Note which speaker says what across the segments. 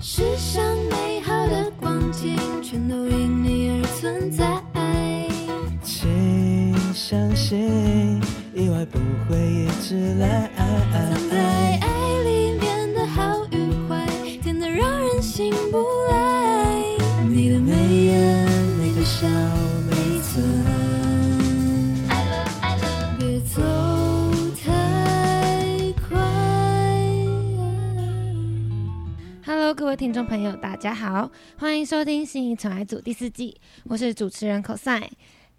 Speaker 1: 世上美好的光景全都因你而存在。
Speaker 2: 请相信，意外不会一直来。
Speaker 1: 藏在爱里面的好与坏，甜得让人醒不来。你的眉眼，你的笑，每寸。爱了爱了，别走太快。
Speaker 3: Hello，各位听众朋友，大家好，欢迎收听《心仪宠爱组》第四季，我是主持人 cosine。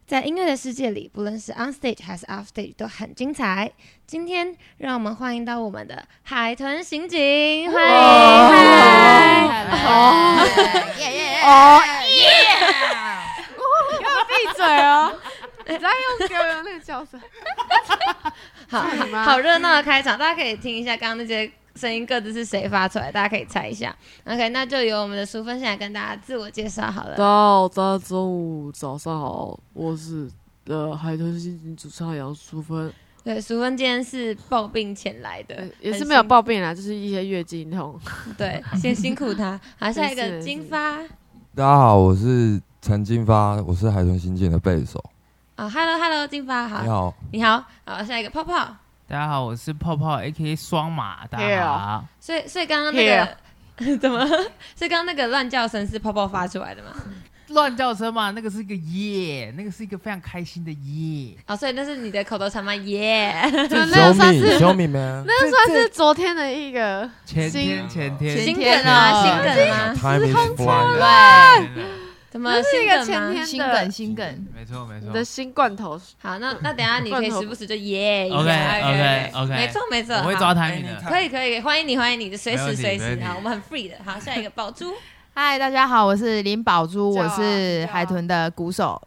Speaker 3: 在音乐的世界里，不论是 on stage 还是 off stage 都很精彩。今天让我们欢迎到我们的海豚刑警，欢迎嗨！
Speaker 4: 耶耶耶！哦耶！要闭嘴哦！你再用给我那个叫声，
Speaker 3: 好
Speaker 4: 是你吗
Speaker 3: 好热闹的开场，大家可以听一下刚刚那些声音各自是谁发出来，大家可以猜一下。OK，那就由我们的淑芬先来跟大家自我介绍好了。
Speaker 5: 到大家中午早上好，我是呃海豚心情主唱杨淑芬，
Speaker 3: 对，淑芬今天是抱病前来的
Speaker 5: 呃，也
Speaker 3: 很
Speaker 5: 是
Speaker 3: 辛
Speaker 5: 没有抱病啦，就是一些月经 痛。
Speaker 3: 对，先辛苦她。好，下一
Speaker 5: 没事
Speaker 3: 个
Speaker 5: 没事
Speaker 3: 金发。
Speaker 6: 大家好，我是陈金发，我是海豚刑警的贝手。
Speaker 3: 啊、h e l l o Hello，金发好
Speaker 6: 你，好，
Speaker 3: 你好，好，下一个泡泡。
Speaker 7: 大家好，我是泡泡 A K 双马，大家好。
Speaker 5: 啊
Speaker 3: 所以所以刚刚那个 怎么？所以刚刚那个乱叫声是泡泡发出来的嘛？
Speaker 7: 乱叫声嘛，那个是一个耶，那个是一个非常开心的耶。
Speaker 3: 啊、所以那是你的口头禅吗？耶、
Speaker 4: 那个算是
Speaker 6: 小米 man，
Speaker 4: 那算是昨天的一个
Speaker 7: 前
Speaker 4: 新
Speaker 7: 天前天，
Speaker 3: 心
Speaker 4: 前天
Speaker 3: 梗啊，
Speaker 4: 啊
Speaker 3: 心梗啊，
Speaker 6: time is flying。
Speaker 3: 怎么
Speaker 4: 是
Speaker 3: 心
Speaker 4: 一
Speaker 3: 梗
Speaker 4: 个
Speaker 3: 吗？
Speaker 4: 前天
Speaker 8: 心
Speaker 4: 的
Speaker 8: 梗心梗，
Speaker 7: 没错没错
Speaker 5: 你。的新罐头，
Speaker 3: 好，那那等一下你可以
Speaker 5: 罐头
Speaker 3: 时不时就耶一下
Speaker 7: OK，OK，
Speaker 3: OK，OK，没错没错，
Speaker 7: 我会
Speaker 3: 好
Speaker 7: 抓台语
Speaker 5: 哎
Speaker 7: 的。
Speaker 3: 可以可以，可以欢迎你欢迎你，就随
Speaker 7: 没
Speaker 3: 时
Speaker 7: 问题
Speaker 3: 随
Speaker 7: 没
Speaker 3: 时
Speaker 7: 问题
Speaker 3: 好，我们很 free 的。好，下一个宝珠，
Speaker 8: 嗨，大家好，我是林宝珠，
Speaker 4: 叫
Speaker 8: 我
Speaker 4: 啊
Speaker 8: 是
Speaker 4: 叫啊
Speaker 8: 海豚的鼓手。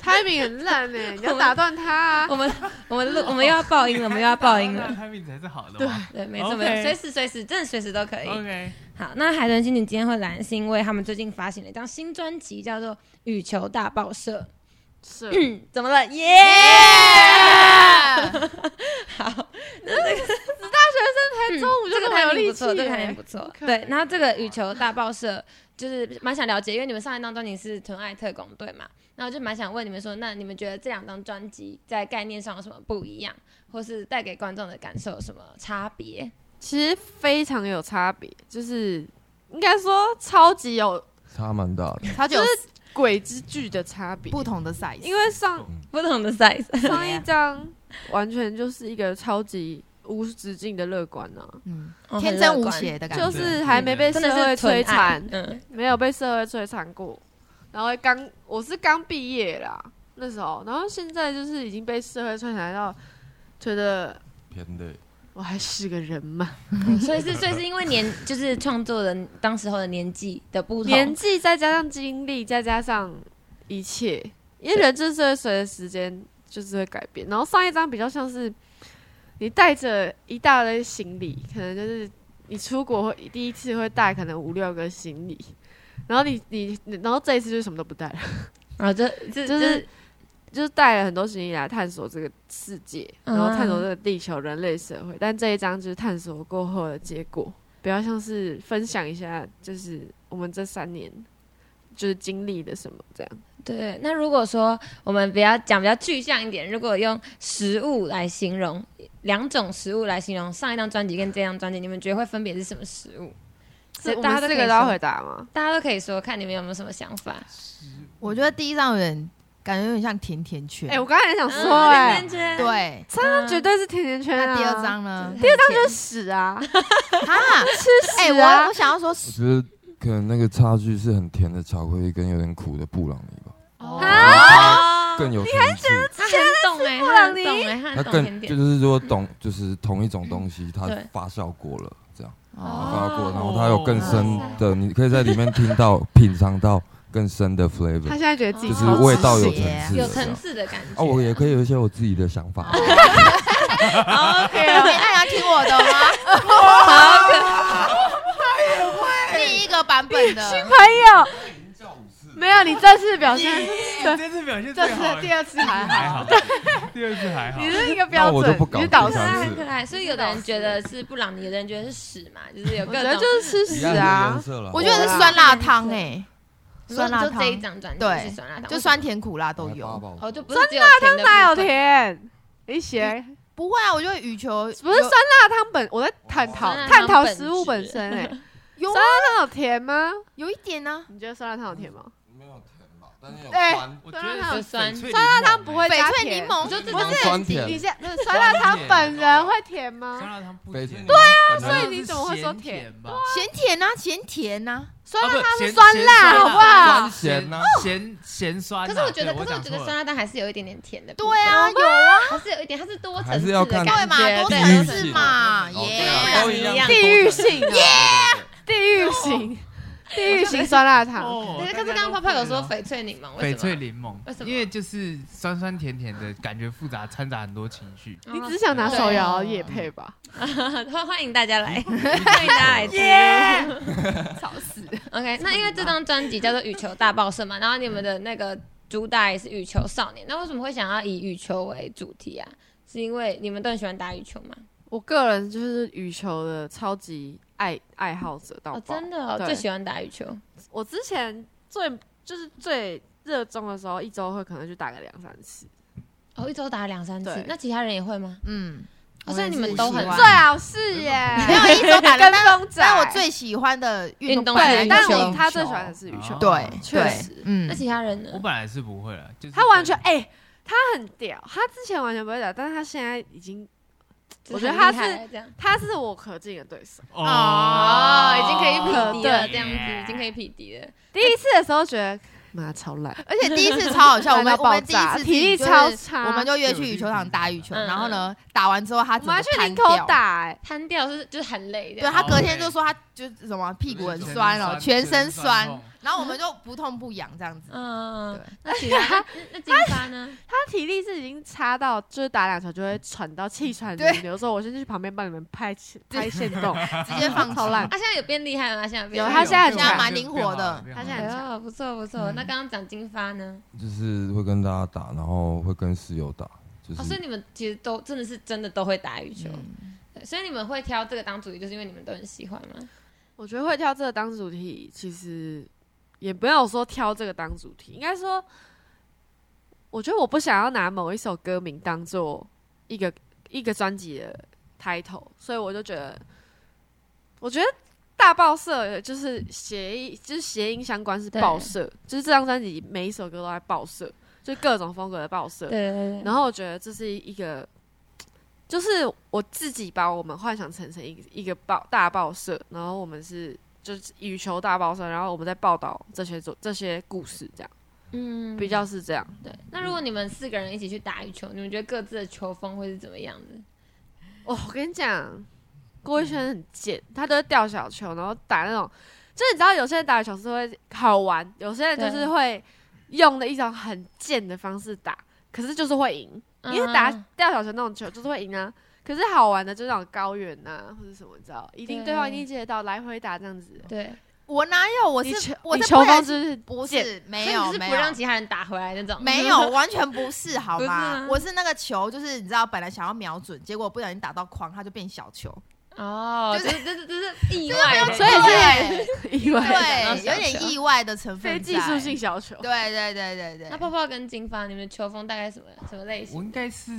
Speaker 4: timing 很烂呢，你要打断他啊
Speaker 3: 我！们我们录我们又要爆音了，我们又要爆音了。
Speaker 7: 开名才是好的嘛。
Speaker 3: 对，没错
Speaker 7: OK
Speaker 3: 没错，随时随时真的随时都可以。
Speaker 7: OK，
Speaker 3: 好，那海豚心情今天会来，是因为他们最近发行了一张新专辑，叫做《羽球大报社》。
Speaker 5: 是
Speaker 3: 嗯，怎么了？耶、 好，
Speaker 4: 才中午
Speaker 3: 嗯这
Speaker 4: 就
Speaker 3: 个
Speaker 4: 那么
Speaker 3: 排
Speaker 4: 有
Speaker 3: 名
Speaker 4: 力
Speaker 3: 不
Speaker 4: 气
Speaker 3: 错，这个排名
Speaker 4: 耶，
Speaker 3: 不错。
Speaker 4: 可以
Speaker 3: 对，然后这个羽球大报社就是蛮想了解，因为你们上一张专辑是《疼爱特工队》嘛，然后就蛮想问你们说，那你们觉得这两张专辑在概念上有什么不一样，或是带给观众的感受有什么差别？
Speaker 5: 其实非常有差别，就是应该说超级有
Speaker 6: 差蛮大的，
Speaker 8: 它就有
Speaker 5: 鬼之剧的差别。
Speaker 8: 不，同的 size，
Speaker 5: 因为上
Speaker 3: 不同的 size，
Speaker 5: 上一张完全就是一个超级无止境的乐观啊，
Speaker 8: 嗯
Speaker 3: 哦
Speaker 8: 天真无，邪的感
Speaker 5: 就
Speaker 8: 觉，
Speaker 5: 是还没被
Speaker 3: 很乐观真
Speaker 5: 社
Speaker 3: 的
Speaker 5: 会
Speaker 3: 是纯爱
Speaker 5: 摧残，
Speaker 3: 嗯，
Speaker 5: 没有被社会摧残过。然后刚我是刚毕业啦，那时候，然后现在就是已经被社会摧残到，觉得
Speaker 6: 偏对，
Speaker 5: 我还是个人嘛，
Speaker 3: 嗯所以是，所以是因为年就是创作人当时候的年纪的不同，
Speaker 5: 年纪再加上经历，再加上一切，因为人就是会随着时间就是会改变。然后上一张比较像是你带着一大堆行李，可能就是你出国会第一次会带可能五六个行李，然后你你你然后这一次就什么都不带了。
Speaker 3: 然后就就
Speaker 5: 就
Speaker 3: 哦就是
Speaker 5: 就是带了很多行李来探索这个世界，
Speaker 3: 嗯
Speaker 5: 然后探索这个地球、人类社会。但这一章就是探索过后的结果，比较像是分享一下，就是我们这三年就是经历了什么这样。
Speaker 3: 对。那如果说我们比较讲比较具象一点，如果用食物来形容两种食物来形容上一张专辑跟这张专辑，你们觉得会分别是什么食物？
Speaker 5: 是我
Speaker 3: 大家都
Speaker 5: 们四
Speaker 3: 可以
Speaker 5: 个都要
Speaker 3: 说
Speaker 5: 回答吗？
Speaker 3: 大家都可以说，看你们有没有什么想法。
Speaker 8: 我觉得第一张有点感觉有点像甜甜圈，
Speaker 5: 哎、我刚才也想说、
Speaker 3: 嗯
Speaker 5: 哎、
Speaker 3: 甜甜圈，
Speaker 8: 对。
Speaker 5: 那绝对是甜甜圈啊！
Speaker 8: 那第二张呢？
Speaker 5: 第二张就是屎啊，
Speaker 8: 啊，吃屎！哎，我我想要说
Speaker 6: 我觉得可能那个差距是很甜的巧克力跟有点苦的布朗尼吧，
Speaker 5: 哦
Speaker 8: 哦
Speaker 6: 更有层次。
Speaker 3: 他很懂哎，他很懂哎，他
Speaker 6: 它
Speaker 3: 很懂甜
Speaker 6: 更就
Speaker 3: 点。
Speaker 6: 是说懂，就是同一种东西，它
Speaker 3: 对
Speaker 6: 发酵过了，这样
Speaker 8: 哦，
Speaker 6: 发酵过，然后它有更深的，你可以在里面听到、品尝到更深的
Speaker 5: 他
Speaker 6: flavor，
Speaker 5: 现在觉得自己
Speaker 6: 就是
Speaker 5: 超
Speaker 6: 味道有层
Speaker 8: 邪啊
Speaker 6: 次
Speaker 3: 有
Speaker 6: 的这
Speaker 3: 层
Speaker 6: 样。
Speaker 3: 次的感觉
Speaker 6: 啊，我也可以有一些我自己的想法。
Speaker 8: OK，大家听我的吗？第一个版本的，
Speaker 5: 没有，你这次表现
Speaker 7: 这次表现
Speaker 4: 这
Speaker 7: 最
Speaker 4: 次
Speaker 7: 好了，
Speaker 4: 第二 次还
Speaker 7: 还
Speaker 4: 好，
Speaker 7: 好，第二次还好
Speaker 4: 你。是一个标
Speaker 6: 那我就
Speaker 4: 准
Speaker 6: 不，搞
Speaker 4: 你是导
Speaker 6: 第
Speaker 4: 师
Speaker 6: 三
Speaker 3: 他
Speaker 6: 次
Speaker 3: 很可爱，所以有的人觉得是布朗尼，有的人觉得是屎 嘛，就是有
Speaker 5: 我
Speaker 3: 各
Speaker 5: 觉
Speaker 3: 种。
Speaker 5: 得就是吃
Speaker 6: 一
Speaker 5: 屎
Speaker 6: 样的
Speaker 5: 啊
Speaker 6: 颜，色啦
Speaker 8: 我觉得是酸辣汤哎，
Speaker 3: 如果
Speaker 8: 酸辣
Speaker 3: 就这一
Speaker 8: 汤，
Speaker 3: 张专辑
Speaker 8: 对
Speaker 3: 是酸辣汤，
Speaker 8: 就酸甜苦辣都
Speaker 6: 还八
Speaker 8: 有。
Speaker 6: 宝
Speaker 3: 哦，就不是只有甜的部分
Speaker 5: 哪有？甜？你写
Speaker 8: 不会啊，我觉得羽球
Speaker 5: 不是酸辣汤本，我在探讨
Speaker 3: 酸辣汤
Speaker 5: 探讨
Speaker 3: 本
Speaker 5: 食物
Speaker 3: 质
Speaker 5: 本身哎，酸
Speaker 8: 有有
Speaker 5: 辣汤有甜吗？
Speaker 8: 有一点啊呢，
Speaker 5: 你觉得酸辣汤有甜吗？
Speaker 6: 没有甜吧，但是有
Speaker 5: 哎
Speaker 6: 酸
Speaker 7: 我觉得是
Speaker 3: 酸
Speaker 7: 翡翠
Speaker 5: 酸辣汤
Speaker 7: 柠檬
Speaker 5: 不会
Speaker 8: 翡
Speaker 5: 加
Speaker 8: 翠
Speaker 5: 甜
Speaker 8: 柠，檬
Speaker 3: 我就这
Speaker 6: 不
Speaker 3: 张
Speaker 6: 是酸甜
Speaker 5: 你现在酸辣汤本人会甜
Speaker 7: 酸
Speaker 5: 吗？
Speaker 7: 辣汤不
Speaker 6: 翡翠，
Speaker 7: 甜
Speaker 6: 对啊
Speaker 7: 酸辣
Speaker 5: 所以你怎么会说
Speaker 7: 汤是
Speaker 5: 甜
Speaker 7: 咸吧？
Speaker 8: 咸甜啊，咸甜啊，
Speaker 5: 酸辣汤
Speaker 7: 啊
Speaker 5: 是
Speaker 7: 不咸
Speaker 5: 酸
Speaker 7: 咸
Speaker 5: 辣，
Speaker 7: 酸
Speaker 5: 好
Speaker 7: 辣
Speaker 5: 不好
Speaker 3: 哦
Speaker 6: 酸？咸呐，
Speaker 7: 咸咸酸啊。
Speaker 3: 可是我觉得，
Speaker 7: 对
Speaker 3: 可是我觉得
Speaker 7: 讲错了
Speaker 3: 酸辣汤还是有一点点甜的。哦
Speaker 8: 对，啊，有啊，
Speaker 3: 还是有一点，它是多层
Speaker 6: 还
Speaker 3: 次
Speaker 6: 是要
Speaker 3: 的
Speaker 6: 看
Speaker 3: 感
Speaker 8: 对嘛，
Speaker 3: 觉，
Speaker 8: 多
Speaker 3: 对
Speaker 8: 层
Speaker 3: 多
Speaker 8: 次
Speaker 3: 层
Speaker 8: 嘛，
Speaker 6: 哦
Speaker 8: 耶
Speaker 6: 对啊都一样，
Speaker 5: 地域性啊
Speaker 6: 对对对
Speaker 5: 地狱型，地狱型酸辣汤。
Speaker 7: 哦
Speaker 3: 可是可是
Speaker 7: 大家
Speaker 3: 刚刚
Speaker 7: 都
Speaker 3: 泡泡有
Speaker 7: 会
Speaker 3: 说
Speaker 7: 哦
Speaker 3: 翡翠柠檬，为什
Speaker 7: 翡翠
Speaker 3: 么？
Speaker 7: 柠檬
Speaker 3: 为什，么
Speaker 7: 因为就是酸酸甜甜的感觉复杂，掺杂很多情绪。
Speaker 5: 你只想拿手摇夜配吧？
Speaker 3: 欢哦欢迎大家 来， 欢迎大家来听。
Speaker 8: 吵死，
Speaker 3: OK，那因为这张专辑叫做《羽球大爆社》嘛，然后你们的那个主打也是羽球少年，那为什么会想要以羽球为主题啊？是因为你们都很喜欢打羽球吗？
Speaker 5: 我个人就是羽球的超级爱爱好者到
Speaker 3: 哦，
Speaker 5: 爆。
Speaker 3: 真的哦，
Speaker 5: 对
Speaker 3: 最喜欢打羽球。
Speaker 5: 我之前最就是最热衷的时候，一周会可能去打个两三次。
Speaker 3: 哦，一周打两三次
Speaker 5: 对，
Speaker 3: 那其他人也会吗？
Speaker 8: 嗯，
Speaker 3: 哦，
Speaker 8: 我
Speaker 3: 所以
Speaker 8: 也
Speaker 3: 你
Speaker 8: 是
Speaker 3: 们都
Speaker 8: 喜
Speaker 3: 很
Speaker 8: 欢
Speaker 5: 最好啊是耶，
Speaker 8: 嗯没有一周打了
Speaker 5: 跟
Speaker 8: 但
Speaker 5: 风仔。
Speaker 8: 但我最喜欢的运
Speaker 3: 运动
Speaker 8: 动
Speaker 3: 本来
Speaker 5: 对，
Speaker 8: 本来
Speaker 5: 但
Speaker 8: 就是
Speaker 5: 我
Speaker 8: 羽
Speaker 5: 他最
Speaker 8: 球
Speaker 5: 喜欢的是羽啊球
Speaker 7: 哦，
Speaker 8: 对，
Speaker 5: 确
Speaker 8: 对
Speaker 5: 实，
Speaker 3: 那
Speaker 8: 嗯，
Speaker 3: 其他人呢
Speaker 7: 我？本来是不会了，就是
Speaker 5: 他完全哎、他很屌，他之前完全不会打，但是他现在已经，我觉得他
Speaker 3: 就是很厉
Speaker 5: 是
Speaker 3: 害这样，
Speaker 5: 他是我可敬的对手。
Speaker 3: 哦，已经可以
Speaker 5: 可
Speaker 3: 匹敌了，
Speaker 5: 对
Speaker 3: 这样子已经可以匹敌了。
Speaker 5: 第一次的时候觉得妈超烂，
Speaker 8: 而且第一次超好笑， 我
Speaker 5: 烂
Speaker 8: 们
Speaker 5: 到
Speaker 8: 我们
Speaker 5: 爆
Speaker 8: 第一
Speaker 5: 炸
Speaker 8: 次
Speaker 5: 体力
Speaker 8: 就是
Speaker 5: 超差，
Speaker 8: 我们就约去羽球场打羽球，
Speaker 3: 嗯
Speaker 8: 然后呢，打完之后他
Speaker 5: 我
Speaker 8: 整
Speaker 5: 们还
Speaker 8: 个
Speaker 5: 去
Speaker 8: 瘫
Speaker 5: 林口
Speaker 8: 掉，
Speaker 5: 打、哎，
Speaker 3: 瘫掉是就是很累这
Speaker 8: 对
Speaker 3: 样，
Speaker 5: 啊
Speaker 8: 他隔天就说他就是什么屁股很酸哦，全身酸，
Speaker 7: 痛
Speaker 8: 然后我们就不痛不痒这样子，
Speaker 3: 嗯
Speaker 8: 对，
Speaker 3: 那其他那那金发呢？
Speaker 5: 他体力是已经差到，就是打两球就会喘到气喘
Speaker 8: 对
Speaker 5: 人流。说我先去旁边帮你们拍起拍线动，
Speaker 8: 直接放
Speaker 5: 嗯超
Speaker 8: 弃。
Speaker 5: 烂。
Speaker 3: 他啊现在有变厉害吗？现在有变
Speaker 5: 有
Speaker 3: 厉
Speaker 5: 他
Speaker 3: 害
Speaker 5: 现在很
Speaker 8: 现在
Speaker 5: 强
Speaker 8: 蛮灵活的，
Speaker 5: 他现在
Speaker 3: 哎
Speaker 5: 很强
Speaker 3: 呦，不错不错。
Speaker 8: 嗯
Speaker 3: 那刚刚讲金发呢？
Speaker 6: 就是会跟大家打，然后会跟室友打，就
Speaker 3: 哦，所 以
Speaker 6: 是
Speaker 3: 你们其实都真的是真的都会打羽球，
Speaker 8: 嗯
Speaker 3: 对所以你们会挑这个当主题，就是因为你们都很喜欢吗？
Speaker 5: 我觉得会挑这个当主题，其实也没有说挑这个当主题，应该说，我觉得我不想要拿某一首歌名当做一个一个专辑的 title，所以我就觉得，我觉得大报社就是谐音，就是谐音相关是
Speaker 3: 对
Speaker 5: 报社，就是这张专辑每一首歌都在报社，就各种风格的报社。
Speaker 3: 对对
Speaker 5: 然后我觉得这是一个，就是我自己把我们幻想成成一个一个报大报社，然后我们是就是羽球大报社，然后我们在报道这些做这些故事，这样
Speaker 3: 嗯
Speaker 5: 比较是这样。
Speaker 3: 对。那如果你们四个人一起去打羽球，你们觉得各自的球风会是怎么样子？
Speaker 5: 哦，我跟你讲，郭一轩很贱，他都会吊小球，然后打那种，就是你知道有些人打球是会好玩，有些人就是
Speaker 3: 对
Speaker 5: 会用的一种很贱的方式打，可是就是会赢。因为打
Speaker 3: 嗯
Speaker 5: 吊小球那种球就是会赢啊。可是好玩的就是那种高远呐、或者什么，你知道，一定
Speaker 3: 对
Speaker 5: 对方一定接得到，来回打这样子。
Speaker 3: 对，
Speaker 8: 我哪有？我
Speaker 5: 你球
Speaker 8: 是我
Speaker 5: 你
Speaker 8: 是
Speaker 5: 球
Speaker 8: 不
Speaker 5: 风
Speaker 8: 然
Speaker 5: 就是
Speaker 8: 不
Speaker 5: 贱
Speaker 8: 是
Speaker 3: 所
Speaker 8: 没
Speaker 3: 以你
Speaker 8: 有
Speaker 3: 是
Speaker 8: 没
Speaker 3: 不让
Speaker 8: 有
Speaker 3: 其他人打回来那种？
Speaker 8: 没有，完全不是好
Speaker 3: 不是
Speaker 8: 吗
Speaker 3: 吗？
Speaker 8: 我是那个球，就是你知道本来想要瞄准，结果不小心打到框，它就变小球，
Speaker 3: 哦，
Speaker 8: 就
Speaker 3: 就是就是就是意外的，
Speaker 5: 所以
Speaker 8: 对
Speaker 5: 意外
Speaker 3: 打到
Speaker 8: 对，
Speaker 3: 小
Speaker 8: 有点
Speaker 3: 球
Speaker 8: 意外的成分
Speaker 5: 非
Speaker 8: 在，
Speaker 5: 技术性小球。
Speaker 8: 对啊对对对对。
Speaker 3: 那泡泡跟金发，你们的球风大概什么什么类
Speaker 7: 我
Speaker 3: 型？
Speaker 7: 应该是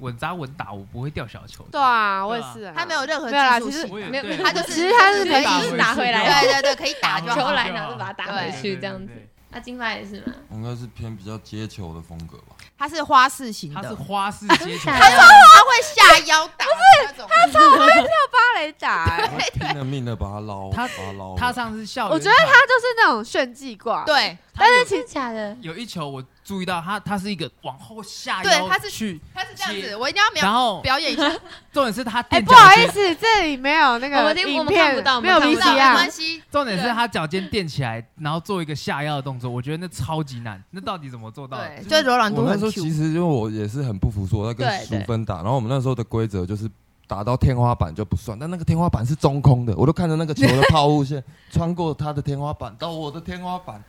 Speaker 7: 稳扎稳打，我不会掉小球的。
Speaker 5: 对啊，我
Speaker 7: 对
Speaker 5: 也
Speaker 7: 啊
Speaker 5: 是啊。
Speaker 8: 他没有任何
Speaker 5: 没有啦
Speaker 8: 技术
Speaker 5: 其实
Speaker 8: 性，
Speaker 7: 我也
Speaker 3: 没有
Speaker 7: 对
Speaker 8: 他就是
Speaker 3: 其实他是
Speaker 8: 就
Speaker 3: 可以
Speaker 7: 打
Speaker 3: 一直
Speaker 7: 回
Speaker 3: 打
Speaker 7: 去
Speaker 3: 回
Speaker 7: 就
Speaker 3: 来，
Speaker 7: 好
Speaker 8: 对对对，可以打就
Speaker 3: 球
Speaker 8: 好。
Speaker 3: 来然后就把它打去
Speaker 7: 对
Speaker 8: 回
Speaker 7: 对对
Speaker 3: 这样子
Speaker 7: 对对
Speaker 3: 那金发也是吗？
Speaker 6: 我应该是偏比较接球的风格吧。
Speaker 8: 他是花式型
Speaker 7: 他是
Speaker 8: 的，
Speaker 7: 花式接球，
Speaker 8: 他说他会下腰打，不是他超
Speaker 5: 芭蕾打、欸，
Speaker 6: 我会拼了命的把它捞，
Speaker 7: 他
Speaker 6: 把它捞回来。
Speaker 7: 他上次校园，
Speaker 5: 我觉得他就是那种炫技挂。，
Speaker 8: 对，
Speaker 7: 但是
Speaker 3: 真的假的？
Speaker 7: 有一球我注意到他，他是一个往后下
Speaker 8: 对
Speaker 7: 腰
Speaker 8: 他是
Speaker 7: 去，
Speaker 8: 他是这样子，
Speaker 7: 切
Speaker 8: 我一定要
Speaker 7: 然
Speaker 8: 描
Speaker 7: 后
Speaker 8: 表演一下，
Speaker 7: 重点是他
Speaker 5: 哎、
Speaker 7: 垫
Speaker 5: 不
Speaker 7: 脚
Speaker 5: 好意
Speaker 7: 尖，
Speaker 5: 思，这里没有那
Speaker 3: 我
Speaker 5: 个
Speaker 3: 们听我
Speaker 5: 影
Speaker 3: 们看
Speaker 5: 片
Speaker 3: 不到，我们
Speaker 5: 没有
Speaker 3: 看
Speaker 8: 不
Speaker 3: 不
Speaker 8: 知道
Speaker 5: VCR，
Speaker 8: 没关系，
Speaker 7: 重点是他脚尖垫起来，然后做一个下腰的动作，我觉得那超 级难，那到底怎么做到的？
Speaker 8: 对，就是柔软
Speaker 6: 我
Speaker 8: 度
Speaker 6: 那
Speaker 8: 很
Speaker 6: 时候其
Speaker 8: Q，
Speaker 6: 实因为我也是很不服输，我在
Speaker 3: 对
Speaker 6: 跟淑
Speaker 3: 对
Speaker 6: 芬打，然后我们那时候的规则就是打到天花板就不算，但那个天花板是 中空的，我都看着那个球的抛物线穿过他的天花板到我的天花板，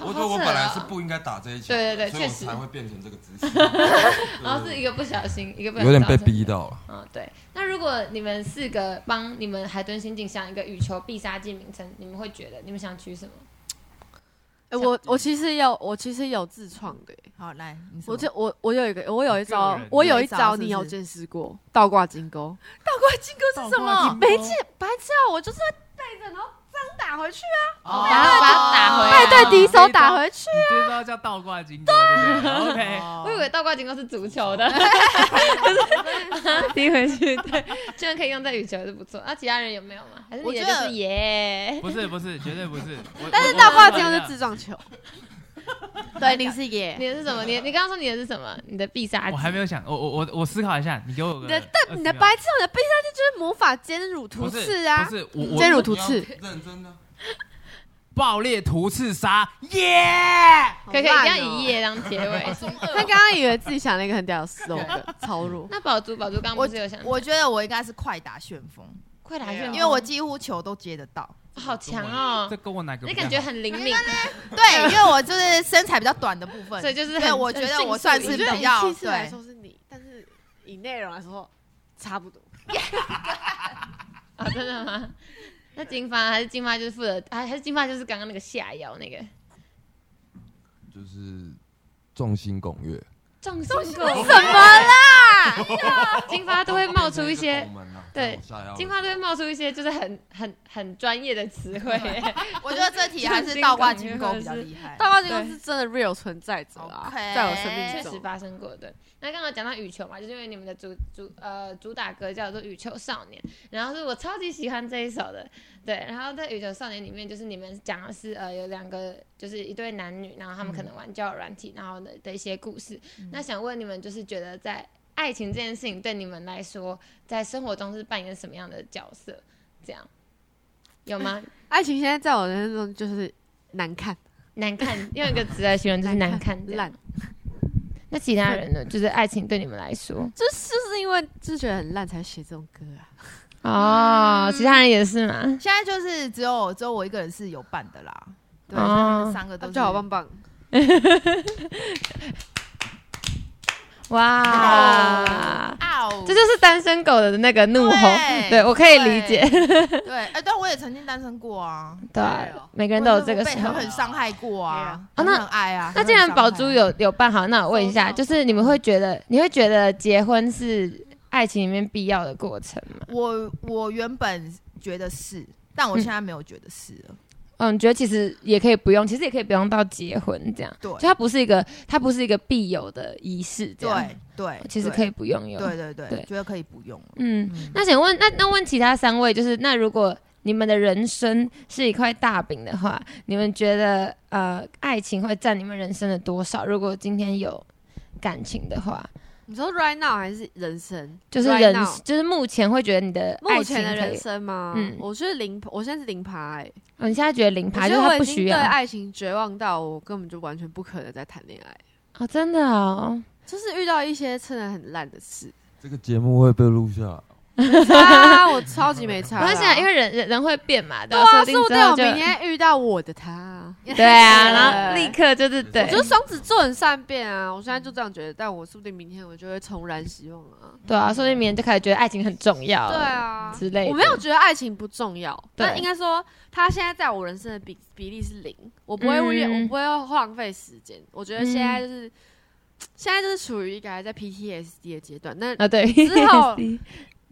Speaker 6: 我觉得我本来是不应该打这一拳，
Speaker 3: 哦对对对
Speaker 6: 所以我
Speaker 3: 确实
Speaker 6: 才会变成这个姿势。
Speaker 3: 然后是一个不小心，一个不小
Speaker 6: 有
Speaker 3: 心
Speaker 6: 点被
Speaker 3: 造成
Speaker 6: 逼到了。
Speaker 3: 嗯，对。那如果你们四个帮你们海豚刑警想一个羽球必杀技名称，你们会觉得你们想取什么？
Speaker 5: 哎、我我其实有，我其实有自创的、
Speaker 8: 好，来，你说
Speaker 5: 我就我我有一个，我有一招
Speaker 7: 你个人，
Speaker 5: 我有一
Speaker 8: 哦有一招
Speaker 5: 招，
Speaker 8: 是不是
Speaker 5: 你有见识过倒挂金钩？
Speaker 8: 倒挂金钩是什么？
Speaker 5: 没见，白痴啊！我就是背着，然后这样打回去啊，
Speaker 7: 哦
Speaker 3: 然后把它打回来。
Speaker 5: 背对敌手打回去。
Speaker 7: 你这招叫倒挂金钩，对不对？OK，
Speaker 3: 我以
Speaker 5: 哦
Speaker 3: 为倒挂金钩是足球 的，踢回去，对，居然可以用在羽球是不错。那其他人有没有吗？还是你的就
Speaker 8: 我觉
Speaker 3: 是
Speaker 8: 得
Speaker 3: 耶？
Speaker 7: 不是不是，绝对不是。我
Speaker 5: 但是
Speaker 7: 我
Speaker 5: 倒挂
Speaker 7: 我
Speaker 5: 金钩是
Speaker 7: 我
Speaker 5: 自撞 球，
Speaker 8: 对，林是耶，
Speaker 3: 你的是什么？你你刚刚说你的是什么？你的必杀技
Speaker 7: 我还没有想，我我我我思考一下，你给我个
Speaker 5: 你的
Speaker 7: 20
Speaker 5: 但你的
Speaker 7: 秒
Speaker 8: 啊
Speaker 5: 白痴，你的必杀技就是魔法尖乳图
Speaker 7: 不是
Speaker 5: 刺啊
Speaker 7: 不，是我我
Speaker 5: 尖乳图刺，
Speaker 6: 认真的，
Speaker 7: 爆裂图刺杀，耶！
Speaker 3: 可以可以，
Speaker 5: 好
Speaker 3: 这
Speaker 5: 烂
Speaker 3: 样
Speaker 5: 哦
Speaker 3: 以耶当结尾。
Speaker 5: 他刚刚以为自己想了一个很屌的 slogan，超弱。
Speaker 3: 那宝珠宝珠刚刚不是有想，哦
Speaker 8: 我觉得我应该是快打旋风，
Speaker 3: 快打旋风，
Speaker 8: 因为我几乎球都接得 到。
Speaker 3: 好强哦
Speaker 7: 这，跟我哪个比
Speaker 3: 你
Speaker 7: 较
Speaker 3: 感
Speaker 7: 好？
Speaker 3: 觉很灵敏，
Speaker 8: 对，因为我就是身材比较短的部分，
Speaker 3: 所以就是
Speaker 8: 对，
Speaker 3: 很
Speaker 8: 我觉得我算是
Speaker 5: 我
Speaker 3: 很
Speaker 5: 觉
Speaker 3: 迅
Speaker 5: 得
Speaker 3: 速
Speaker 8: 比
Speaker 5: 以
Speaker 8: 较
Speaker 5: 气势来
Speaker 8: 对。
Speaker 5: 说是你，但是以内容来说差不多。
Speaker 3: 啊、真的吗？那金发还是金发就是负责，还还是金发就是刚刚那个下腰那个
Speaker 6: 就是众星拱月，
Speaker 3: 众星拱
Speaker 5: 怎么啦？
Speaker 3: 金发都会冒出一些，
Speaker 6: 啊
Speaker 3: 对金
Speaker 6: 金
Speaker 3: 发都会冒出一些就是很很很专业的词汇，
Speaker 8: 我觉得这题还是倒挂金钩比较厉害。
Speaker 5: 大挂金钩是真的 real 存在着啊，
Speaker 8: OK
Speaker 5: 在我生
Speaker 3: 确
Speaker 5: 命
Speaker 3: 实
Speaker 5: 中。
Speaker 3: 发生过的。那刚刚讲到羽球嘛，就是因为你们的主主呃主打歌叫做《羽球少年》，然后是我超级喜欢这一首的，对。然后在《羽球少年》里面，就是你们讲的是呃有两个就是一对男女，然后他们可能玩交友软体，然后的的一些故事。那想问你们，就是觉得在爱情这件事情对你们来说，在生活中是扮演什么样的角色？这样有吗？
Speaker 5: 爱情现在在我人生中就是难看，
Speaker 3: 难看，用一个词来形容就是难看 这样
Speaker 5: 烂，
Speaker 3: 那其他人呢？就是爱情对你们来说，
Speaker 5: 就是就是因为就是觉得很烂才写这种歌啊。
Speaker 3: 哦，其他人也是吗？
Speaker 8: 现在就是只有只有我一个人是有伴的啦，对，
Speaker 3: 哦
Speaker 8: 所以他们三个都是
Speaker 5: 啊就好棒棒，
Speaker 3: 哇，
Speaker 8: 啊哦，
Speaker 3: 这就是单身狗的那个怒吼，
Speaker 8: 对
Speaker 3: 对我 可以理解，
Speaker 8: 对，哎，但我也曾经单身过啊，
Speaker 3: 对，每个人都有这个时
Speaker 8: 我
Speaker 3: 候
Speaker 8: 被。狠狠伤害过啊，
Speaker 3: 对啊哦
Speaker 8: 狠
Speaker 3: 那
Speaker 8: 狠爱啊。
Speaker 3: 那既然宝珠有有办好，那我问一下，
Speaker 8: 收到
Speaker 3: 就是你们会觉得，你会觉得结婚是爱情里面必要的过程吗？
Speaker 8: 我，我原本觉得是，但我现在没有觉得是了。
Speaker 3: 嗯，觉得其实也可以不用，其实也可以不用到结婚这样，
Speaker 8: 对
Speaker 3: 就它不是一个，它不是一个必有的仪式，这样，哦
Speaker 8: 对对，
Speaker 3: 其实
Speaker 8: 对
Speaker 3: 可以不用有，
Speaker 8: 对对对，
Speaker 3: 对
Speaker 8: 觉得可以不用了。
Speaker 3: 嗯，
Speaker 8: 嗯，
Speaker 3: 那想问，那那问其他三位，就是那如果你们的人生是一块大饼的话，你们觉得呃，爱情会占你们人生的多少？如果今天有感情的话，
Speaker 5: 你说 right now 还是人生？
Speaker 3: 就是
Speaker 5: Right
Speaker 3: 人
Speaker 5: now
Speaker 3: 就是目前会觉得你的爱
Speaker 5: 目
Speaker 3: 情可
Speaker 5: 前
Speaker 3: 以
Speaker 5: 的人、生吗？
Speaker 3: 嗯
Speaker 5: 我是零，我现在是零趴哎、
Speaker 3: 哦，你现在觉得零
Speaker 5: 我
Speaker 3: 趴，就
Speaker 5: 觉得
Speaker 3: 是
Speaker 5: 我
Speaker 3: 他
Speaker 5: 已
Speaker 3: 不
Speaker 5: 经
Speaker 3: 需
Speaker 5: 对
Speaker 3: 要
Speaker 5: 爱情绝望到我根本就完全不可能再谈恋爱，
Speaker 3: 哦，真的哦，
Speaker 5: 就是遇到一些真的很烂 的事。
Speaker 6: 这个节目会被录下来，
Speaker 5: 啊，我超级没差
Speaker 3: 没
Speaker 5: 啦。
Speaker 3: 关系啊，因为人人人会变嘛，
Speaker 5: 对
Speaker 3: 到
Speaker 5: 啊，
Speaker 3: 设
Speaker 5: 说
Speaker 3: 定
Speaker 5: 不
Speaker 3: 之
Speaker 5: 定
Speaker 3: 后
Speaker 5: 我
Speaker 3: 就
Speaker 5: 明天遇到我的他。
Speaker 3: 对啊，然后立刻就是对
Speaker 5: 我觉，得双子座很善变啊，我现在就这样觉得，但我说不定明天我就会重燃希望啊。
Speaker 3: 对啊，说不定明天就开始觉得爱情很重要，
Speaker 5: 对，啊，
Speaker 3: 之类的
Speaker 5: 我没有觉得爱情不重要，
Speaker 3: 哎对
Speaker 5: 但应该说他现在在我人生的比比例是零，我不会为、
Speaker 3: 嗯
Speaker 5: 我不会浪费时间。我觉得现在就是、现在就是处于一个还在 PTSD 的阶段，那
Speaker 3: 啊对，
Speaker 5: 之后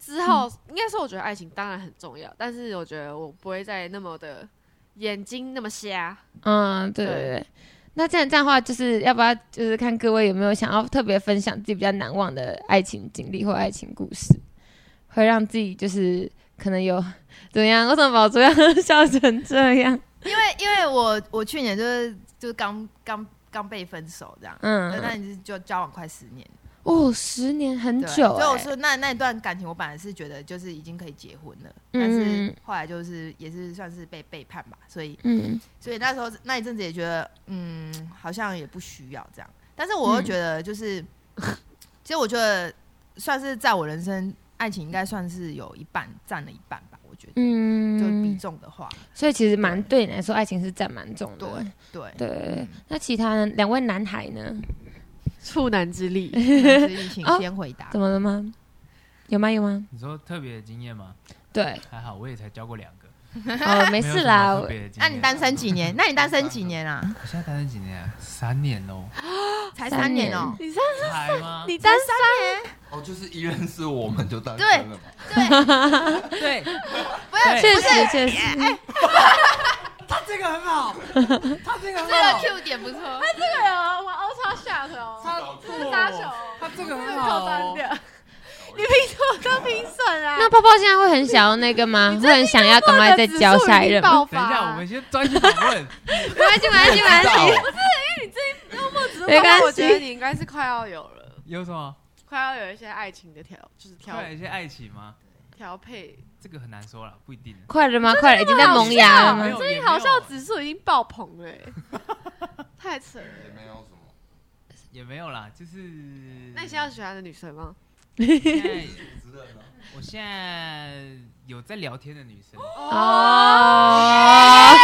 Speaker 5: 之后、
Speaker 3: 嗯
Speaker 5: 应该说，我觉得爱情当然很重要，但是我觉得我不会再那么的眼睛那么瞎。
Speaker 3: 嗯，对对
Speaker 5: 对
Speaker 3: 对。那这样这样的话，就是要不要就是看各位有没有想要特别分享自己比较难忘的爱情经历或爱情故事，会让自己就是可能有 怎么样？为什么宝珠要 笑成这样？
Speaker 8: 因为因为我我去年就是就是刚刚刚被分手这样，对那
Speaker 3: 嗯，
Speaker 8: 你是就交往快十年，
Speaker 3: 哦，十年很
Speaker 8: 对，
Speaker 3: 久、
Speaker 8: 所以我
Speaker 3: 欸，
Speaker 8: 说那那段感情我本来是觉得就是已经可以结婚了，
Speaker 3: 嗯
Speaker 8: 但是后来就是也是算是被背叛吧，所以
Speaker 3: 嗯
Speaker 8: 所以那时候那一阵子也觉得嗯好像也不需要这样，但是我又觉得就是，
Speaker 3: 嗯
Speaker 8: 其实我觉得算是在我人生爱情应该算是有一半占了一半吧，我觉得。
Speaker 3: 嗯，
Speaker 8: 就比轻重的话，
Speaker 3: 所以其实蛮对你来说，爱情是占蛮重的。
Speaker 8: 对，
Speaker 3: 对那其他人两位男孩呢？
Speaker 5: 处男之 力，
Speaker 8: 所以请
Speaker 3: 哦
Speaker 8: 先回答
Speaker 3: 怎。么了吗？有吗？有吗？
Speaker 7: 你说特别的经验吗？
Speaker 3: 对，
Speaker 7: 还好，我也才交过两个，
Speaker 3: 哦，没
Speaker 7: 没
Speaker 3: 事啦。我
Speaker 8: 那你单身几年？那你单身几年啊？
Speaker 7: 我现在单身几年啊？三年哦，
Speaker 8: 才
Speaker 3: 三
Speaker 8: 三年
Speaker 3: 年
Speaker 8: 哦。
Speaker 7: 才吗？
Speaker 5: 你单
Speaker 6: 哦，就是一认识我们就单
Speaker 8: 对
Speaker 6: 身了嘛。
Speaker 7: 对，
Speaker 3: 确实确 实，
Speaker 2: 他这个很好，他这个很
Speaker 8: 这个
Speaker 2: 好，
Speaker 8: Q 点不错，
Speaker 5: 对哦，我欧超下头哦，
Speaker 2: 他
Speaker 5: 这杀手哦，
Speaker 2: 他这个
Speaker 5: 这
Speaker 2: 很
Speaker 5: 个
Speaker 2: 好
Speaker 5: 靠
Speaker 2: 哦
Speaker 5: 单。的，你凭什么当评审啊？
Speaker 3: 那泡泡现在会很想要那个吗？会很想要赶快再交下一任吗？
Speaker 5: 爆发啊
Speaker 7: 等一下，我们先专心访问。
Speaker 3: 没关系，没关系，没关系。没
Speaker 5: 没
Speaker 3: 关
Speaker 5: 关
Speaker 3: 系
Speaker 5: 系，我觉得你应该是快要有了，
Speaker 7: 有什么？
Speaker 5: 快要有一些爱情的调，就是调
Speaker 7: 快有一些爱情吗？
Speaker 5: 调配，
Speaker 7: 这个很难说了，不一定。
Speaker 3: 快了吗？快了，已经在萌芽了吗？
Speaker 5: 最近啊好笑指数已经爆棚了 欸，太扯了。
Speaker 6: 也没有什么，
Speaker 7: 也没有啦，就是
Speaker 5: 那你现在有喜欢的女生吗？
Speaker 7: 现在我现在有在聊天的女生，
Speaker 3: 哦，
Speaker 5: 哎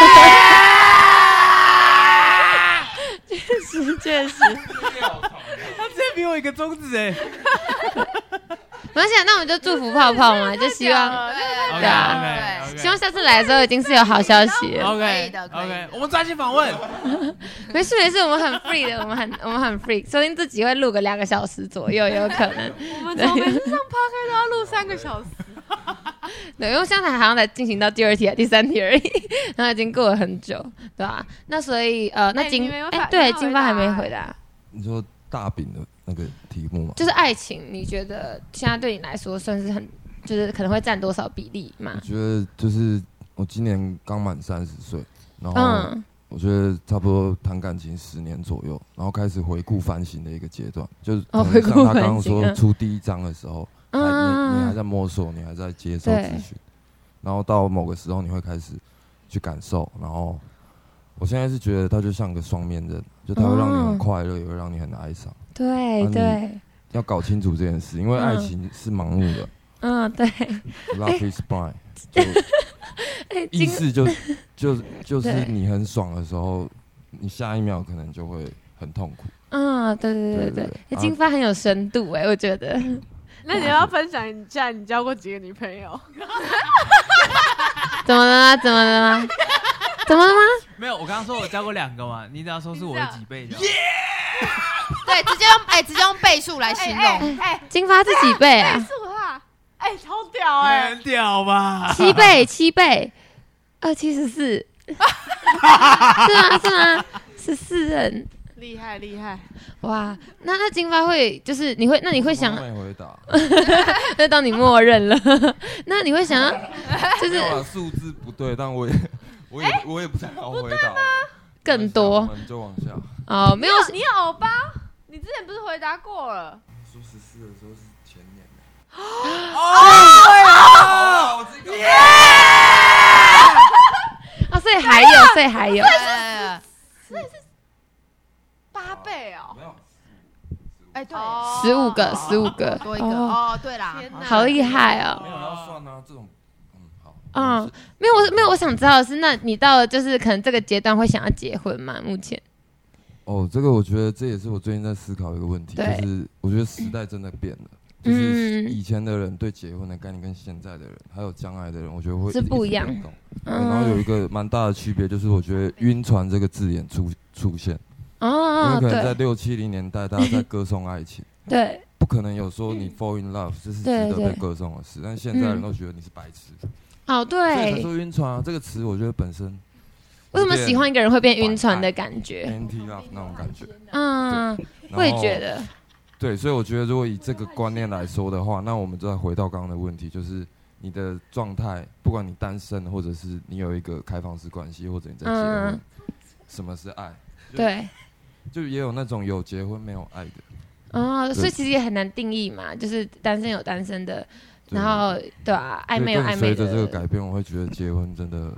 Speaker 7: 她直接比我一个中指哎。
Speaker 3: 没关系啊，那我们就祝福泡泡嘛，就希望
Speaker 7: OK
Speaker 3: 对啊
Speaker 7: OK
Speaker 3: 希望下次来的时候已经是有好消息
Speaker 5: 哦
Speaker 3: 了。
Speaker 8: 可以
Speaker 7: OK
Speaker 8: 的可以
Speaker 7: OK，
Speaker 8: 的
Speaker 7: 我们专心访问。
Speaker 3: 没事没事，我们很 free 的，我们很我们很 free，说不定自己会录个两个小时左右，也有可 能。
Speaker 5: 我们从每次上 p o d 都要录三个小时，
Speaker 3: 对，因为现在好像才进行到第二题、啊、第三题而已， 然后已经过了很久，对吧、那所以呃，那
Speaker 5: 哎
Speaker 3: 金
Speaker 5: 你没有
Speaker 3: 哎、
Speaker 5: 反
Speaker 3: 对，
Speaker 5: 没有
Speaker 3: 金发还没
Speaker 5: 回答
Speaker 3: 回答，
Speaker 6: 你说大饼的那个题目嘛，
Speaker 3: 就是爱情，你觉得现在对你来说算是很，就是可能会占多少比例
Speaker 6: 我
Speaker 3: 嘛？
Speaker 6: 觉得就是我今年刚满三十岁，然后
Speaker 3: 嗯，
Speaker 6: 我觉得差不多谈感情十年左右，然后开始回顾反省的一个阶段，就是
Speaker 3: 哦
Speaker 6: 可能
Speaker 3: 回顾
Speaker 6: 像他
Speaker 3: 反
Speaker 6: 刚刚
Speaker 3: 省
Speaker 6: 说
Speaker 3: 嗯
Speaker 6: 出第一章的时候，还你啊你还
Speaker 3: 嗯，
Speaker 6: 在摸索，你还在接受
Speaker 3: 对
Speaker 6: 咨询，然后到某个时候你会开始去感受，然后我现在是觉得它就像个双面人，就它会让你
Speaker 3: 哦
Speaker 6: 很快乐，也会让你很哀伤。
Speaker 3: 对
Speaker 6: 啊你
Speaker 3: 对，
Speaker 6: 要搞清楚这件事，因为爱
Speaker 3: 嗯
Speaker 6: 情是盲目的、啊
Speaker 3: 嗯
Speaker 6: 哦
Speaker 3: 对，
Speaker 6: l o v e is blind，就
Speaker 3: 哎，
Speaker 6: 意
Speaker 3: 金
Speaker 6: 思就就就是
Speaker 3: 对
Speaker 6: 你很爽的时候，你下一秒可能就会很痛苦。
Speaker 3: 嗯，对对对
Speaker 6: 对
Speaker 3: 对
Speaker 6: 对对
Speaker 3: 对，
Speaker 6: 啊
Speaker 3: 金发很有深度哎、我觉得。
Speaker 5: 那你要不要分享一下你交过几个女朋友？
Speaker 3: 怎么了吗？怎么了吗？ 怎么了吗？
Speaker 7: 没有，我刚刚说我交过两个嘛，你只要说是我的几倍就好。
Speaker 8: 对，直接用哎，直接用倍数来形容。
Speaker 5: 哎，
Speaker 3: 金发是几倍 啊？
Speaker 5: 是我啊，哎，超屌哎！
Speaker 7: 很屌吧？
Speaker 3: 七倍，七倍，二七十 四，是吗？是吗？十四人，
Speaker 5: 厉害厉害，
Speaker 3: 哇！那那金发会就是你会，那你会想
Speaker 6: 我，没 回答，
Speaker 3: 那当你默认了， 那你会想要，就是
Speaker 6: 没有啦数字不对，但我也我也、
Speaker 3: 哎
Speaker 6: 我也不太好回答。啊
Speaker 3: 更
Speaker 6: 我
Speaker 3: 多
Speaker 6: 们就往下。
Speaker 3: 哦，没有
Speaker 5: 你有欧巴？你之前不是回答过了？
Speaker 6: 说十四的时候是前年
Speaker 3: 啊
Speaker 6: 哦，对了，
Speaker 3: 哦，所以还有，所以还有，
Speaker 8: 哎
Speaker 5: 八倍哦！
Speaker 6: 没有，
Speaker 8: 哎，对，
Speaker 3: 十五个，十五个，
Speaker 8: 多一个
Speaker 3: 哦，
Speaker 8: 哦，对啦，
Speaker 5: 天哪
Speaker 3: 好厉害哦
Speaker 6: 没！有要算啊，这种，嗯，好，
Speaker 3: 嗯，没有，我没有，我想知道的是，那你到了就是可能这个阶段会想要结婚吗？目前，
Speaker 6: 哦，这个我觉得这也是我最近在思考一个问题，
Speaker 3: 对
Speaker 6: 就是我觉得时代真的变了，就
Speaker 3: 嗯
Speaker 6: 是以前的人对结婚的概念跟现在的人还有将来的人，我觉得会
Speaker 3: 是
Speaker 6: 一直
Speaker 3: 不一样
Speaker 6: 变动对
Speaker 3: 嗯
Speaker 6: 然后有一个蛮大的区别，就是我觉得“晕船”这个字眼出出现，因
Speaker 3: 哦，
Speaker 6: 为可能
Speaker 3: 对
Speaker 6: 在六七零年代大家在歌颂爱情，
Speaker 3: 对，
Speaker 6: 不可能有说你 fall in love 这是值
Speaker 3: 嗯对
Speaker 6: 得
Speaker 3: 对
Speaker 6: 被歌颂的事，但现在人都觉得你是白痴，
Speaker 3: 哦
Speaker 6: 所以才
Speaker 3: 对，
Speaker 6: 说“晕船”啊这个词，我觉得本身
Speaker 3: 为什么喜欢一个人会变晕船的感觉？
Speaker 6: anti love 那种感觉，
Speaker 3: 嗯，
Speaker 6: 然后
Speaker 3: 会觉得，
Speaker 6: 对，所以我觉得如果以这个观念来说的话，那我们就再回到刚刚的问题，就是你的状态，不管你单身，或者是你有一个开放式关系，或者你在结婚，
Speaker 3: 嗯
Speaker 6: 什么是爱？
Speaker 3: 对，
Speaker 6: 就也有那种有结婚没有爱的，
Speaker 3: 哦，
Speaker 6: 对
Speaker 3: 所以其实也很难定义嘛，就是单身有单身的，
Speaker 6: 对
Speaker 3: 然后对啊，暧昧有
Speaker 6: 所以
Speaker 3: 暧
Speaker 6: 随
Speaker 3: 昧
Speaker 6: 着这
Speaker 3: 的，
Speaker 6: 个改变，我会觉得结婚真的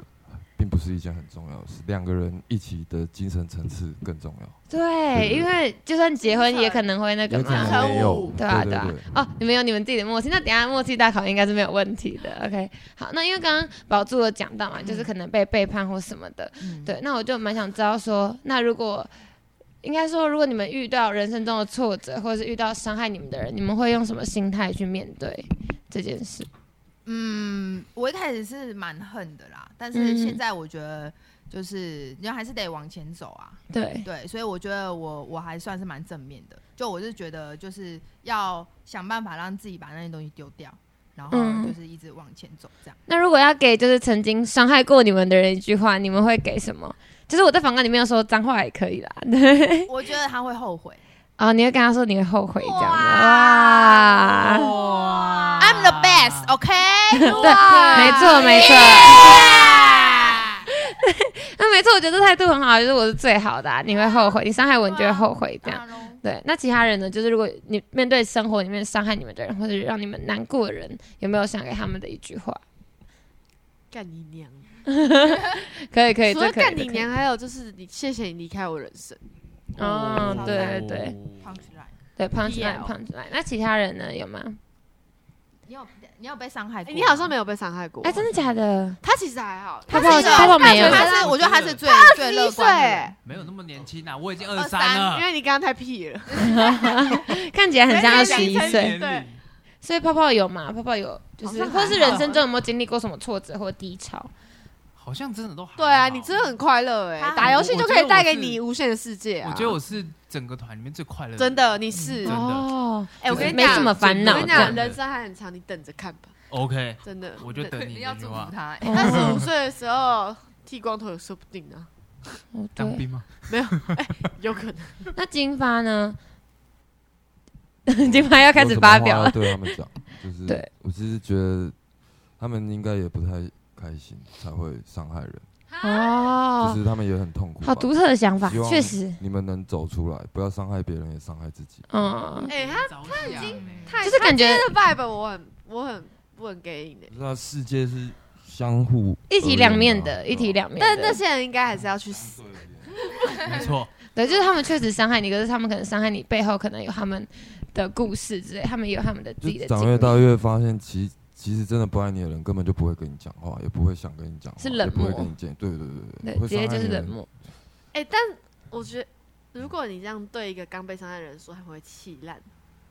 Speaker 6: 并不是一件很重要的事，两个人一起的精神层次更重要。
Speaker 3: 对，因为就算结婚也可能会那个
Speaker 6: 嗯有可
Speaker 3: 嘛，
Speaker 6: 能没有，
Speaker 3: 对啊，
Speaker 6: 对
Speaker 3: 啊
Speaker 6: 对。。
Speaker 3: 哦，你们有你们自己的默契，那等一下默契大考应该是没有问题的。OK，好，
Speaker 6: 嗯
Speaker 3: 那因为刚刚宝柱有讲到嘛，就是可能被背叛或什么的，
Speaker 8: 嗯，
Speaker 3: 对，那我就蛮想知道说，那如果应该说，如果你们遇到人生中的挫折，或者是遇到伤害你们的人，你们会用什么心态去面对这件事？
Speaker 8: 嗯，我一开始是蛮恨的啦，但
Speaker 3: 嗯
Speaker 8: 是现在我觉得就是你还是得往前走啊。
Speaker 3: 对，
Speaker 8: 对，所以我觉得我我还算是蛮正面的。就我是觉得就是要想办法让自己把那些东西丢掉，然后
Speaker 3: 嗯
Speaker 8: 就是一直往前走这样。
Speaker 3: 那如果要给就是曾经伤害过你们的人一句话，你们会给什么？就是我在访谈里面有说脏话也可以啦，对。
Speaker 8: 我觉得他会后悔。
Speaker 3: 哦，你会跟他说你会后悔这样子，
Speaker 8: 哇
Speaker 3: 哇，
Speaker 7: 哇
Speaker 8: I'm the best, OK？
Speaker 3: 对，没错没错。那没错，我觉得这态度很好，就是我是最好的、啊，你会后悔，你伤害我，你就会后悔这样。
Speaker 8: 当然咯
Speaker 3: 对，那其他人呢？就是如果你面对生活里面伤害你们的人，或者让你们难过的人，有没有想给他们的一句话？
Speaker 5: 干你娘！
Speaker 3: 可以，可以，
Speaker 5: 除
Speaker 3: 这
Speaker 5: 了
Speaker 3: 可以
Speaker 5: 干你娘，还有就是你谢谢你离开我人生。
Speaker 3: 哦对对
Speaker 8: 胖起来，
Speaker 3: 这可以对，punch
Speaker 5: 必要
Speaker 3: line punch line。那其他人呢？有吗？
Speaker 8: 你有你有被伤害过
Speaker 5: 哎，
Speaker 8: 吗？
Speaker 5: 你好像没有被伤害过。
Speaker 3: 哎，真的假的？
Speaker 5: 他其实还好，
Speaker 3: 他
Speaker 8: 是
Speaker 3: 怕
Speaker 8: 一个
Speaker 3: 他怕没有
Speaker 8: 他是我觉得他是最最乐观的人。
Speaker 7: 没有那么年轻啊，我已经
Speaker 5: 哦
Speaker 8: 二
Speaker 7: 二
Speaker 8: 三
Speaker 7: 三了，
Speaker 5: 因为你刚刚太屁了。
Speaker 3: 看起来很像二十一
Speaker 5: 21
Speaker 3: 岁，
Speaker 7: 对，
Speaker 3: 所以泡泡有嘛？泡泡有，就
Speaker 5: 好欸
Speaker 3: 是
Speaker 5: 像
Speaker 3: 或
Speaker 5: 还
Speaker 3: 是人生中有没有经历过什么挫折或低潮？
Speaker 7: 好像真的都还 好
Speaker 5: 对啊，你真的很快乐哎
Speaker 8: 他，很
Speaker 5: 打游戏就可以带给
Speaker 7: 我
Speaker 5: 你
Speaker 7: 觉得
Speaker 5: 无限的世界啊。
Speaker 7: 我觉得我是整个团里面最快乐的，
Speaker 5: 真的，你是
Speaker 7: 真的
Speaker 3: 哦，
Speaker 5: 哎，我跟你
Speaker 3: 没
Speaker 5: 讲，
Speaker 3: 什么烦恼
Speaker 5: 我
Speaker 3: 这
Speaker 5: 跟你
Speaker 3: 样，
Speaker 5: 讲，人生还很长，你等着看吧，
Speaker 7: OK。
Speaker 5: 真的。
Speaker 7: 我就等你
Speaker 8: 要
Speaker 7: 那句
Speaker 8: 祝
Speaker 7: 话
Speaker 8: 福，他、欸。
Speaker 5: 二十五岁的时候剃光头也说不 定啊，
Speaker 3: 哦
Speaker 7: 当
Speaker 3: 对，
Speaker 7: 兵吗？
Speaker 5: 有可能。
Speaker 3: 那金发呢？ 金发要开始发表
Speaker 6: 我有什么话要
Speaker 3: 了，
Speaker 6: 对他们 讲，就是
Speaker 3: 对
Speaker 6: 我只是觉得他们应该也不太开心，才会伤害人，就
Speaker 3: 哦，
Speaker 6: 是他们也很痛苦吧。
Speaker 3: 好独特的想法
Speaker 6: 希，望
Speaker 3: 确实，
Speaker 6: 你们能走出来，不要伤害别人，也伤害自己。
Speaker 3: 嗯，
Speaker 5: 哎，他
Speaker 7: 他已经
Speaker 5: 太
Speaker 3: 就是感觉
Speaker 5: 他今天的 vibe 我很我很我很给你的，
Speaker 6: 那世界是相互
Speaker 3: 一体两面
Speaker 6: 而言
Speaker 3: 的，
Speaker 6: 啊
Speaker 3: 一体，两面的。
Speaker 5: 但那些人应该还是要去死。
Speaker 7: 没 错，
Speaker 3: 对，就是他们确实伤害你，可是他们可能伤害你背后可能有他们的故事之类，他们也有他们的自己
Speaker 6: 就
Speaker 3: 的
Speaker 6: 长
Speaker 3: 经
Speaker 6: 越大
Speaker 3: 历。
Speaker 6: 越发现其，其实真的不爱你的人根本就不会跟你讲话，也不会想跟你讲话，
Speaker 3: 是冷
Speaker 6: 也不会
Speaker 3: 漠
Speaker 6: 跟你见。对对对
Speaker 3: 对，
Speaker 6: 会
Speaker 3: 直接
Speaker 6: 伤害
Speaker 3: 就是
Speaker 6: 你的
Speaker 3: 冷
Speaker 6: 人
Speaker 3: 漠。
Speaker 5: 哎，但我觉得如果你这样对一个刚被伤害的人说，他会气烂。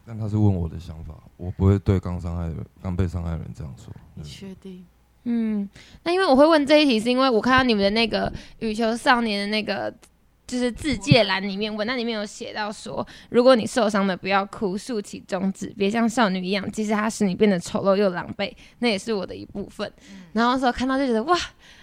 Speaker 6: 但他是问我的想法，我不会对刚伤害的人、刚被伤害的人这样说。
Speaker 5: 你
Speaker 6: 对
Speaker 5: 确定？
Speaker 3: 嗯，那因为我会问这一题，是因为我看到你们的那个羽球少年的那个就是自介栏里面，文案里面有写到说，如果你受伤了，不要哭，竖起中指，别像少女一样，即使它使你变得丑陋又狼狈，那也是我的一部分。
Speaker 5: 嗯
Speaker 3: 然后说看到就觉得哇，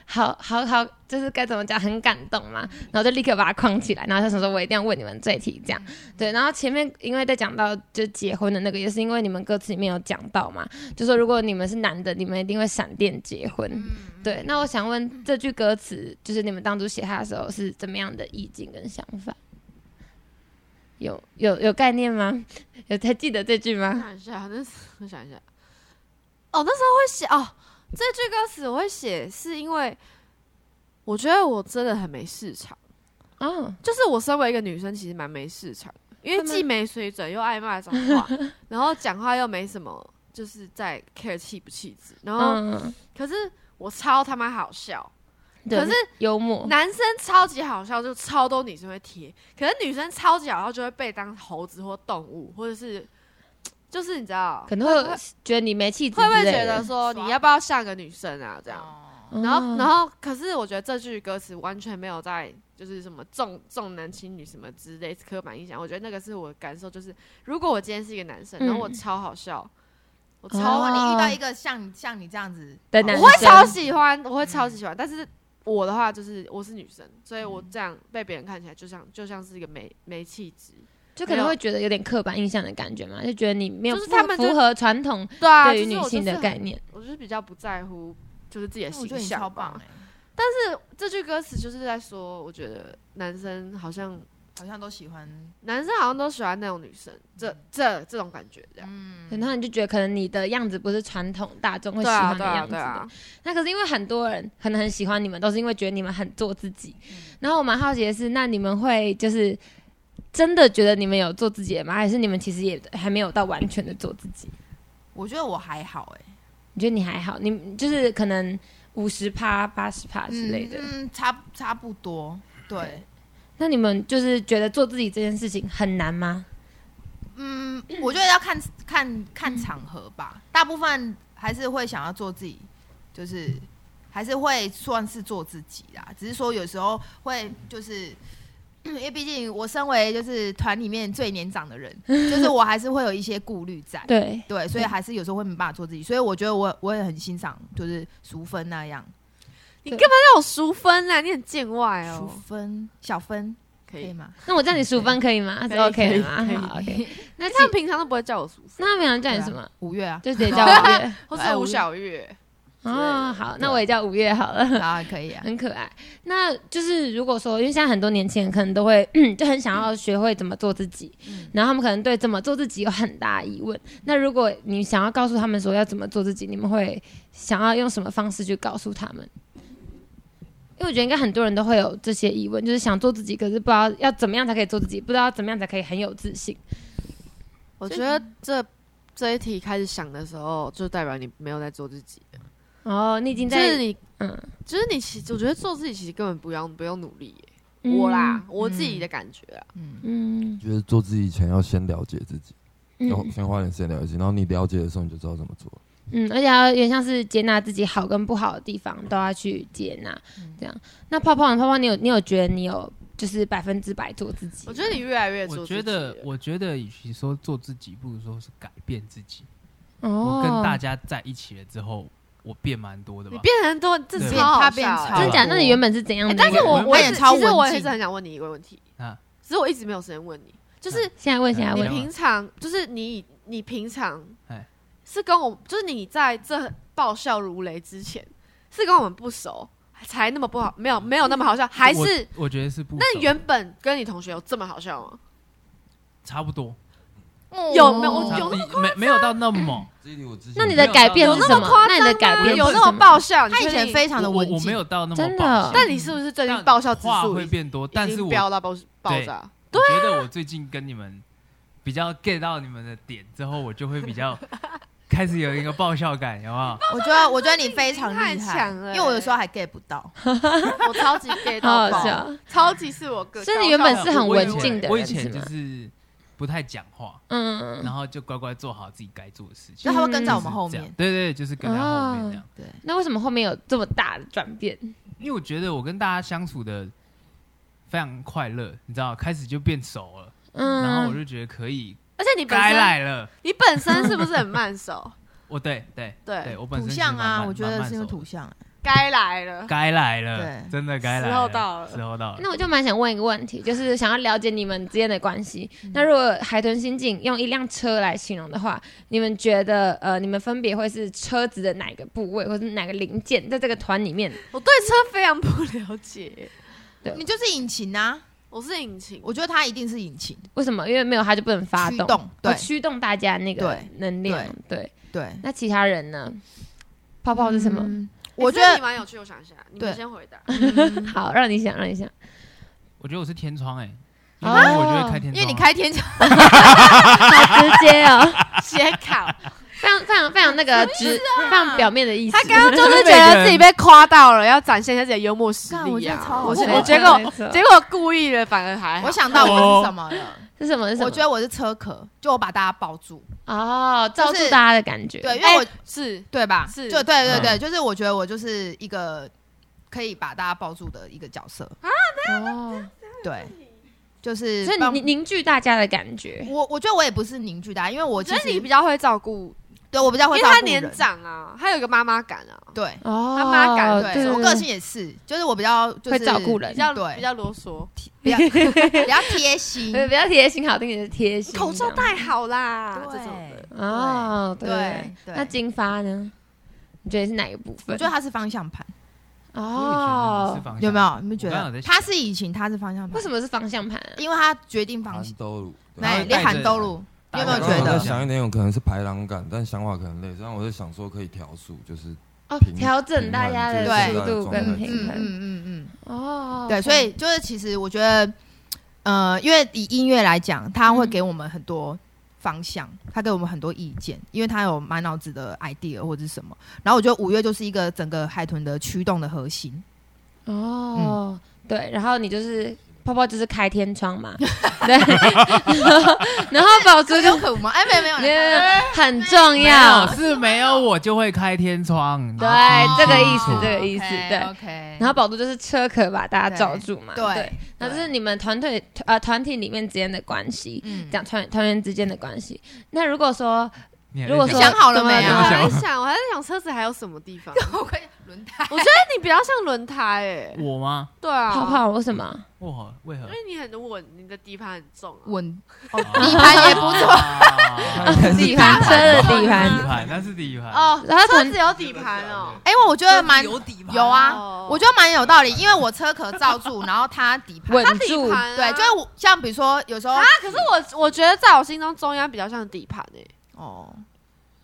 Speaker 3: 好好好，就是该怎么讲，很感动嘛。
Speaker 5: 嗯
Speaker 3: 然后就立刻把它框起来，然后就想说我一定要问你们这一题，这样
Speaker 5: 嗯
Speaker 3: 对。然后前面因为在讲到就结婚的那个，也是因为你们歌词里面有讲到嘛，
Speaker 5: 嗯
Speaker 3: 就说如果你们是男的，你们一定会闪电结婚。
Speaker 5: 嗯
Speaker 3: 对，那我想问这句歌词，就是你们当初写它的时候是怎么样的意境跟想法？有有有概念吗？ 有还记得这句吗？
Speaker 5: 想一下，那时我想一下，哦，那时候会写哦，这句歌词我会写，是因为我觉得我真的很没市场。
Speaker 3: 哦，
Speaker 5: 就是我身为一个女生，其实蛮没市场，因为
Speaker 3: 他们
Speaker 5: 既没水准又爱骂脏 话，然后讲话又没什么，就是在 care 气不气质。然后、
Speaker 3: 嗯，
Speaker 5: 可是我超他妈好笑，
Speaker 3: 对
Speaker 5: 可是
Speaker 3: 幽默，
Speaker 5: 男生超级好笑，就超多女生会贴，可是女生超级好笑就会被当猴子或动物，或者是就是你知道，
Speaker 3: 可能会觉得你没气质之
Speaker 5: 会
Speaker 3: 类
Speaker 5: 不
Speaker 3: 的，
Speaker 5: 会觉得说你要不要像个女生啊这样？
Speaker 8: 哦
Speaker 3: 嗯？
Speaker 5: 然后，然后，可是我觉得这句歌词完全没有在就是什么重重男轻女什么之类刻板印象。我觉得那个是我的感受，就是如果我今天是一个男生，然后我
Speaker 3: 嗯
Speaker 5: 超好笑，我
Speaker 8: 如
Speaker 5: 超、
Speaker 8: 果你遇到
Speaker 3: 哦
Speaker 8: 一个像像你这样子
Speaker 3: 的男
Speaker 5: 我会
Speaker 3: 生
Speaker 5: 超喜欢，我会超级喜欢。但是我的话就是我是女生，所以
Speaker 8: 嗯
Speaker 5: 我这样被别人看起来就像就像是一个没没气质，
Speaker 3: 就可能会觉得有点刻板印象的感觉嘛，就觉得你没有
Speaker 5: 就是
Speaker 3: 符
Speaker 5: 他们就
Speaker 3: 符合传统
Speaker 5: 对啊，
Speaker 3: 对于
Speaker 5: 就是
Speaker 3: 女
Speaker 5: 我就
Speaker 3: 性的
Speaker 5: 是很
Speaker 3: 概，念。
Speaker 5: 我就是比较不在乎就是自己的
Speaker 8: 我
Speaker 5: 形
Speaker 8: 觉得你
Speaker 5: 象吧。
Speaker 8: 超棒哎、
Speaker 5: 呃但是这句歌词就是在说，我觉得男生好像
Speaker 8: 好像都喜欢，
Speaker 5: 男生好像都喜欢那种女生，这这这种感觉这样。
Speaker 8: 嗯，
Speaker 3: 然后你就觉得可能你的样子不是传统大众会
Speaker 5: 对
Speaker 3: 喜
Speaker 5: 啊，
Speaker 3: 欢
Speaker 5: 对
Speaker 3: 的
Speaker 5: 啊，
Speaker 3: 样子
Speaker 5: 对
Speaker 3: 的。
Speaker 5: 啊。
Speaker 3: 那可是因为很多人可能很喜欢你们，都是因为觉得你们很做自己。
Speaker 5: 嗯
Speaker 3: 然后我蛮好奇的是，那你们会就是真的觉得你们有做自己了吗？还是你们其实也还没有到完全的做自己？
Speaker 8: 我觉得我还好哎、
Speaker 3: 你觉得你还好？你就是可能五十趴、八十趴之类的。
Speaker 8: 嗯，嗯差差不多，对，
Speaker 3: 那你们就是觉得做自己这件事情很难吗？
Speaker 8: 嗯，我觉得要看看
Speaker 7: 嗯
Speaker 8: 看场合吧，大部分还是会想要做自己，就是还是会算是做自己啦，只是说有时候会就是。 因为毕竟我身为就是团里面最年长 的人，就是我还是会有一些顾虑在，
Speaker 3: 对，
Speaker 8: 对，所以还是有时候会没办法做自己，所以我觉得我我也很欣赏就是淑芬那样，
Speaker 5: 你干嘛让我淑芬啊？你很见外
Speaker 8: 淑
Speaker 5: 哦。
Speaker 8: 芬小芬
Speaker 5: 可
Speaker 8: 可
Speaker 5: 以
Speaker 8: 以，吗？
Speaker 3: 那我叫你淑芬可以吗？是 OK 的吗？
Speaker 5: 可以
Speaker 3: 好，OK。那
Speaker 5: 他们
Speaker 3: 其
Speaker 5: 平常都不会叫我淑芬，
Speaker 3: 那他们想叫你什么？
Speaker 8: 五月啊，
Speaker 3: 就直接叫五月
Speaker 5: 或是吴小月。
Speaker 3: 哦，好，那我也叫五月好了。
Speaker 8: 啊可以啊，
Speaker 3: 很可爱。那就是如果说，因为现在很多年轻人可能都会 就很想要学会怎么做自己，
Speaker 5: 嗯
Speaker 3: 然后他们可能对怎么做自己有很大疑问。那如果你想要告诉他们说要怎么做自己，你们会想要用什么方式去告诉他们？因为我觉得应该很多人都会有这些疑问，就是想做自己，可是不知道要怎么样才可以做自己，不知道怎么样才可以很有自信。
Speaker 5: 我觉得这这一题开始想的时候，就代表你没有在做自己，
Speaker 3: 哦，你已经
Speaker 5: 就
Speaker 3: 在
Speaker 5: 是你，
Speaker 3: 嗯
Speaker 5: 就是你其，我觉得做自己其实根本不用不用努力耶、
Speaker 3: 嗯
Speaker 5: 我啦，我自己的感觉啊，
Speaker 8: 嗯，
Speaker 3: 嗯
Speaker 6: 觉得做自己前要先了解自己，要
Speaker 3: 嗯
Speaker 6: 先花点时间了解自己，然后你了解的时候你就知道怎么做。
Speaker 3: 嗯，而且要有点像是接纳自己好跟不好的地方都要去接纳，
Speaker 7: 嗯
Speaker 3: 这样。那泡泡呢？泡泡，你有你有觉得你有就是百分之百做自己？
Speaker 5: 我觉得你越来越做
Speaker 7: 我
Speaker 5: 自己
Speaker 7: 觉
Speaker 5: 了
Speaker 7: 得，我觉得，与其说做自己，不如说是改变自己。
Speaker 3: 哦
Speaker 7: 我跟大家在一起了之后，我变蛮多的吧
Speaker 5: 你。变成多，这
Speaker 7: 对
Speaker 5: 超好
Speaker 8: 他
Speaker 5: 笑
Speaker 8: 变
Speaker 5: 欸
Speaker 8: 超
Speaker 3: 哦真的假的？
Speaker 8: 多
Speaker 3: 那你原本是怎样的
Speaker 5: 欸
Speaker 3: 一个
Speaker 5: 但
Speaker 3: 人？
Speaker 5: 是我我
Speaker 8: 他
Speaker 5: 也
Speaker 8: 演
Speaker 5: 是
Speaker 8: 超
Speaker 5: 其实
Speaker 8: 文
Speaker 5: 我也
Speaker 8: 静
Speaker 5: 是很想问你一个问题，
Speaker 7: 啊，
Speaker 5: 只是我一直没有时间问你，就是
Speaker 3: 现在问，现在
Speaker 5: 你
Speaker 3: 问
Speaker 7: 嗯，
Speaker 5: 平常就是你你平常
Speaker 7: 哎
Speaker 5: 是跟我，就是你在这爆笑如雷之前，是跟我们不熟，才那么不好，没有没有那么好笑，还
Speaker 7: 我
Speaker 5: 是
Speaker 7: 我觉得是不
Speaker 5: 那
Speaker 7: 熟
Speaker 5: 你原本跟你同学有这么好笑吗？
Speaker 7: 差不多，
Speaker 5: 有没有我
Speaker 7: 差
Speaker 5: 有
Speaker 7: 不多没没有到那么猛。
Speaker 6: 这一题我之前
Speaker 3: 那你的改变是什么？那你的改变是
Speaker 5: 有
Speaker 3: 什
Speaker 5: 那么
Speaker 3: 么？
Speaker 5: 爆笑？你
Speaker 8: 他以
Speaker 5: 确定
Speaker 8: 前非常的
Speaker 7: 我
Speaker 8: 文静，
Speaker 7: 我没有到那么
Speaker 3: 真的
Speaker 7: 爆笑
Speaker 5: 但你是不是最近
Speaker 7: 但
Speaker 5: 爆笑指
Speaker 7: 话
Speaker 5: 数
Speaker 7: 会
Speaker 5: 已经
Speaker 7: 变多，但
Speaker 5: 已
Speaker 7: 是
Speaker 5: 经
Speaker 7: 我
Speaker 5: 飙到爆爆炸？
Speaker 7: 我觉得我最近跟你们比较 get 到你们的点之后，我就会比较开始有一个爆笑感，有没有？
Speaker 8: 我觉得，我哦觉得你非常
Speaker 5: 太
Speaker 8: 厉害，
Speaker 5: 强了
Speaker 8: 因为我有时候还 get 不到。
Speaker 7: 嗯
Speaker 5: 我超级 get
Speaker 3: 好好
Speaker 5: 到爆，
Speaker 3: 笑，
Speaker 5: 超级是我个。
Speaker 3: 所以你原本
Speaker 5: 高
Speaker 3: 是
Speaker 5: 效
Speaker 3: 很
Speaker 7: 我
Speaker 3: 文
Speaker 7: 以前
Speaker 3: 静的
Speaker 7: 我以
Speaker 3: 人是
Speaker 7: 前就
Speaker 3: 吗
Speaker 7: 是不太讲话，
Speaker 3: 嗯
Speaker 7: 然。后就乖乖做好自己该做的事情
Speaker 8: 就。他会跟在
Speaker 7: 就
Speaker 8: 我们
Speaker 7: 是
Speaker 8: 后
Speaker 7: 这样
Speaker 8: 面，
Speaker 7: 对对，就是跟在后面这样。
Speaker 8: 对，
Speaker 3: 那为什么后面有这么大的转变？
Speaker 7: 因为我觉得我跟大家相处的非常快乐，你知道，开始就变熟了，
Speaker 3: 嗯，
Speaker 7: 然后我就觉得可以
Speaker 5: 而且你本
Speaker 7: 该
Speaker 5: 身
Speaker 7: 来了。
Speaker 5: 你本身是不是很慢 熟？
Speaker 7: 我对对
Speaker 5: 对
Speaker 7: 对，我本
Speaker 8: 土
Speaker 7: 身
Speaker 8: 象
Speaker 7: 其实蛮
Speaker 8: 啊，
Speaker 7: 慢
Speaker 8: 我觉得
Speaker 7: 蛮
Speaker 8: 是因为啊
Speaker 7: 慢熟
Speaker 8: 土
Speaker 7: 的
Speaker 8: 象，
Speaker 5: 该来了，
Speaker 7: 该来了，
Speaker 8: 对
Speaker 7: 真的该来
Speaker 5: 时
Speaker 7: 了，
Speaker 5: 候到了
Speaker 7: 时候到了。
Speaker 3: 那我就蛮想问一个问题，就是想要了解你们之间的关系。
Speaker 8: 嗯
Speaker 3: 那如果海豚刑警用一辆车来形容的话，你们觉得呃，你们分别会是车子的哪个部位，或是哪个零件，在这个团里面？
Speaker 5: 我对车非常不了解，
Speaker 8: 你就是引擎啊，
Speaker 5: 我是引擎，
Speaker 8: 我觉得他一定是引擎
Speaker 3: 为什么？因为没有它就不能发
Speaker 8: 驱
Speaker 3: 动，
Speaker 8: 动，
Speaker 3: 哦
Speaker 8: 对
Speaker 3: 驱动大家那个
Speaker 8: 对
Speaker 3: 能量。对，
Speaker 8: 对。
Speaker 3: 那其他人呢？泡泡是什么？
Speaker 8: 嗯？
Speaker 5: 欸
Speaker 8: 我觉
Speaker 5: 这题
Speaker 8: 得
Speaker 5: 蛮有趣，我想一下，你们
Speaker 8: 对
Speaker 5: 先回 答。
Speaker 3: 好，让你想，让你想。
Speaker 7: 我觉得我是天窗哎、因
Speaker 3: 哦
Speaker 7: 为我觉得开天窗啊，
Speaker 8: 因为你开天窗，
Speaker 3: 好直接哦，
Speaker 5: 写考，
Speaker 3: 非常非常非常那个直，非
Speaker 8: 啊
Speaker 3: 常表面的意思。
Speaker 5: 他刚刚就是觉得自己被夸到了，要展现一下自己的幽默实
Speaker 8: 干我
Speaker 5: 力
Speaker 8: 觉得超
Speaker 5: 啊！
Speaker 8: 好
Speaker 5: 我
Speaker 8: 笑
Speaker 5: 是
Speaker 3: 没错
Speaker 5: 我结果
Speaker 3: 没错
Speaker 5: 结果故意的，反而还好
Speaker 8: 我想到
Speaker 7: 哦
Speaker 8: 我是什么了。
Speaker 3: 是什么？是什么？
Speaker 8: 我觉得 我是车壳，就我把大家抱住，
Speaker 3: 哦，罩住
Speaker 8: 就是
Speaker 3: 大家的感觉。
Speaker 8: 对，因为我
Speaker 5: 是
Speaker 8: 对吧？
Speaker 5: 是
Speaker 8: 就对对
Speaker 7: 嗯
Speaker 8: 对，就是我觉得我就是一个可以把大家抱住的一个角色，
Speaker 3: 哦，
Speaker 8: 对，就是
Speaker 3: 所以
Speaker 8: 帮
Speaker 3: 凝凝聚大家的感觉。
Speaker 8: 我我觉得我也不是凝聚大家，因为我
Speaker 5: 我
Speaker 8: 其
Speaker 5: 觉得你
Speaker 8: 实
Speaker 5: 比较会照顾，
Speaker 8: 对我比较
Speaker 5: 因
Speaker 8: 会
Speaker 5: 为
Speaker 8: 照顾
Speaker 5: 他
Speaker 8: 人，
Speaker 5: 年长啊，他有一个妈妈感啊，
Speaker 8: 对
Speaker 3: 哦，
Speaker 5: 他妈感
Speaker 8: 对，
Speaker 3: 对，
Speaker 8: 我个性也是，就是我比较就
Speaker 3: 会
Speaker 8: 是
Speaker 3: 照顾人
Speaker 5: 比较
Speaker 8: 对
Speaker 5: 比较啰嗦，
Speaker 8: 比 较比较贴 心，
Speaker 3: 对，比较贴心，好听点是贴心。
Speaker 5: 口罩戴好啦，这
Speaker 8: 这
Speaker 5: 种
Speaker 8: 种
Speaker 5: 的
Speaker 8: 的。
Speaker 3: 哦，
Speaker 8: 对对
Speaker 3: 那金发呢？你觉得是哪个部分？
Speaker 8: 我觉得它是方向盘，
Speaker 7: 我也觉得你
Speaker 9: 哦
Speaker 7: 是，方向
Speaker 8: 有没？有？你们觉
Speaker 7: 我刚刚有
Speaker 8: 得
Speaker 7: 在想
Speaker 8: 他是以琴，他是方向盘？
Speaker 3: 哦为什？么是方向盘啊？
Speaker 8: 因为他决定方
Speaker 6: 韩
Speaker 8: 向，
Speaker 6: 兜鲁，对
Speaker 7: 然
Speaker 8: 啊那
Speaker 7: 后
Speaker 8: 连
Speaker 7: 带
Speaker 8: 喊
Speaker 7: 着
Speaker 8: 都路，你有没有
Speaker 6: 我
Speaker 8: 觉
Speaker 6: 刚
Speaker 8: 得
Speaker 6: 刚在想一点，有可能是排狼感，但想法可能类似。但我在想说可以调速，就是
Speaker 3: 哦，
Speaker 6: 平
Speaker 3: 调整大家的
Speaker 8: 平衡
Speaker 3: 速度跟
Speaker 6: 对
Speaker 3: 平
Speaker 8: 嗯嗯
Speaker 3: 衡。
Speaker 8: 嗯嗯
Speaker 3: 哦
Speaker 8: 嗯，，对，所以就是其实我觉得，呃，因为以音乐来讲，他
Speaker 5: 嗯
Speaker 8: 会给我们很多方向，他给我们很多意见，因为他有满脑子的 idea 或者是什么。然后我觉得五月就是一个整个海豚的驱动的核心，
Speaker 3: 哦，对，然后你就是泡泡就是开天窗 嘛，对， 然后然后保持
Speaker 8: 可有可无吗？哎，没有没有，
Speaker 3: 没有没有很重
Speaker 7: 没
Speaker 3: 要
Speaker 7: 有，是没有我就会开天窗。
Speaker 3: 对
Speaker 7: 然后
Speaker 3: 这个意思
Speaker 7: 哦
Speaker 3: 这个意思对
Speaker 8: ，OK，
Speaker 3: 然后宝度就是车壳把大家罩住嘛，
Speaker 8: 对
Speaker 3: 对，那这是你们团队呃团体里面之间的关系，
Speaker 8: 嗯
Speaker 3: 讲团团员之间的关系。那如果说
Speaker 7: 你还在
Speaker 3: 如果
Speaker 7: 想
Speaker 3: 说
Speaker 8: 你想好了没啊
Speaker 3: 怎
Speaker 7: 我
Speaker 3: 么
Speaker 5: 我
Speaker 3: 样
Speaker 5: 还在想，我还在想车子还有什么地方？
Speaker 8: 我可以轮胎，
Speaker 5: 我觉得你比较像轮胎诶、
Speaker 7: 我吗？
Speaker 5: 对啊，
Speaker 3: 泡，泡为什么？
Speaker 7: 哇，为何
Speaker 5: 因为？你很稳，你的底盘很重啊。
Speaker 8: 稳
Speaker 7: 底
Speaker 8: 盘也不
Speaker 7: 错，
Speaker 3: 底盘车的底
Speaker 7: 底
Speaker 3: 盘
Speaker 7: 盘那啊是底盘。
Speaker 5: 哦，
Speaker 3: 然后
Speaker 5: 车
Speaker 3: 团
Speaker 5: 子有底盘哦。
Speaker 8: 哎、我觉得蛮
Speaker 10: 底
Speaker 8: 有啊
Speaker 5: 哦，
Speaker 8: 我觉得蛮有道理，因为我车壳罩住，然后它底盘
Speaker 3: 稳
Speaker 5: 它底
Speaker 3: 住，
Speaker 5: 盘啊
Speaker 8: 对，就是我像比如说有时候
Speaker 5: 啊，可是我我觉得在我心中中央比较像底盘诶、欸
Speaker 8: 哦，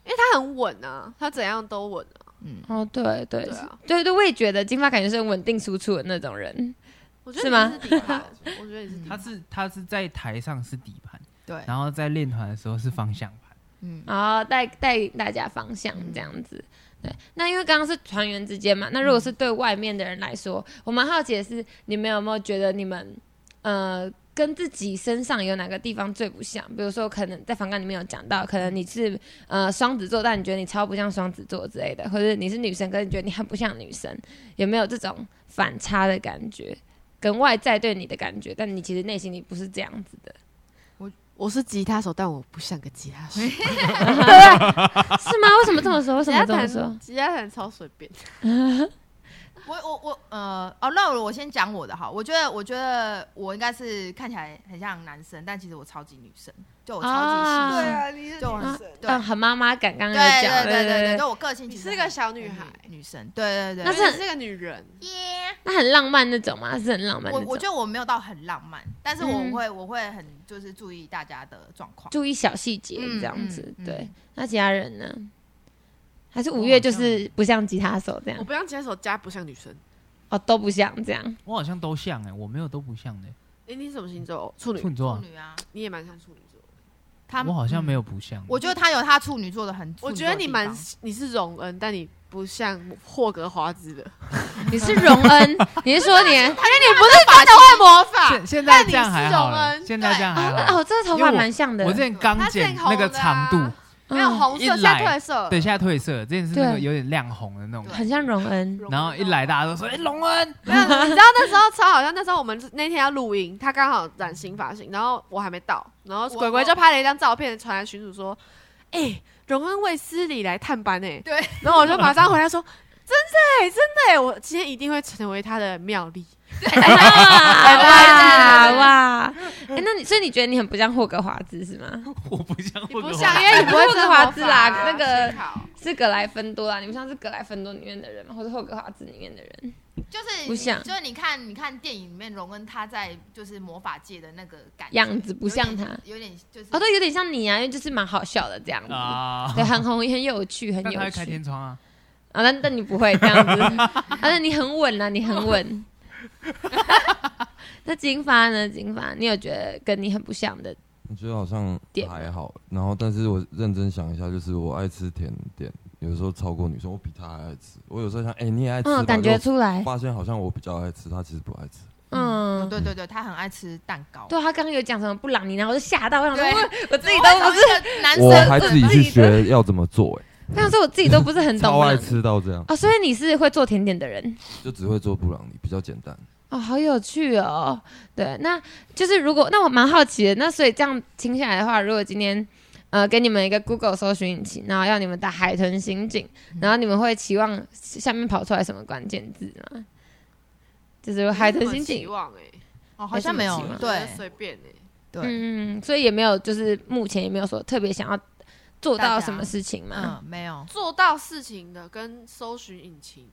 Speaker 5: 因为它很稳啊，它怎样都稳啊。
Speaker 8: 嗯，
Speaker 3: 哦，对对
Speaker 5: 对啊
Speaker 3: 对对，我也觉得金发感觉是很稳定输出的那种人，
Speaker 5: 我觉
Speaker 3: 是
Speaker 5: 得
Speaker 3: 吗
Speaker 5: 你是底 盘，我觉得你是底
Speaker 7: 他
Speaker 5: 盘。
Speaker 7: 是他是在台上是底盘，
Speaker 8: 对，
Speaker 7: 然后在练团的时候是方向盘。
Speaker 8: 嗯，
Speaker 3: 然后带带领大家方向这样子。对，那因为刚刚是团员之间嘛，那如果是对外面的人来说，我蛮好奇的是，你们有没有觉得你们呃跟自己身上有哪个地方最不像？比如说，可能在访谈里面有讲到，可能你是呃双子座，但你觉得你超不像双子座之类的，或者你是女生，可是你觉得你很不像女生，有没有这种反差的感觉？跟外在对你的感觉，但你其实内心里不是这样子的，
Speaker 5: 我是吉他手，但我不像个 吉他手。
Speaker 3: 是吗？为什么这么说？为什
Speaker 5: 吉
Speaker 3: 么
Speaker 5: 他
Speaker 3: 这么说
Speaker 5: 弹，？吉他弹超随便。
Speaker 8: 我我我呃哦，那我先讲我的哈，我觉得我觉得我应该是看起来很像男生，但其实我超级女生，就我超级细
Speaker 3: 啊
Speaker 8: 心，
Speaker 3: 对
Speaker 10: 啊，你 是
Speaker 8: 就我很
Speaker 3: 啊
Speaker 8: 对
Speaker 3: 嗯，很妈妈感，刚刚有
Speaker 8: 对
Speaker 3: 讲，
Speaker 8: 对对
Speaker 3: 对
Speaker 8: 对对，就我个性其实
Speaker 5: 你是个小女孩
Speaker 8: 很女女生，对对
Speaker 3: 那
Speaker 8: 对
Speaker 3: 是
Speaker 5: 你是个女人，
Speaker 8: 耶，
Speaker 3: 那很浪漫那种吗？是很浪漫那
Speaker 8: 我
Speaker 3: 种。
Speaker 8: 我觉得我没有到很浪漫，但是我
Speaker 3: 嗯
Speaker 8: 会我会很就是注意大家的状况。
Speaker 3: 注意小细节这样子，
Speaker 8: 嗯嗯嗯
Speaker 3: 对。那其他人呢？还是
Speaker 8: 我
Speaker 3: 五
Speaker 8: 好
Speaker 3: 月就
Speaker 8: 像
Speaker 3: 是不像吉他手这样
Speaker 5: 我不像吉他手，加不像女生。
Speaker 3: 哦，都不像这 样。
Speaker 7: 我好像都像哎，我没有都不像的。
Speaker 5: 哎，你什么星座？处女
Speaker 7: 处。女座
Speaker 8: 处
Speaker 7: 啊，
Speaker 8: 女啊，
Speaker 5: 你也蛮像处女座。
Speaker 8: 他
Speaker 7: 我好像没
Speaker 8: 有。
Speaker 7: 有不像。
Speaker 8: 我觉得他有他处女座的很，
Speaker 5: 我觉得你蛮
Speaker 8: 处女座的
Speaker 5: 你
Speaker 8: 地方
Speaker 5: 是荣恩，但你不像霍格华兹的，
Speaker 3: 你是荣恩， 你是说你
Speaker 5: 你不是真的会 魔法。
Speaker 7: 现现在这样还好
Speaker 5: 但你是荣
Speaker 7: 了，现在这样还好
Speaker 3: 哦，。这个头
Speaker 7: 因
Speaker 3: 发
Speaker 7: 为我
Speaker 3: 蛮像的。
Speaker 7: 我之前刚
Speaker 5: 他之
Speaker 7: 剪
Speaker 5: 前红
Speaker 7: 那个
Speaker 5: 的啊
Speaker 7: 长度，
Speaker 5: 没有
Speaker 3: 嗯
Speaker 5: 红色，
Speaker 7: 一
Speaker 5: 现
Speaker 7: 来
Speaker 5: 在褪色。
Speaker 7: 对，现在褪色，之前是那个
Speaker 3: 对
Speaker 7: 有点亮红的那种。
Speaker 3: 很像荣 恩，
Speaker 5: 荣恩
Speaker 7: 然后一来，大家都说：“哎，龙恩
Speaker 5: 没有，你知道那时候超好笑。那时候我们那天要录音，他刚好染新发型，然后我还没到，然后鬼鬼就拍了一张照片传来群主说：“哎、荣恩卫斯理来探班哎、
Speaker 8: 对，
Speaker 5: 然后我就马上回来说：“真的、欸，真的、欸，我今天一定会成为他的妙丽。
Speaker 3: 哇哇
Speaker 5: 对对
Speaker 3: 哇！哎，那你所以你觉得你很不像霍格华兹是吗？！”
Speaker 7: 我不像
Speaker 5: 你
Speaker 7: 霍
Speaker 5: 不
Speaker 7: 格
Speaker 5: 像，
Speaker 7: 华
Speaker 5: 因为你不会
Speaker 3: 霍格
Speaker 5: 真
Speaker 3: 华兹啦
Speaker 5: 啊
Speaker 3: 那个
Speaker 5: 考
Speaker 3: 是格莱芬多啦，你们像是格莱芬多里面的人吗？或者霍格华兹里面的人？
Speaker 8: 就是
Speaker 3: 不像
Speaker 8: 就是你看你看电影里面荣恩他在就是魔法界的那个感觉
Speaker 3: 样子不像他
Speaker 8: 有点有点就是
Speaker 3: 哦，对，有点像你啊，因为就是蛮好笑的这样子。
Speaker 7: 啊，
Speaker 3: 对，很红，很有趣，很
Speaker 7: 但他
Speaker 3: 有
Speaker 7: 会开
Speaker 3: 趣
Speaker 7: 天窗啊。
Speaker 3: 啊！但但你不会这样子， 但是你很稳啊，你很稳。 那金发呢？金发，你有觉得跟你很不像的？
Speaker 6: 我觉得好像
Speaker 3: 点
Speaker 6: 还好，然后但是我认真想一下，就是我爱吃甜点，有时候超过女生，我比她还爱吃。我有时候想，哎、你也爱吃吧，
Speaker 3: 嗯，感觉
Speaker 6: 就
Speaker 3: 出来。
Speaker 6: 发现好像我比较爱吃，她其实不爱吃。
Speaker 3: 嗯，
Speaker 8: 对对对，他很爱吃蛋糕，
Speaker 3: 对他刚刚有讲什么布朗尼，然后我就吓到，我想说
Speaker 8: 对
Speaker 3: 我我 自己都不是，
Speaker 8: 是男
Speaker 6: 我
Speaker 8: 生
Speaker 6: 还自己去学要怎么做、
Speaker 3: 我想说我自己都不是很
Speaker 6: 哎，
Speaker 3: 懂
Speaker 6: 超
Speaker 3: 布
Speaker 6: 爱
Speaker 3: 朗尼。
Speaker 6: 吃到这样，
Speaker 3: 哦，所以你是会做甜点的人
Speaker 6: 就只会做布朗尼，比较简单。
Speaker 3: 哦，好有趣哦。对，那就是如果那我蛮好奇的，那所以这样听下来的话，如果今天呃给你们一个 Google 搜寻引擎，然后要你们打海豚刑警，然后你们会期望下面跑出来什么关键字吗？就是海豚刑
Speaker 5: 期
Speaker 3: 警，
Speaker 5: 望哎、
Speaker 8: 哦，好像没有
Speaker 3: 还是很奇怪
Speaker 8: 对
Speaker 5: 随便哎、欸，
Speaker 8: 对，
Speaker 3: 嗯，所以也没有就是目前也没有说特别想要做
Speaker 8: 大
Speaker 3: 到
Speaker 8: 家嗯
Speaker 3: 什么事情嘛。
Speaker 8: 嗯，没有，
Speaker 5: 做到事情的跟搜寻引擎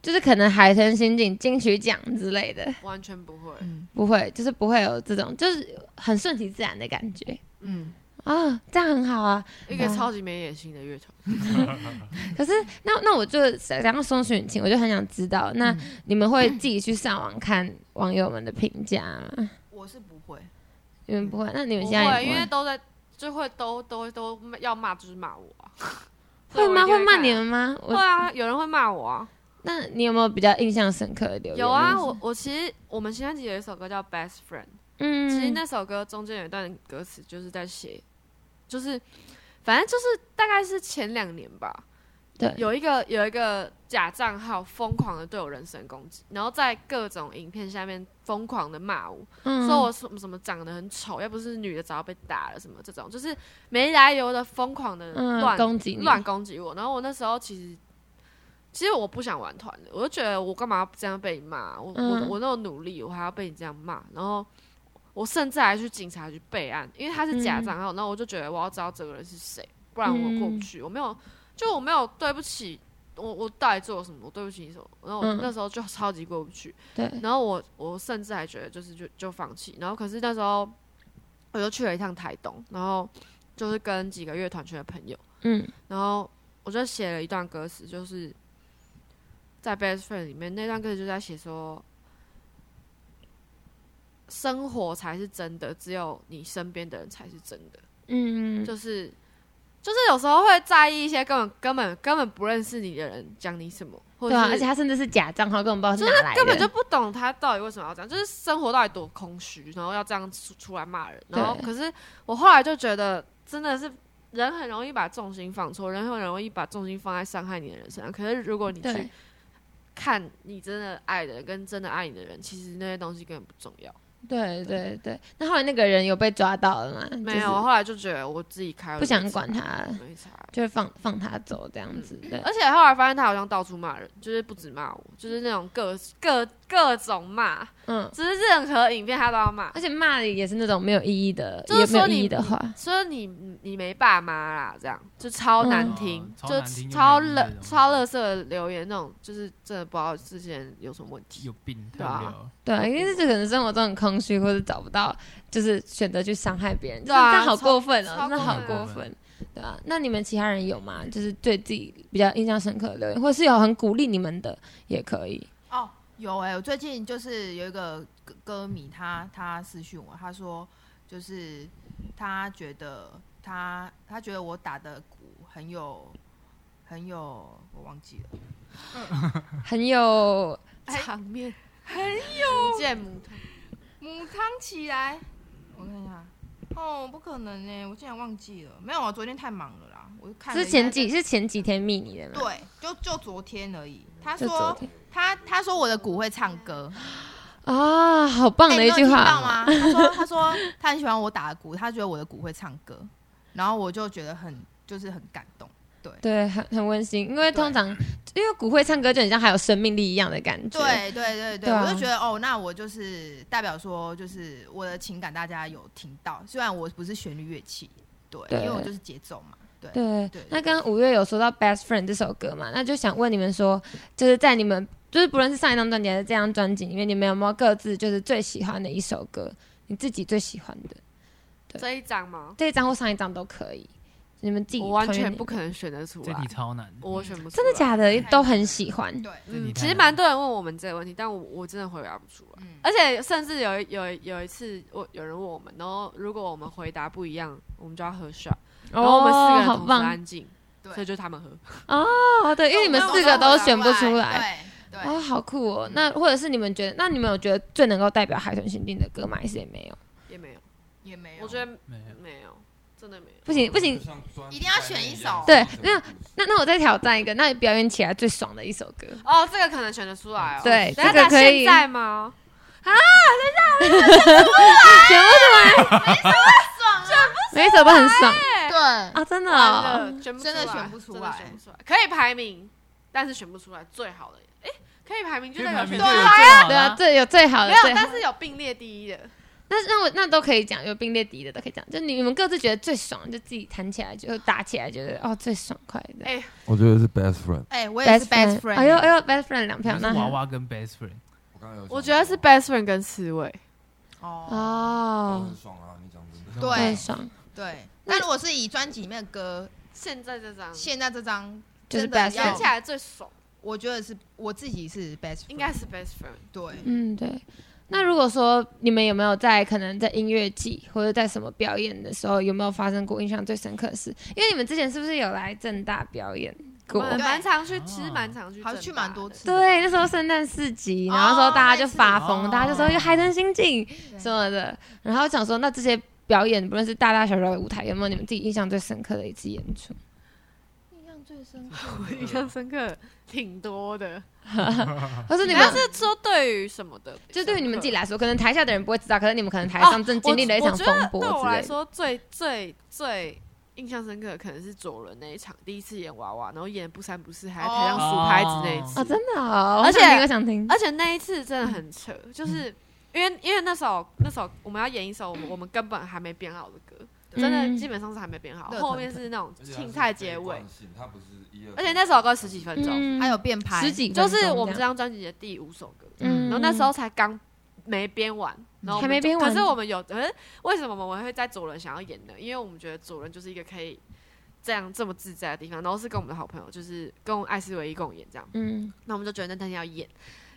Speaker 3: 就是可能海豚刑警金曲奖之类的，
Speaker 5: 完全不会。
Speaker 8: 嗯
Speaker 3: 不会，就是不会有这种，就是很顺其自然的感觉
Speaker 8: 嗯，
Speaker 3: 啊、这样很好啊。
Speaker 5: 一个
Speaker 3: 哇
Speaker 5: 超级没野心的乐团，
Speaker 3: 可是那那我就想要搜寻情，我就很想知道，那
Speaker 5: 嗯
Speaker 3: 你们会自己去上网看网友们的评价吗？
Speaker 8: 我是不会，
Speaker 3: 你们不会？那你们
Speaker 5: 不
Speaker 3: 现在
Speaker 5: 会，
Speaker 3: 也
Speaker 5: 因
Speaker 3: 不
Speaker 5: 为都在就会都都都要骂，就是骂我啊。
Speaker 3: 会吗？
Speaker 5: 所以我一定
Speaker 3: 会骂
Speaker 5: 看
Speaker 3: 你们？吗？
Speaker 5: 会
Speaker 3: 我
Speaker 5: 啊，有人会骂我啊。
Speaker 3: 那你有没有比较印象深刻的留言？
Speaker 5: 有啊，我我其实我们新专辑有一首歌叫《Best Friend》，
Speaker 3: 嗯，
Speaker 5: 其实那首歌中间有一段歌词就是在写，就是反正就是大概是前两年吧，
Speaker 3: 对
Speaker 5: 有一个有一个假账号疯狂的对我人身攻击，然后在各种影片下面疯狂的骂我，
Speaker 3: 嗯
Speaker 5: 说我什么什么长得很丑，要不是女的早要被打了什么这种，就是没来由的疯狂的
Speaker 3: 嗯
Speaker 5: 乱、
Speaker 3: 攻击你
Speaker 5: 乱攻击我。然后我那时候其实其实我不想玩团的，我就觉得我干嘛这样被你骂？我、
Speaker 3: 嗯
Speaker 5: 我我那么努力，我还要被你这样骂？然后我甚至还去警察局备案，因为他是假
Speaker 3: 嗯
Speaker 5: 账号，然后我就觉得我要知道这个人是谁，不然我过不
Speaker 3: 嗯
Speaker 5: 去。我没有，就我没有对不起。我我到底做了什么？我对不起你什么？然后我
Speaker 3: 嗯
Speaker 5: 那时候就超级过不去，
Speaker 3: 对，
Speaker 5: 然后我我甚至还觉得就是就就放弃，然后可是那时候我就去了一趟台东，然后就是跟几个乐团圈的朋友，
Speaker 3: 嗯
Speaker 5: 然后我就写了一段歌词，就是在《Best Friend》里面那段歌词就在写说，生活才是真的，只有你身边的人才是真的。
Speaker 3: 嗯，
Speaker 5: 就是就是有时候会在意一些根本根本根本不认识你的人讲你什么，或
Speaker 3: 对
Speaker 5: 者
Speaker 3: 啊，
Speaker 5: 是
Speaker 3: 而且他甚至是假账号，根本不知道
Speaker 5: 就是
Speaker 3: 哪来的，
Speaker 5: 他根本就不懂他到底为什么要这样，就是生活到底多空虚，然后要这样出出来骂人。然后
Speaker 3: 对
Speaker 5: 可是我后来就觉得，真的是人很容易把重心放错，人很容易把重心放在伤害你的人身上。可是如果你
Speaker 3: 对
Speaker 5: 去看你真的爱的人跟真的爱你的人，其实那些东西根本不重要。
Speaker 3: 对对对。那后来那个人有被抓到了吗？
Speaker 5: 没有，
Speaker 3: 就
Speaker 5: 我
Speaker 3: 是
Speaker 5: 后来就觉得我自己开，
Speaker 3: 不想管他了
Speaker 5: 没差。
Speaker 3: 就会放放他走这样子，对，
Speaker 5: 而且后来发现他好像到处骂人，就是不止骂我，就是那种各各各种骂，
Speaker 3: 嗯，
Speaker 5: 就是任何影片他都要骂。
Speaker 3: 而且骂的也是那种没有意义的，
Speaker 5: 就是
Speaker 3: 也没有
Speaker 5: 说
Speaker 3: 意
Speaker 5: 你
Speaker 3: 义的话，
Speaker 5: 说你你没爸妈啦，这样就超难听，
Speaker 7: 嗯
Speaker 5: 就
Speaker 7: 哦超难
Speaker 5: 超
Speaker 7: 听又没有意义
Speaker 5: 乐
Speaker 7: 的东西
Speaker 5: 超乐色的留言那种，就是真的不知道之前有什么问题
Speaker 7: 有。病，太
Speaker 5: 对啊
Speaker 7: 无聊了。
Speaker 3: 对啊，
Speaker 8: 嗯
Speaker 3: 因为这可能生活中很空虚，或者找不到，就是选择去伤害别人，就是
Speaker 5: 对啊
Speaker 3: 这样好过分哦，
Speaker 5: 超
Speaker 3: 真的好
Speaker 7: 超
Speaker 3: 过
Speaker 7: 过分
Speaker 3: 分，对啊。那你们其他人有吗？就是对自己比较印象深刻的留言，或是有很鼓励你们的也可以，
Speaker 8: 哦，有哎、我最近就是有一个歌歌迷他，他私讯我，他说就是他觉得他他觉得我打的鼓很有很有，我忘记了，
Speaker 3: 很有
Speaker 5: 场面
Speaker 4: 很
Speaker 5: 不见母汤，
Speaker 4: 母汤起来，
Speaker 8: 我看一下。哦，不可能呢、我竟然忘记了。没有啊，昨天太忙了啦，我就看了一
Speaker 3: 是
Speaker 8: 下
Speaker 3: 前几是前几天密你的吗？
Speaker 8: 对，就就昨天而已。他
Speaker 3: 就昨
Speaker 8: 说
Speaker 3: 天
Speaker 8: 他他说我的鼓会唱歌，
Speaker 3: 啊，好棒
Speaker 8: 哎
Speaker 3: 的
Speaker 8: 你
Speaker 3: 一
Speaker 8: 有
Speaker 3: 句
Speaker 8: 听
Speaker 3: 话
Speaker 8: 到吗？他说他说他很喜欢我打的鼓，他觉得我的鼓会唱歌，然后我就觉得很就是很感动。
Speaker 3: 对，很很温馨，因为通常因为骨灰唱歌就很像还有生命力一样的感 觉，
Speaker 8: 对对对对，
Speaker 3: 对啊
Speaker 8: 我就觉得哦，那我就是代表说，就是我的情感大家有听到，虽然我不是旋律乐器，对，
Speaker 3: 对
Speaker 8: 因为我就是节奏嘛，对。
Speaker 3: 对
Speaker 8: 对，
Speaker 3: 那刚刚五月有说到《Best Friend》这首歌嘛，那就想问你们说，就是在你们就是不论是上一张专辑还是这张专辑里面，你们有没有各自就是最喜欢的一首歌，你自己最喜欢的对
Speaker 5: 这一张吗？
Speaker 3: 这一张或上一张都可以，你们自己
Speaker 5: 我完
Speaker 3: 团
Speaker 5: 全
Speaker 3: 员
Speaker 5: 不可能选得出
Speaker 7: 这
Speaker 5: 来
Speaker 7: 题，超难，
Speaker 5: 我选不出来。
Speaker 3: 真的假的都很喜欢，
Speaker 8: 对，
Speaker 7: 这题
Speaker 5: 嗯，其
Speaker 7: 太
Speaker 5: 实
Speaker 7: 难
Speaker 5: 蛮
Speaker 7: 了
Speaker 5: 多人问我们这个问题，但我我真的回答不出来。
Speaker 8: 嗯
Speaker 5: 而且甚至有一有一有一次，我有人问我们，然后如果我们回答不一样，我们就要喝水，然后我们四个
Speaker 3: 哦，
Speaker 5: 人
Speaker 3: 好
Speaker 5: 同时
Speaker 3: 棒
Speaker 5: 安静，
Speaker 8: 对
Speaker 5: 所以就他们喝。
Speaker 3: 哦，对，因为你们四个都选不出来。
Speaker 8: 对对，
Speaker 3: 哦，好酷哦！那或者是你们觉得，那你们有觉得最能够代表海豚刑警的歌吗？还是也没有？
Speaker 5: 也没有，
Speaker 8: 也没有，
Speaker 5: 我觉得
Speaker 7: 没有
Speaker 5: 没有，真的没有。
Speaker 3: 不行不行，
Speaker 8: 一定要选一首
Speaker 3: 对那那那我再挑战一个，那你表演起来最爽的一首歌。
Speaker 5: 哦，这个可能选得出来哦。
Speaker 3: 对
Speaker 5: 等一下
Speaker 3: 这个
Speaker 5: 等一下
Speaker 3: 可以
Speaker 5: 现在吗？
Speaker 3: 啊每一首都很爽
Speaker 8: 对，
Speaker 3: 啊，真的
Speaker 5: 完
Speaker 3: 哦、
Speaker 5: 了，选不
Speaker 8: 真的
Speaker 5: 出来
Speaker 8: 选不出
Speaker 5: 真的
Speaker 8: 来
Speaker 5: 选不出来。可以排名，但是选不出来最好的。哎，可以排名就代表选
Speaker 7: 明
Speaker 5: 出
Speaker 7: 明就有
Speaker 5: 来
Speaker 7: 最好
Speaker 3: 对
Speaker 7: 的
Speaker 3: 啊，
Speaker 7: 啊，
Speaker 3: 最有最好的
Speaker 5: 没有
Speaker 3: 最，好
Speaker 5: 但是有并列第一的。
Speaker 3: 那那我那都可以讲，有并列第一的都可以讲，就你们各自觉得最爽，就自己弹起来就打起来，觉得哦最爽快的。
Speaker 8: 哎
Speaker 6: 我觉得是 best friend。
Speaker 8: 哎、我也是 best friend，
Speaker 3: 哎呦哎呦，best friend 两
Speaker 7: 就
Speaker 3: 票，
Speaker 7: 是
Speaker 3: 那
Speaker 7: 娃娃跟 best friend，
Speaker 6: 我刚刚有想到
Speaker 5: 我觉得是 best friend 跟刺猬，
Speaker 3: 啊
Speaker 8: 哦，
Speaker 3: 哦
Speaker 6: 都很，爽啊！你讲真的，
Speaker 8: 对
Speaker 3: 最爽
Speaker 8: 对。那如果是以专辑里面的歌，
Speaker 5: 现在这张
Speaker 8: 现在这张
Speaker 3: 就是
Speaker 8: 真的
Speaker 3: best
Speaker 8: 要
Speaker 3: friend
Speaker 5: 想起来最爽，
Speaker 8: 我觉得是我自己是 best，friend，
Speaker 5: 应该是 best friend。
Speaker 8: 对。
Speaker 3: 嗯，对。那如果说你们有没有在可能在音乐季或者在什么表演的时候，有没有发生过印象最深刻的事？因为你们之前是不是有来正大表演
Speaker 5: 我
Speaker 3: 过？
Speaker 5: 们蛮常去，其实
Speaker 7: 哦
Speaker 5: 蛮常去正大
Speaker 8: 好
Speaker 5: 的，
Speaker 8: 像去蛮多次的，
Speaker 3: 对，那时候圣诞市集，
Speaker 8: 哦
Speaker 3: 然后说大家就发疯，
Speaker 7: 那次
Speaker 3: 大家就说
Speaker 7: 哦
Speaker 3: 要海豚心境什么的，然后想说那这些表演，不论是大大小小的舞台，有没有你们自己印象最深刻的一次演出？
Speaker 8: 印象最深刻。
Speaker 5: 我 印象深刻挺多的。
Speaker 3: 或是你
Speaker 5: 你
Speaker 3: 们
Speaker 5: 们是说对于什么的？
Speaker 3: 就对于你们自己来说，可能台下的人不会知道，可是你们可能台
Speaker 5: 啊
Speaker 3: 上正嗯
Speaker 5: 我
Speaker 3: 经历了一场
Speaker 5: 我觉
Speaker 3: 风
Speaker 5: 得
Speaker 3: 波
Speaker 5: 对我
Speaker 3: 之类
Speaker 5: 来
Speaker 3: 的。
Speaker 5: 说，最最最印象深刻的可能是左轮那一场，第一次演娃娃，然后演不三不四，还在台上数拍子那一次。
Speaker 3: 哦，嗯真的哦，
Speaker 5: 而且
Speaker 3: 我想听，我想听。
Speaker 5: 而且那一次真的很扯，就是因为因为那首那首我们要演一首我们我们根本还没编好的歌，真
Speaker 3: 嗯
Speaker 5: 的基本上是还没编好，
Speaker 8: 热腾腾
Speaker 5: 后面是那种青菜结尾，，
Speaker 6: 它不是一二，
Speaker 5: 而且那首歌十几分
Speaker 3: 嗯
Speaker 5: 钟，
Speaker 8: 还有变拍，
Speaker 3: 十几分
Speaker 5: 就
Speaker 3: 钟
Speaker 5: 是我们这
Speaker 3: 这样，
Speaker 5: 张专辑的第五首歌，
Speaker 3: 嗯
Speaker 5: 然后那时候才刚没编完，然后我
Speaker 3: 还
Speaker 5: 们
Speaker 3: 没编完
Speaker 5: 可是我们有，可是为什么我们会在左轮想要演呢？因为我们觉得左轮就是一个可以这样这么自在的地方，然后是跟我们的好朋友，就是跟艾斯维一共演这样，
Speaker 3: 嗯，
Speaker 5: 那我们就觉得那天要演，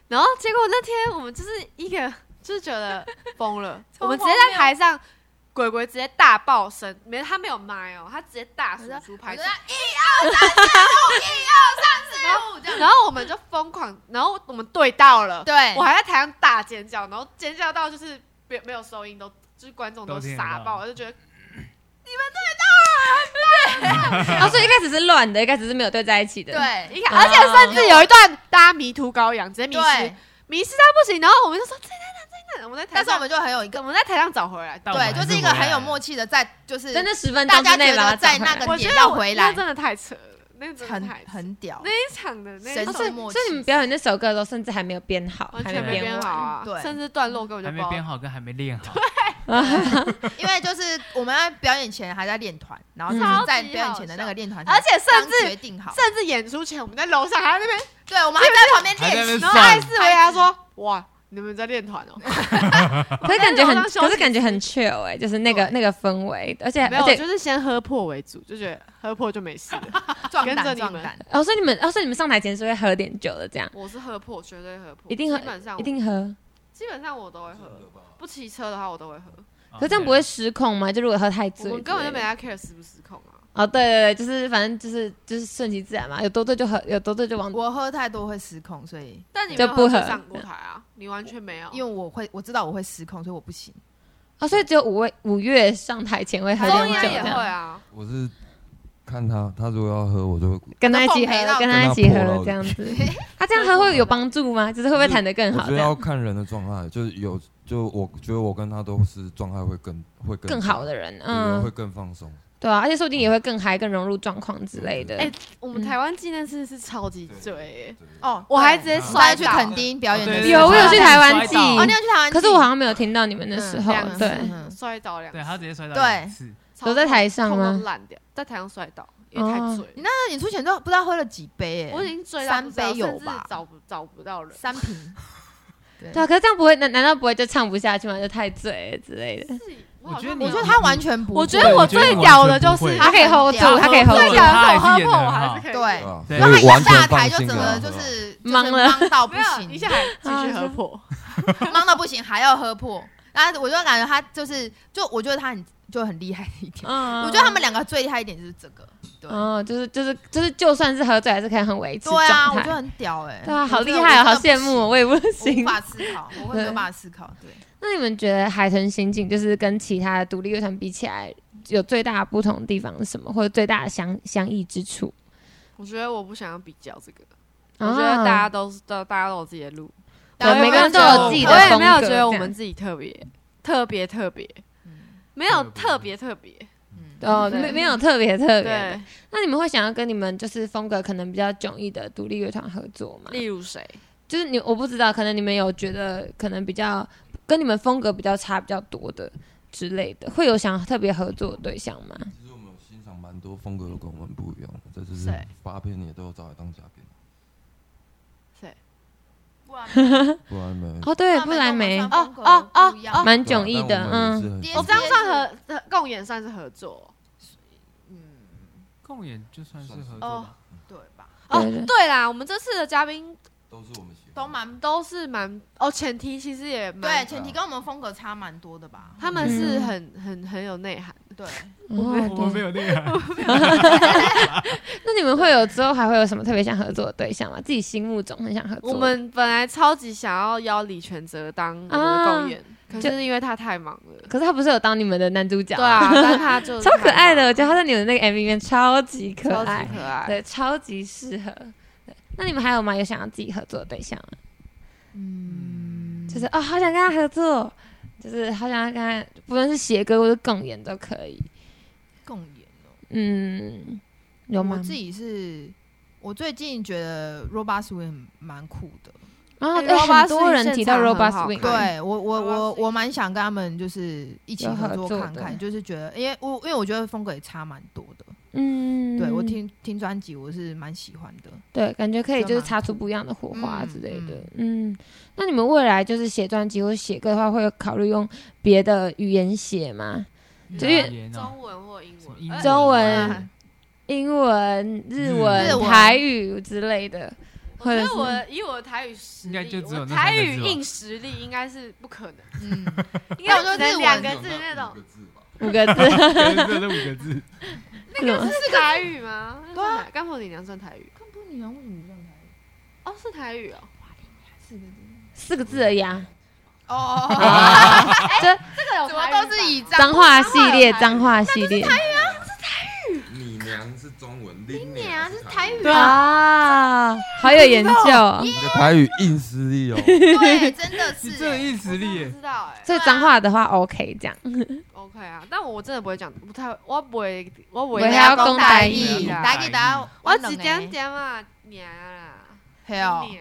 Speaker 5: 然后结果那天我们就是一个就是觉得疯 了，我们直接在台上。鬼鬼直接大爆声，没他没有麦哦，他直接大数出拍
Speaker 8: 我
Speaker 5: 手
Speaker 8: 觉 得，
Speaker 5: 然后我们就疯狂，然后我们对到了，
Speaker 8: 对，
Speaker 5: 我还在台上大尖叫，然后尖叫到就是没没有收音都，就是观众
Speaker 7: 都
Speaker 5: 都
Speaker 7: 听得
Speaker 5: 傻
Speaker 7: 到
Speaker 5: 爆，我就觉得
Speaker 3: 哦，所以一开始是乱的，一开始是没有对在一起的。，
Speaker 8: 对
Speaker 5: 一看，而且甚至有一段大家迷途羔羊，直接迷失
Speaker 8: 对，，
Speaker 5: 迷失到不行，然后我们就说在哪在哪在哪，我们在台
Speaker 8: 但是我
Speaker 5: 上，
Speaker 8: 们就很有一个，
Speaker 5: 我们在台上找回来。
Speaker 7: 但我们
Speaker 8: 对，
Speaker 7: 还
Speaker 8: 就是一个
Speaker 7: 回来
Speaker 5: 啊
Speaker 8: 很有默契的，在就是
Speaker 3: 在那十分
Speaker 8: 大
Speaker 3: 钟
Speaker 8: 家
Speaker 3: 之
Speaker 8: 觉
Speaker 3: 内把它
Speaker 8: 得在
Speaker 3: 找回
Speaker 8: 那
Speaker 3: 来
Speaker 8: 个
Speaker 5: 欸我觉
Speaker 8: 点
Speaker 5: 得
Speaker 8: 要
Speaker 5: 我
Speaker 8: 回
Speaker 5: 那
Speaker 8: 来，
Speaker 5: 真的太扯了，那个真的
Speaker 8: 很
Speaker 5: 太扯
Speaker 8: 很屌，
Speaker 5: 那一场的那一
Speaker 8: 神
Speaker 5: 场
Speaker 8: 圣默契
Speaker 3: 哦所以你们表演那首歌的时候，甚至还没有编好，
Speaker 5: 完
Speaker 3: 还
Speaker 5: 全
Speaker 3: 没
Speaker 5: 没 编好
Speaker 3: 完。
Speaker 5: 啊，
Speaker 8: 对
Speaker 5: 甚至段落根本就
Speaker 7: 还
Speaker 5: 不
Speaker 7: 没
Speaker 5: 知道
Speaker 7: 编好跟还没练好，
Speaker 8: 因为就是我们在表演前还在练团，然后
Speaker 5: 嗯
Speaker 8: 就
Speaker 5: 超
Speaker 8: 是
Speaker 5: 级
Speaker 8: 在表演前的那个练团，
Speaker 5: 而且甚
Speaker 8: 刚决
Speaker 5: 至
Speaker 8: 定好，
Speaker 5: 甚至演出前，我们在楼上还在那边
Speaker 8: 对，我们还在旁边
Speaker 7: 还在那边
Speaker 8: 练习，
Speaker 5: 然后艾
Speaker 7: 算，
Speaker 5: 斯维亚说：“哇，你们在练团哦？
Speaker 3: 可是感觉很，
Speaker 5: 我在楼上休息
Speaker 3: 可是感觉很 chill 哎、就是那个那个氛围，而且
Speaker 5: 没
Speaker 3: 哎而
Speaker 5: 有，
Speaker 3: 且
Speaker 5: 就是先喝破为主，就觉得喝破就没事了。
Speaker 8: 壮
Speaker 5: 跟着
Speaker 8: 胆
Speaker 5: 你们
Speaker 8: 壮胆，
Speaker 3: 哦，所以你们哦，所以你们上台前是会喝点酒的，这样
Speaker 5: 我是喝破，绝对喝破，
Speaker 3: 一定喝
Speaker 5: 基本上我
Speaker 3: 一定喝。
Speaker 5: 基本上我都会喝，不骑车的话我都会喝。
Speaker 7: 哦
Speaker 3: 可这样不会失控吗？就如果喝太醉
Speaker 5: 我
Speaker 3: 之类的，
Speaker 5: 们根本就没在 care 失不失控啊。
Speaker 3: 哦，对对对，就是反正就是就是顺其自然嘛，有多醉就喝，有多醉就往。
Speaker 8: 我喝太多会失控，所以
Speaker 5: 但你
Speaker 3: 就
Speaker 5: 没
Speaker 3: 不
Speaker 5: 有
Speaker 3: 喝
Speaker 5: 喝上过台啊，你完全没有，
Speaker 8: 因为我会我知道我会失控，所以我不行。
Speaker 3: 哦，所以只有五位五月上台前会喝
Speaker 5: 周
Speaker 3: 点
Speaker 5: 应
Speaker 3: 酒
Speaker 5: 该也
Speaker 3: 这
Speaker 5: 会
Speaker 3: 样，
Speaker 5: 啊。
Speaker 6: 我是看他，他如果要喝，我就会
Speaker 3: 跟他一起喝，跟他一起
Speaker 6: 跟他碰
Speaker 3: 喝
Speaker 6: 到
Speaker 3: 这样子。 他这样喝会有帮助吗？就是会不会弹得更
Speaker 6: 我
Speaker 3: 好这
Speaker 6: 觉得要
Speaker 3: 样？
Speaker 6: 看人的状态，就是有就我觉得我跟他都是状态会更会更
Speaker 3: 更好，的人，
Speaker 6: 嗯，会
Speaker 3: 嗯，
Speaker 6: 更放松。
Speaker 3: 对啊，而且说不定也会更嗨、更融入状况之类的。
Speaker 5: 哎，我们台湾纪念日是超级醉耶，
Speaker 8: 哦，
Speaker 5: 我还直接
Speaker 8: 对
Speaker 5: 摔
Speaker 8: 我还去
Speaker 5: 倒
Speaker 8: 垦丁表演
Speaker 7: 哦
Speaker 8: 的
Speaker 7: 对
Speaker 8: 时
Speaker 7: 对
Speaker 8: 候，
Speaker 3: 有，我有去台湾
Speaker 7: 摔
Speaker 3: 记，
Speaker 7: 倒
Speaker 8: 哦，你有去台湾记，
Speaker 3: 可是我好像没有听到你们的
Speaker 8: 嗯
Speaker 3: 时候
Speaker 5: 两，次
Speaker 3: 对，
Speaker 8: 嗯
Speaker 5: 摔倒两次，
Speaker 7: 对啊他直接摔倒
Speaker 8: 对
Speaker 7: 两次，
Speaker 5: 超
Speaker 3: 都在台上
Speaker 5: 痛
Speaker 3: 吗
Speaker 5: 到烂掉，在台上摔倒，因为太
Speaker 3: 哦嗯
Speaker 5: 醉了。
Speaker 8: 那演出前都不知道喝了几杯哎，
Speaker 5: 我已经醉到
Speaker 8: 三
Speaker 5: 不知道
Speaker 8: 杯有
Speaker 5: 甚至
Speaker 8: 吧
Speaker 5: 找不找不到人，
Speaker 8: 三 瓶，对
Speaker 3: 对啊，可是这样不会，难难道不会就唱不下去吗？就太醉了之类的。
Speaker 5: 我好
Speaker 7: 我觉
Speaker 5: 像
Speaker 7: 得
Speaker 5: 没
Speaker 8: 我
Speaker 5: 有
Speaker 8: 觉得他完全不会，
Speaker 5: 我觉得我最屌的就是
Speaker 3: 他可以 hold 住，他可以 hold
Speaker 5: 最
Speaker 3: 住。
Speaker 5: 屌
Speaker 7: 他
Speaker 5: 的
Speaker 7: 还
Speaker 5: 是我喝
Speaker 7: 是演得
Speaker 5: 破，
Speaker 7: 很
Speaker 5: 我还
Speaker 7: 好
Speaker 5: 是可以。
Speaker 8: 对。
Speaker 3: 哦
Speaker 7: 对
Speaker 8: 然后
Speaker 6: 啊
Speaker 8: 他
Speaker 6: 哎完全
Speaker 8: 一下台
Speaker 6: 放
Speaker 8: 就
Speaker 6: 心啊
Speaker 8: 整个
Speaker 6: 了
Speaker 8: 就是
Speaker 3: 忙了
Speaker 8: 就是忙到不
Speaker 5: 没有，
Speaker 8: 行，
Speaker 5: 你 现在还继续喝破，
Speaker 8: 忙到不行还要喝破，然后我就感觉他就是，就我觉得他很就很厉害的一点，
Speaker 3: 嗯
Speaker 8: 我觉得他们两个最厉害一点就是这个，对、
Speaker 3: 嗯，就是就是就是，就算是喝醉，还是可以很维持
Speaker 8: 对啊，
Speaker 3: 状
Speaker 8: 我觉得
Speaker 3: 态。
Speaker 8: 很屌哎、
Speaker 3: 对啊，
Speaker 8: 我
Speaker 3: 好
Speaker 8: 觉
Speaker 3: 厉
Speaker 8: 得
Speaker 3: 害啊，
Speaker 8: 我
Speaker 3: 好
Speaker 8: 真的
Speaker 3: 羡
Speaker 8: 不
Speaker 3: 慕，我也不
Speaker 8: 行，我无
Speaker 3: 行。
Speaker 8: 法思考，我会没有办法思考，对，
Speaker 3: 那你们觉得海豚刑警就是跟其他的独立乐团比起来，有最大的不同的地方是什么，或者最大的相相异之处？
Speaker 5: 我觉得我不想要比较这个，
Speaker 3: 啊
Speaker 5: 我觉得大家都是都大家都有自己的路，
Speaker 3: 对
Speaker 5: 我也
Speaker 3: 每个人
Speaker 5: 没
Speaker 3: 都有
Speaker 5: 觉得
Speaker 3: 自己的
Speaker 5: 我也
Speaker 3: 风
Speaker 5: 没有
Speaker 3: 格
Speaker 5: 觉得我
Speaker 3: 这样
Speaker 5: 们自己特别特别特别，没有嗯特别特别，
Speaker 8: 嗯
Speaker 3: 哦，
Speaker 5: 对
Speaker 3: 没没有特别特别的
Speaker 5: 对。，
Speaker 3: 那你们会想要跟你们就是风格可能比较迥异的独立乐团合作吗？
Speaker 5: 例如谁？
Speaker 3: 就是你我不知道，可能你们有觉得可能比较跟你们风格比较差比较多的之类的，会有想特别合作的对象吗？
Speaker 6: 其实我们有欣赏蛮多风格都跟我们不一样的，这就是
Speaker 8: 谁
Speaker 6: 八片也都有找来当嘉宾，
Speaker 8: 不然
Speaker 6: 不然没有。
Speaker 3: 哦，对，不莱梅
Speaker 8: 哦哦哦哦，
Speaker 3: 蛮
Speaker 6: 啊
Speaker 3: 迥异的，嗯，
Speaker 6: 嗯
Speaker 8: 爹
Speaker 5: 哦，这样算合合共演算是合作
Speaker 7: 共演就算是合作
Speaker 5: 哦
Speaker 7: 吧。
Speaker 8: 对吧？
Speaker 5: 哦。
Speaker 3: 对对
Speaker 5: 对啦，我们这次的嘉宾
Speaker 6: 都是我们喜欢的
Speaker 8: 都蛮
Speaker 5: 都是蛮哦，前提其实也蛮
Speaker 8: 对，，前提跟我们风格差蛮多的吧？
Speaker 5: 他
Speaker 3: 嗯
Speaker 5: 们是很很很有内涵。
Speaker 8: 对，
Speaker 3: 哦
Speaker 7: 我们没
Speaker 3: 对
Speaker 7: 有啊那个，
Speaker 3: 那你们会有之后还会有什么特别想合作的对象吗？自己心目中很想合作的，
Speaker 5: 我们本来超级想要邀李全哲当我们
Speaker 3: 啊
Speaker 5: 的共演，可是因为他太忙了。
Speaker 3: 可是他不是有当你们的男主角？
Speaker 5: 对啊，但他就
Speaker 3: 超可爱的，我觉得他在你们那个 MV 里面超级可
Speaker 5: 超级
Speaker 3: 爱，
Speaker 5: 可爱。
Speaker 3: 对，超级适合。对，那你们还有吗？有想要自己合作的对象吗？嗯，就是哦，好想跟他合作，就是好想要跟他，不论是写歌或者共演都可以。
Speaker 8: 共演哦。
Speaker 3: 嗯，有
Speaker 8: 我
Speaker 3: 吗？
Speaker 8: 自己是，我最近觉得 Robot Swim 蛮酷的。
Speaker 3: 然后
Speaker 5: 哎
Speaker 3: 对
Speaker 5: Robot
Speaker 3: 哦很多人
Speaker 5: Swing
Speaker 3: 提到
Speaker 5: 现场
Speaker 3: Robot
Speaker 5: 很好
Speaker 3: Swing，
Speaker 8: 对我我我
Speaker 5: Robot Swim
Speaker 8: 我蛮想跟他们就是一起
Speaker 3: 有合
Speaker 8: 合作
Speaker 3: 作
Speaker 8: 看
Speaker 3: 的
Speaker 8: 看，就是觉得，因为我因为我觉得风格也差蛮多的。
Speaker 3: 嗯，
Speaker 8: 对我听听专辑，我是蛮喜欢的。
Speaker 3: 对，感觉可以
Speaker 8: 就
Speaker 3: 就是
Speaker 8: 蛮
Speaker 3: 擦出不一样的火花
Speaker 8: 嗯
Speaker 3: 之类的。嗯，那你们未来就是写专辑或者写歌的话，会有考虑用别的语言写吗？ 就
Speaker 7: 语
Speaker 3: 是
Speaker 7: 言哦
Speaker 5: 中文或英文，
Speaker 7: 英
Speaker 5: 呃
Speaker 3: 中文
Speaker 5: 嗯
Speaker 3: 英文、日文、
Speaker 8: 日文
Speaker 3: 台语之类的，
Speaker 5: 我
Speaker 3: 或
Speaker 5: 觉
Speaker 3: 者
Speaker 5: 得
Speaker 3: 是
Speaker 5: 我以我的台语实
Speaker 7: 应该就
Speaker 5: 力，
Speaker 7: 只有
Speaker 5: 我
Speaker 7: 那
Speaker 5: 台
Speaker 7: 三个
Speaker 5: 语
Speaker 7: 字吧
Speaker 5: 硬实力应该是不可能，
Speaker 8: 嗯，
Speaker 5: 应该只
Speaker 8: 那我
Speaker 5: 能
Speaker 8: 就
Speaker 5: 两
Speaker 8: 日
Speaker 5: 个
Speaker 8: 文
Speaker 5: 字那种。
Speaker 3: 五个字，
Speaker 7: 可能只有那五个字。
Speaker 3: 那个
Speaker 5: 是台语吗？
Speaker 8: 对啊
Speaker 5: 是台，干婆你娘算台语？
Speaker 8: 看不女人为什么这样台
Speaker 5: 哦，是台语哦。
Speaker 8: 四个字？
Speaker 3: 四个字而已啊。
Speaker 8: 哦，
Speaker 5: 这个有
Speaker 8: 怎么都是以脏
Speaker 3: 脏话系列，
Speaker 5: 脏话有台语
Speaker 3: 脏话系列
Speaker 6: 你娘是中文，你
Speaker 8: 你娘是台
Speaker 5: 啊
Speaker 8: 语
Speaker 3: 啊，好有研究 哦。
Speaker 6: 你的台语硬实力哦，
Speaker 8: 对，真的
Speaker 7: 你
Speaker 8: 是
Speaker 7: 这
Speaker 8: 欸。
Speaker 7: 硬实力
Speaker 5: 不
Speaker 7: 耶，
Speaker 5: 知道哎。
Speaker 3: 所以脏话的话 OK 这样，
Speaker 5: OK 啊，但我真的不会讲，不太，我不会，我不
Speaker 3: 我
Speaker 5: 会
Speaker 3: 还要讲台啊
Speaker 7: 语啦
Speaker 5: 啊
Speaker 8: 台语打，
Speaker 5: 我只点点啊，娘啊，
Speaker 8: 嘿哦，
Speaker 5: 娘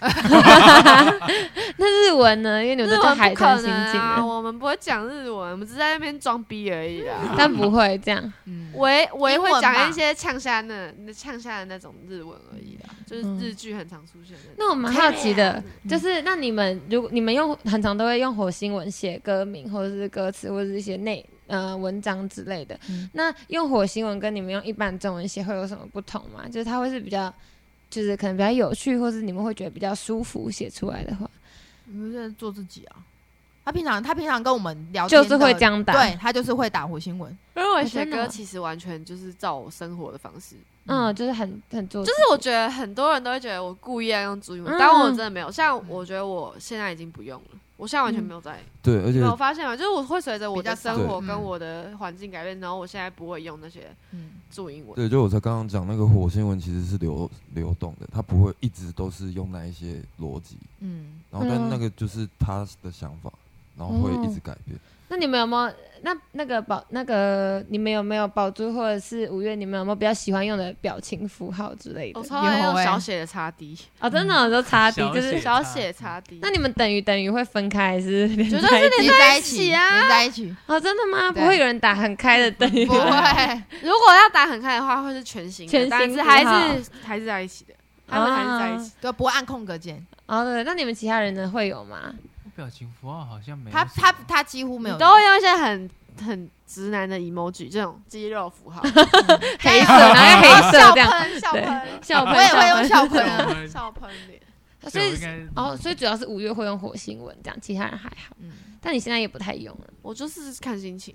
Speaker 3: 那日文呢？因为你们
Speaker 5: 日
Speaker 3: 都叫
Speaker 5: 文
Speaker 3: 海
Speaker 5: 不
Speaker 3: 滩
Speaker 5: 可
Speaker 3: 心
Speaker 5: 能
Speaker 3: 境
Speaker 5: 啊，
Speaker 3: 了，
Speaker 5: 我们不会讲日文，我们只是在那边装逼而已啦。
Speaker 3: 但不会这样。
Speaker 8: 嗯，
Speaker 5: 我也我也会
Speaker 8: 英文吧
Speaker 5: 讲一些呛虾的、呛虾的那种日文而已啦，就是日剧很常出现的。
Speaker 3: 嗯那我蛮好奇
Speaker 8: 啊
Speaker 3: 的，就是那你们如果你们用很常都会用火星文写歌名或者是歌词或者是一些内呃文章之类的，
Speaker 8: 嗯
Speaker 3: 那用火星文跟你们用一般中文写会有什么不同吗？就是它会是比较，就是可能比较有趣，或是你们会觉得比较舒服写出来的话，
Speaker 8: 你们在做自己啊。他平常他平常跟我们聊天
Speaker 3: 就
Speaker 8: 的，
Speaker 3: 是会这样打。
Speaker 8: 对他就是会打火星文，
Speaker 5: 因为我写
Speaker 3: 真的
Speaker 5: 歌
Speaker 3: 哦
Speaker 5: 其实完全就是照我生活的方式，
Speaker 3: 嗯，就是很很做
Speaker 5: 就
Speaker 3: 作，
Speaker 5: 是我觉得很多人都会觉得我故意要用主语文
Speaker 3: 嗯，
Speaker 5: 但我真的没有。像我觉得我现在已经不用了，我现在完全没有在，
Speaker 6: 对，而
Speaker 5: 你
Speaker 6: 且
Speaker 5: 有发现吗？就是我会随着我的
Speaker 8: 比较
Speaker 5: 生活
Speaker 8: 少
Speaker 5: 跟
Speaker 8: 嗯
Speaker 5: 我的环境改变，然后我现在不会用那些
Speaker 8: 嗯，
Speaker 5: 注音文。
Speaker 6: 对，就我才刚刚讲那个火星文其实是流流动的，它不会一直都是用那一些逻辑，
Speaker 8: 嗯，
Speaker 6: 然后但那个就是他的想法，然后会
Speaker 5: 嗯
Speaker 6: 一直改变。
Speaker 3: 那你们有没有那那个宝那个你们有没有宝珠或者是五月你们有没有比较喜欢用的表情符号之类的
Speaker 5: 我？哦超爱
Speaker 8: 有
Speaker 5: 用
Speaker 8: 欸
Speaker 5: 小写的叉 D，
Speaker 3: 哦，真的哦，都差低
Speaker 7: 小
Speaker 3: 就是
Speaker 7: 写
Speaker 5: 小写叉 D。
Speaker 3: 那你们等于等于会分开还是连
Speaker 5: 绝对
Speaker 3: 在一
Speaker 5: 是
Speaker 3: 起
Speaker 5: 连
Speaker 8: 连
Speaker 5: 在
Speaker 8: 在
Speaker 5: 一
Speaker 8: 一
Speaker 5: 起
Speaker 8: 起，
Speaker 5: 啊
Speaker 8: 连在一起，
Speaker 3: 哦，真的吗？
Speaker 8: 对
Speaker 3: 不会有人打很开的 等于
Speaker 8: 不会，
Speaker 5: 如果要打很开的话，会是全形的，
Speaker 3: 全形
Speaker 5: 但是
Speaker 3: 符
Speaker 5: 还
Speaker 3: 号
Speaker 5: 是啊还是在一起的，他们还是在一起。
Speaker 8: 对，不会按空格键，
Speaker 3: 哦，对，那你们其他人呢会有吗？
Speaker 7: 表情符号好像没有
Speaker 8: 他
Speaker 7: 什
Speaker 8: 他
Speaker 7: 么
Speaker 8: 他几乎没有
Speaker 5: 你都会用一些很很直男的 emoji 这种肌肉符 号，
Speaker 3: 黑 色，然后黑色
Speaker 5: 哦笑
Speaker 3: 这样，
Speaker 5: 喷笑
Speaker 3: 对
Speaker 5: 喷哦
Speaker 3: 笑
Speaker 8: 我
Speaker 3: 喷，
Speaker 8: 也会
Speaker 3: 笑
Speaker 8: 用小 朋
Speaker 7: 我
Speaker 8: 友，
Speaker 7: 们
Speaker 5: 笑喷脸。
Speaker 3: 喷， 所
Speaker 7: 对我
Speaker 3: 以
Speaker 7: 应该
Speaker 3: 哦，所以主要是五月会用火星文这样，其他人还好。
Speaker 8: 嗯
Speaker 3: 但你现在也不太用了
Speaker 5: 我就是看心情，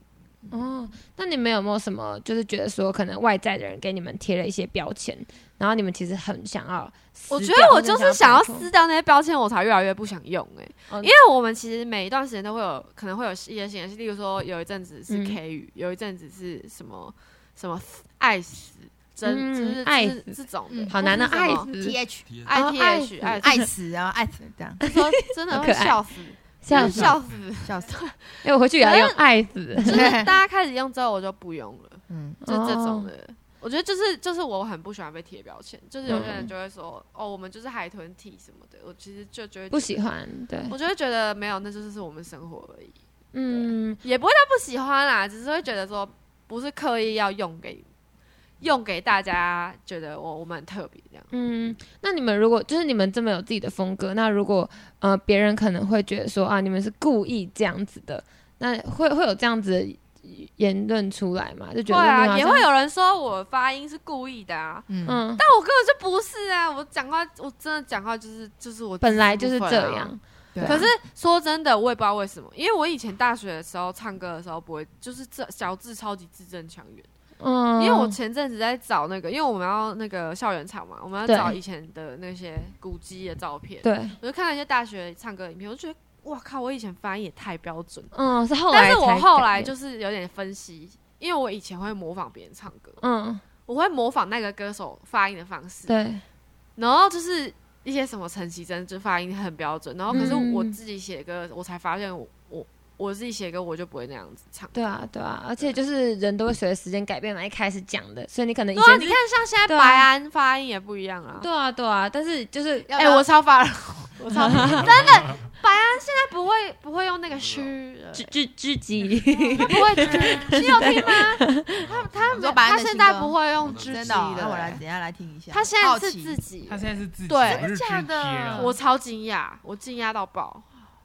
Speaker 3: 哦。那你们有没有什么就是觉得说可能外在的人给你们贴了一些标签，然后你们其实很想要撕
Speaker 5: 我觉
Speaker 3: 掉？
Speaker 5: 得我
Speaker 3: 或者
Speaker 5: 就是想要
Speaker 3: 摆脱
Speaker 5: 撕掉那些标签，我才越来越不想用哎、
Speaker 3: 哦
Speaker 5: 因为我们其实每一段时间都会有可能会有一些新的，例如说有一阵子是
Speaker 3: 嗯
Speaker 5: K 语，有一阵子是什么什么爱死真，
Speaker 3: 嗯
Speaker 5: 就是
Speaker 3: 爱
Speaker 5: 就是
Speaker 3: 死
Speaker 5: 这种的
Speaker 8: 嗯
Speaker 3: 好难的啊
Speaker 5: 或是什
Speaker 3: 爱
Speaker 5: 么
Speaker 8: ，T
Speaker 3: 死，
Speaker 8: H
Speaker 5: 啊爱
Speaker 3: 哦爱
Speaker 5: T
Speaker 3: 死
Speaker 5: H 爱死
Speaker 8: 爱死，然后爱死这样，
Speaker 5: 说真的
Speaker 3: 好
Speaker 5: 会
Speaker 3: 可爱
Speaker 5: 笑死，
Speaker 3: 笑
Speaker 5: 死
Speaker 3: 死！
Speaker 5: 笑 死。
Speaker 8: 笑死，
Speaker 3: 哎，我回去也要用爱死，
Speaker 5: 就是大家开始用之后，我就不用了，
Speaker 8: 嗯，
Speaker 5: 哦就这种的。我觉得就是就是我很不喜欢被贴标签，就是有些人就会说、哦，我们就是海豚体什么的，我其实就觉得
Speaker 3: 不喜，欢，对，
Speaker 5: 我就会觉得没有，那就是我们生活而已，
Speaker 3: 嗯，
Speaker 5: 也不会到不喜欢啦，只是会觉得说不是刻意要用给用给大家觉得我我们很特别这样。
Speaker 3: 嗯，那你们如果就是你们这么有自己的风格，那如果呃别人可能会觉得说啊，你们是故意这样子的，那会会有这样子的言论出来吗？就觉
Speaker 5: 对
Speaker 3: 得你
Speaker 5: 啊，
Speaker 3: 好像
Speaker 5: 也会有人说我发音是故意的啊，
Speaker 8: 嗯，
Speaker 3: 嗯，
Speaker 5: 但我根本就不是啊，我讲话我真的讲话就是就是我
Speaker 3: 本来就是
Speaker 5: 自己
Speaker 3: 这
Speaker 5: 本来啊
Speaker 3: 样，
Speaker 8: 对啊
Speaker 5: 可是说真的，我也不知道为什么，因为我以前大学的时候唱歌的时候不会，就是这小字超级字正腔圆。
Speaker 3: 嗯，
Speaker 5: 因为我前阵子在找那个，因为我们要那个校园场嘛，我们要
Speaker 3: 对
Speaker 5: 找以前的那些古迹的照片，
Speaker 3: 对，
Speaker 5: 我就看了一些大学唱歌的影片，我就觉得哇靠，我以前发音也太标准了。
Speaker 3: 嗯，是后来
Speaker 5: 但
Speaker 3: 才改
Speaker 5: 是
Speaker 3: 变，
Speaker 5: 我后来就是有点分析，因为我以前会模仿别人唱歌，
Speaker 3: 嗯，
Speaker 5: 我会模仿那个歌手发音的方式，
Speaker 3: 对，
Speaker 5: 然后就是一些什么陈绮贞就发音很标准，然后可是
Speaker 3: 嗯
Speaker 5: 我自己写歌，我才发现我我我自己写歌我就不会那样子唱。
Speaker 3: 对啊，对啊，而且就是人都会随着时间改变嘛，一开始讲的，所以你可能以
Speaker 5: 对啊，
Speaker 3: 前
Speaker 5: 你
Speaker 3: 是
Speaker 5: 看像现在
Speaker 3: 对啊
Speaker 5: 白安发音也不一样啊。
Speaker 3: 对啊，对啊，但是就是
Speaker 8: 要
Speaker 5: 哎、
Speaker 8: 不要
Speaker 5: 我超发了，我超发了真的，白安现在不会不会用那个呃虚了，
Speaker 3: 知知知己，
Speaker 5: 不会知，你有听吗？他他没
Speaker 8: 你
Speaker 5: 有
Speaker 8: 说白
Speaker 5: 他
Speaker 8: 安的
Speaker 5: 现
Speaker 8: 新
Speaker 5: 在
Speaker 8: 歌
Speaker 5: 不会用知己
Speaker 8: 真
Speaker 5: 的
Speaker 8: 的哦，那我来
Speaker 5: 欸
Speaker 8: 等，一下来听一下。
Speaker 5: 他现在
Speaker 8: 好
Speaker 5: 是
Speaker 8: 奇
Speaker 5: 自己
Speaker 7: 他，现在是自己，
Speaker 5: 对
Speaker 7: 不是
Speaker 8: 真的假
Speaker 7: 直接啊
Speaker 8: 的
Speaker 5: 我超惊讶，我惊讶到爆，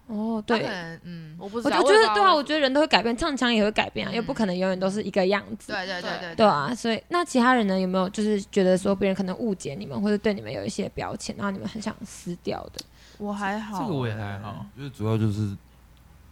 Speaker 3: 哦，
Speaker 8: 他
Speaker 3: 对
Speaker 8: 可，能嗯，
Speaker 5: 我不知
Speaker 3: 我
Speaker 5: 道，
Speaker 3: 就觉
Speaker 5: 也不知
Speaker 3: 得
Speaker 5: 道
Speaker 3: 对啊，
Speaker 5: 为
Speaker 3: 我觉得人都会改变，唱腔也会改变啊，又不
Speaker 8: 嗯
Speaker 3: 可能永远都是一个样子。
Speaker 8: 对对对对
Speaker 3: 对啊，所以那其他人呢，有没有就是觉得说别人可能误解你们，或者对你们有一些标签，然后你们很想撕掉的？
Speaker 8: 我还好，
Speaker 7: 这个我也还好，
Speaker 6: 就是主要就是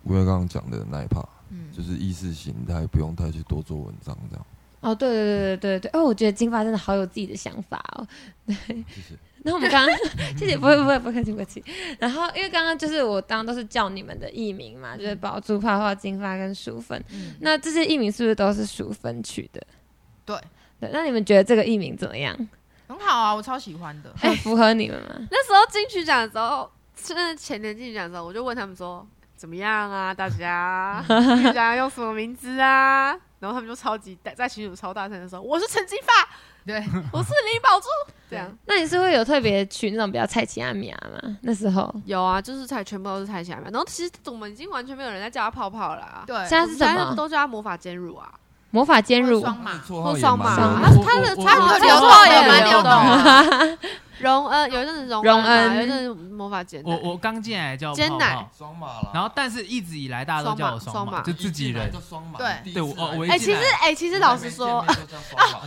Speaker 6: 我刚刚讲的那一 part，
Speaker 8: 嗯，
Speaker 6: 就是意识形态，不用太去多做文章这样。
Speaker 3: 哦，对对对对对对，哦，我觉得金发真的好有自己的想法 哦。
Speaker 5: 嗯
Speaker 6: 谢谢。
Speaker 3: 那我们刚刚，谢谢，不会不会不客气不客气。然后因为刚刚就是我刚刚都是叫你们的艺名嘛，就是宝珠、泡泡、金发跟淑芬，
Speaker 8: 嗯
Speaker 3: 那这些艺名是不是都是淑芬取的？
Speaker 8: 对
Speaker 3: 对，那你们觉得这个艺名怎么样？
Speaker 8: 很好啊，我超喜欢的。
Speaker 3: 很符合你们吗？
Speaker 5: 那时候金曲奖的时候，就是前年金曲奖的时候，我就问他们说怎么样啊，大 家金曲奖用什么名字啊？然后他们就超级大在群主超大声的说我是陈金发，
Speaker 8: 对，
Speaker 5: 我是林宝 珠，这样
Speaker 3: 那你是会有特别取那种比较菜奇亚米亚吗？那时候
Speaker 5: 有啊，就是才全部都是猜起来嘛。然后其实我们已经完全没有人在叫他泡泡了、啊，
Speaker 8: 对，
Speaker 3: 现在
Speaker 5: 我
Speaker 3: 是
Speaker 5: 们
Speaker 3: 什
Speaker 5: 现在
Speaker 3: 么？
Speaker 5: 都叫他魔法坚乳啊，
Speaker 3: 魔法尖入
Speaker 8: 双马，
Speaker 6: 绰
Speaker 5: 或
Speaker 6: 号也
Speaker 5: 双马
Speaker 6: 蛮
Speaker 5: 啊，
Speaker 6: 多
Speaker 5: 他的
Speaker 7: 我
Speaker 5: 他
Speaker 8: 我
Speaker 5: 的
Speaker 8: 流
Speaker 5: 绰
Speaker 8: 动
Speaker 5: 号
Speaker 8: 也
Speaker 5: 也
Speaker 8: 蛮
Speaker 5: 蛮
Speaker 8: 流
Speaker 5: 流动
Speaker 8: 动
Speaker 5: 啊。荣恩有一阵子荣
Speaker 3: 荣
Speaker 5: 恩
Speaker 3: 恩
Speaker 5: 嘛，啊有一阵子魔法坚
Speaker 7: 我
Speaker 5: 奶，
Speaker 7: 我刚进来叫
Speaker 5: 煎
Speaker 7: 泡
Speaker 5: 奶
Speaker 7: 泡，
Speaker 6: 双马啦
Speaker 7: 然后但是一直以来大家都叫
Speaker 5: 双马
Speaker 7: 我双马，
Speaker 5: 双马
Speaker 7: 就自己人。
Speaker 6: 双马
Speaker 8: 对
Speaker 7: 对我哦我一
Speaker 5: 哎，
Speaker 7: 进
Speaker 5: 其实
Speaker 7: 来
Speaker 5: 哎，其实老实说，
Speaker 6: 啊，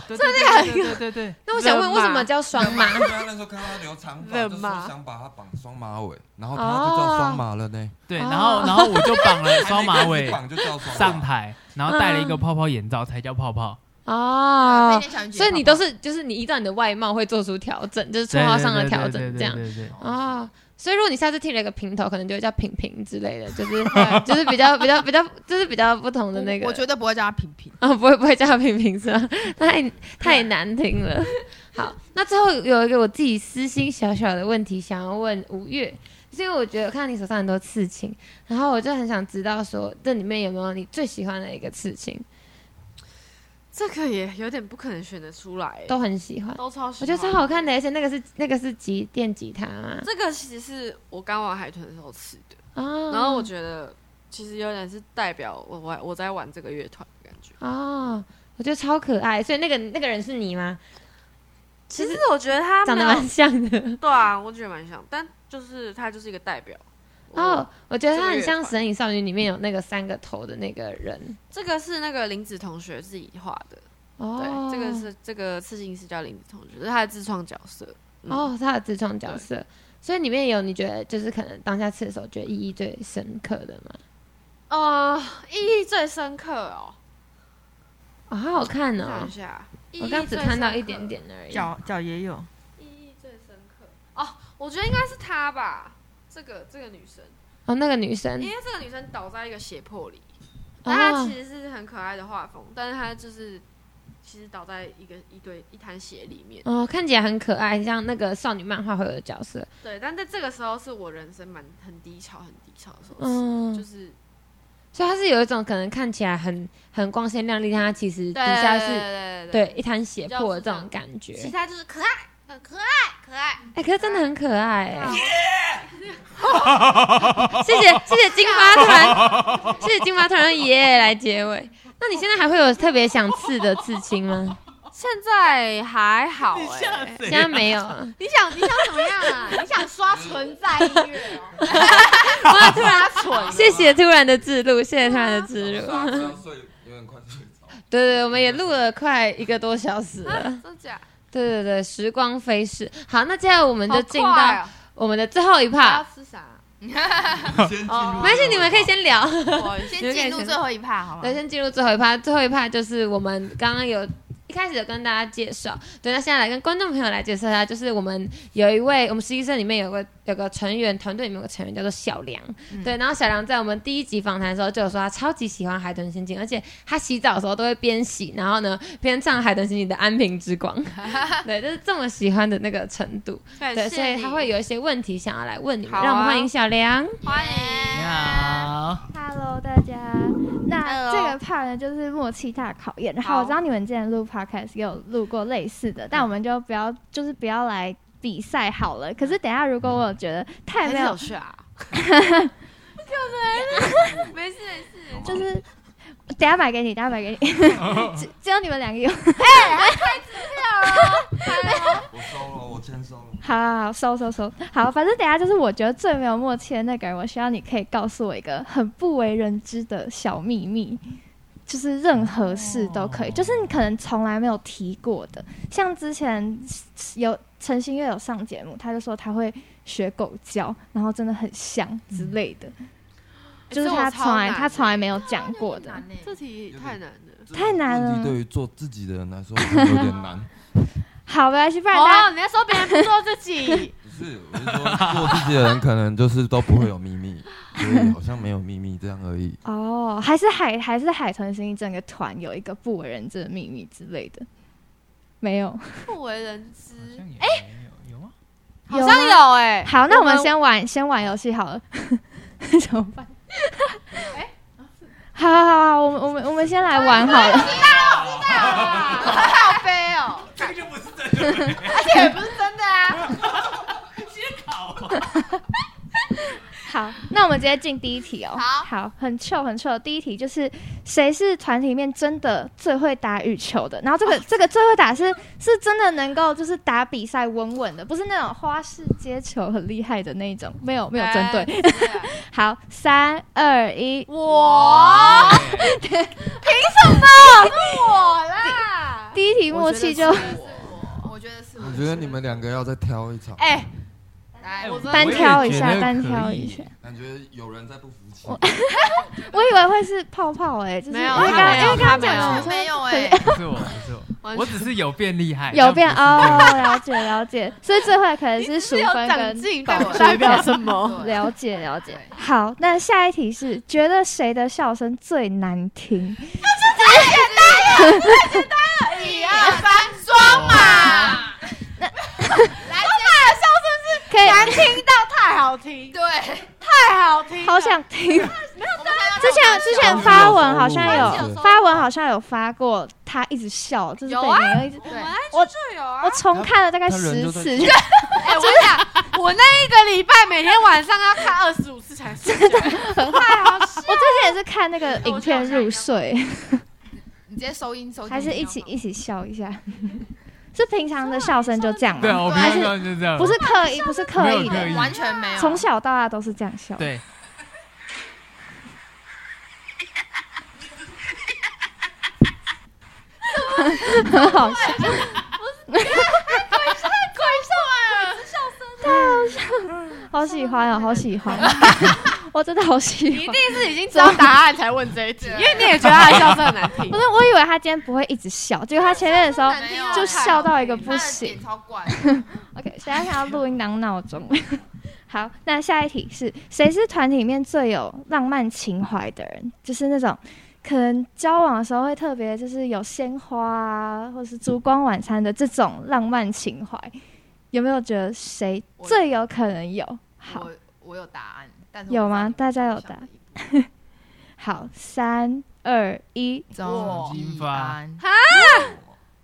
Speaker 7: 对对对对对对，
Speaker 3: 那我想问，
Speaker 5: 人
Speaker 3: 为
Speaker 5: 嘛
Speaker 3: 什么叫双马？
Speaker 6: 因为 他那时候看到他留长发，
Speaker 5: 人
Speaker 6: 就
Speaker 5: 嘛
Speaker 6: 说想把他绑双马尾，然后他就
Speaker 5: 哦
Speaker 6: 叫双马了呢。
Speaker 7: 对，
Speaker 3: 哦
Speaker 7: 然后然后我就绑 了双马
Speaker 6: 还没开 始
Speaker 7: 尾
Speaker 6: 绑就叫双马
Speaker 7: 上 台，然后戴了一个泡泡眼罩才叫泡泡。
Speaker 8: 那
Speaker 3: 哦
Speaker 8: 天，小云姐
Speaker 3: 所以你都
Speaker 8: 好
Speaker 3: 是就是你依照你的外貌会做出调整，就是绰号上的调整这样
Speaker 7: 对对对对对对
Speaker 3: 哦。所以如果你下次剃了一个平头，可能就会叫平平之类的，就是就是比较比较比较就是比较不同
Speaker 8: 不
Speaker 3: 的
Speaker 8: 好
Speaker 3: 那个。
Speaker 8: 我我绝对不会叫她平平。
Speaker 3: 啊、不会不会叫他平平是吧？啊 太太难听 了。好，那最后有一个我自己私心小小的问题想要问五月，就是因为我觉得我看到你手上很多刺青，然后我就很想知道说这里面有没有你最喜欢的一个刺青，
Speaker 5: 这个也有点不可能选得出来，
Speaker 3: 都很喜欢，
Speaker 5: 都超喜
Speaker 3: 我
Speaker 5: 欢
Speaker 3: 觉得超好看的，。而且那个是那个是吉电吉他嘛，
Speaker 5: 这个其实是我刚玩海豚的时候吃的，
Speaker 3: 哦，
Speaker 5: 然后我觉得其实有点是代表我玩我在玩这个乐团的感觉。
Speaker 3: 哦，我觉得超可爱，所以那个那个人是你吗？
Speaker 5: 其实我觉得他
Speaker 3: 长得
Speaker 5: 没有
Speaker 3: 蛮像的。
Speaker 5: 对啊，我觉得蛮像，但就是他就是一个代表。
Speaker 3: 哦，，我觉得
Speaker 5: 啊这
Speaker 3: 他
Speaker 5: 个
Speaker 3: 很
Speaker 5: 乐
Speaker 3: 像《
Speaker 5: 团
Speaker 3: 神隐少女》里面有那个三个头的那个人。
Speaker 5: 这个是那个林子同学自己画的，
Speaker 3: 哦，
Speaker 5: 对，这个是这个刺青是叫林子同学，是他的自创角色。嗯，
Speaker 3: 哦，他的自创角色，所以里面有你觉得就是可能当下吃的时候觉得意义最深刻的嘛？
Speaker 5: 呃，意义最深刻哦，
Speaker 3: 哦，好好看
Speaker 5: 我想
Speaker 3: 哦
Speaker 5: 一！下，
Speaker 3: 我刚只看到一点
Speaker 5: 点。
Speaker 3: 点而已。
Speaker 8: 脚脚也 有，
Speaker 5: 意义最深刻哦，我觉得应该是她吧，这个这个女生，
Speaker 3: 哦，那个女生
Speaker 5: 因，为这个女生倒在一个斜坡里，但她
Speaker 3: 哦
Speaker 5: 其实是很可爱的画风，但是她就是其实倒在一个一堆一滩血里面。
Speaker 3: 哦，看起来很可爱，像那个少女漫画会有的角色。
Speaker 5: 对，但在这个时候是我人生蛮很低潮很低潮的时候，
Speaker 3: 嗯
Speaker 5: 就是
Speaker 3: 所以他是有一种可能看起来很很光鲜亮丽，但他其实底下是
Speaker 5: 对
Speaker 3: 对一滩血
Speaker 5: 比较
Speaker 3: 泊的
Speaker 5: 是这
Speaker 3: 这
Speaker 5: 样
Speaker 3: 种感觉。
Speaker 8: 其他就是可爱，很可爱，可爱。
Speaker 3: 哎、可是真的很可爱、
Speaker 5: 啊
Speaker 3: 谢谢谢谢金 发突然，谢谢金发突然用耶来结尾。那你现在还会有特别想刺的刺青吗？
Speaker 5: 现在还好哎、
Speaker 3: 现在没有 啊。
Speaker 4: 你想你想怎么样啊？你想刷存在音乐哦？
Speaker 3: 哇，突然
Speaker 4: 刷存
Speaker 3: 谢谢突然的自录，谢谢突然的自录。
Speaker 6: 啊这样睡有点快睡着。
Speaker 3: 对对，我们也录了快一个多小时了。
Speaker 5: 真假？
Speaker 3: 对对对，时光飞逝。好，那接下来我们就
Speaker 5: 好
Speaker 3: 进
Speaker 5: 快
Speaker 3: 到
Speaker 5: 哦
Speaker 3: 我们的最后一
Speaker 5: 还要
Speaker 3: part。
Speaker 5: 吃啥？
Speaker 6: 先 进
Speaker 5: 哦
Speaker 6: 入，
Speaker 3: 没关系，你们可以先聊。
Speaker 5: 我
Speaker 8: 先进入最后一趴
Speaker 5: 啊
Speaker 8: 好吗
Speaker 3: 对，？先进入最后一趴。最后一趴就是我们刚刚有一开始有跟大家介绍，对，那现在来跟观众朋友来介绍一下，就是我们有一位，我们实习生里面有个有个成员，团队里面有个成员叫做小梁，
Speaker 5: 嗯
Speaker 3: 对，然后小梁在我们第一集访谈的时候就有说他超级喜欢海豚刑警，而且他洗澡的时候都会边洗，然后呢边唱海豚刑警的《安平之 光》，对，就是这么喜欢的那个程度，对，所以他会有一些问题想要来问你们，
Speaker 5: 好啊
Speaker 3: 让我们欢迎小梁。
Speaker 8: 欢
Speaker 7: 你
Speaker 8: 迎。
Speaker 7: 好，
Speaker 11: Hello，大家。那
Speaker 8: Hello
Speaker 11: 这个 part 呢，就是默契大考验。然后
Speaker 5: 好
Speaker 11: 我知道你们之前录 podcast 也有录过类似的，但我们就不要，就是不要来比赛好了。可是等一下，如果我觉得
Speaker 5: 还
Speaker 11: 太
Speaker 8: 哎
Speaker 11: 没
Speaker 5: 是有
Speaker 11: 有，
Speaker 5: 去啊？没事没事，
Speaker 11: 就是等一下买给你，等一下买给你，只只有你们两个有。
Speaker 6: 我收了，我签收了。
Speaker 11: 好好好，收收收。好，反正等一下就是我觉得最没有默契的那个人，我希望你可以告诉我一个很不为人知的小秘密，就是任何事都可以，
Speaker 7: 哦
Speaker 11: 就是你可能从来没有提过的。像之前有陈星月有上节目，他就说他会学狗叫，然后真的很像之类的，就是
Speaker 5: 这我
Speaker 11: 他
Speaker 5: 超
Speaker 11: 从来
Speaker 5: 难
Speaker 11: 他从来没有讲过的。
Speaker 8: 难呢
Speaker 5: 这题太难了。
Speaker 11: 太难了
Speaker 6: 问题对于做自己的人来说真的有点难。
Speaker 11: 好，没关系，不然大家、
Speaker 5: 哦，你在说别人不做自 己，
Speaker 6: 不是，我是说做自己的人可能就是都不会有秘密，所以好像没有秘密这样而已。
Speaker 11: 哦，还是海还是海豚星整个团有一个不为人知的秘密之类的，没有。
Speaker 5: 不为人
Speaker 7: 好
Speaker 5: 知，
Speaker 7: 像也没有有吗？
Speaker 5: 好
Speaker 11: 有
Speaker 5: 像
Speaker 11: 吗
Speaker 5: 有哎。
Speaker 11: 好，那我们先玩先玩游戏好了，怎么办？好好好好，我们我们我们先来玩好了。
Speaker 8: 好悲哦，
Speaker 7: 这个就不是真的，
Speaker 8: 而且也不是真的啊。
Speaker 11: 好，那我们直接进第一题哦。
Speaker 8: 好
Speaker 11: 很臭很臭。第一题就是谁是团体里面真的最会打羽球的？然后这个、这个最会打是是真的能够就是打比赛稳稳的，不是那种花式接球很厉害的那一种，没有没有针对。
Speaker 5: 哎是啊
Speaker 11: 好，三二一，
Speaker 5: 我
Speaker 8: 我啦，
Speaker 11: 第一题默契就
Speaker 5: 我觉得是
Speaker 8: 我觉得是
Speaker 6: 我觉得你们两个要再挑一场，
Speaker 5: 哎，
Speaker 8: 来，
Speaker 5: 我真的
Speaker 11: 哎单挑一
Speaker 7: 我
Speaker 11: 下，
Speaker 7: 也觉得
Speaker 11: 单挑
Speaker 7: 可以
Speaker 11: 一下。
Speaker 6: 感觉有人在不服气。
Speaker 11: 我以为会是泡泡哎、就是
Speaker 5: 没有
Speaker 11: 因为
Speaker 5: 他
Speaker 11: 刚
Speaker 5: 没有
Speaker 11: 因为刚
Speaker 5: 他
Speaker 11: 刚
Speaker 5: 没有欸
Speaker 11: 讲
Speaker 5: 我
Speaker 11: 说
Speaker 7: 不
Speaker 8: 没有哎，
Speaker 7: 是我，不是我，
Speaker 5: 完
Speaker 7: 我
Speaker 5: 全
Speaker 7: 只是有变厉害，
Speaker 11: 有变
Speaker 7: 但不是
Speaker 11: 哦，了解了解，所以最会可能是淑
Speaker 5: 有
Speaker 8: 哎
Speaker 11: 芬
Speaker 5: 长
Speaker 11: 跟
Speaker 5: 进，
Speaker 11: 狗
Speaker 5: 但不代表什
Speaker 8: 对
Speaker 5: 么。
Speaker 11: 了解了解。好，那下一题是觉得谁的笑声最难 听？
Speaker 8: 一二三，双马，
Speaker 11: 可以，
Speaker 5: 听到太好听，
Speaker 8: 对，我
Speaker 5: 太好听
Speaker 11: 好想听。之
Speaker 8: 们现在要
Speaker 11: 前之前发文好像有发文好像有发过，他一直笑，就是
Speaker 5: 有
Speaker 11: 被
Speaker 5: 啊
Speaker 11: 你们一直。
Speaker 5: 我们
Speaker 11: 我
Speaker 5: 就有啊
Speaker 11: 我。重看了大概
Speaker 6: 他人
Speaker 11: 十
Speaker 6: 就在
Speaker 11: 次，
Speaker 5: 哎，我想，我那一个礼拜每天晚上要看二十五次才睡觉，很 快好笑。
Speaker 11: 我之前也是看那个影片入睡，
Speaker 8: 你直接收音收音，
Speaker 11: 还是一起一起笑一下。 是平常的笑声就这样
Speaker 7: 对啊，
Speaker 11: 吗？
Speaker 7: 我平
Speaker 11: 还
Speaker 7: 常
Speaker 11: 是
Speaker 7: 就这样，
Speaker 11: 不是刻意，不是刻
Speaker 7: 没有
Speaker 11: 意
Speaker 7: 刻
Speaker 11: 的，
Speaker 7: 意
Speaker 8: 完全没有，
Speaker 11: 从小到大都是这样笑。
Speaker 7: 对，
Speaker 11: 很 好笑。 好喜欢哦，好喜欢！ 我真的好喜
Speaker 5: 一定。
Speaker 11: 欢
Speaker 5: 是已经知道答案才问这一题， 因为你也觉得他的笑声很难听
Speaker 11: 不。是，我以为他今天不会一直笑，结果他前面的时候
Speaker 8: 没有啊
Speaker 11: 就笑到一个
Speaker 8: 他
Speaker 11: 不
Speaker 8: 的点
Speaker 11: 行。
Speaker 8: 超怪，
Speaker 11: OK，谁在想要录音当闹钟？ 好，那下一题是谁是团体里面最有浪漫情怀的人？就是那种可能交往的时候会特别就是有鲜花啊，或是烛光晚餐的这种浪漫情怀，有没有觉得谁
Speaker 8: 我
Speaker 11: 最有可能有？好，
Speaker 8: 我我有答案，但是我
Speaker 11: 有
Speaker 8: 不知道
Speaker 11: 吗
Speaker 8: 你们
Speaker 11: 大家有
Speaker 8: 想的
Speaker 11: 答案
Speaker 8: 一部分
Speaker 11: 好，三二一，
Speaker 8: 钟
Speaker 7: 金
Speaker 8: 义
Speaker 7: 发
Speaker 8: 安。哈，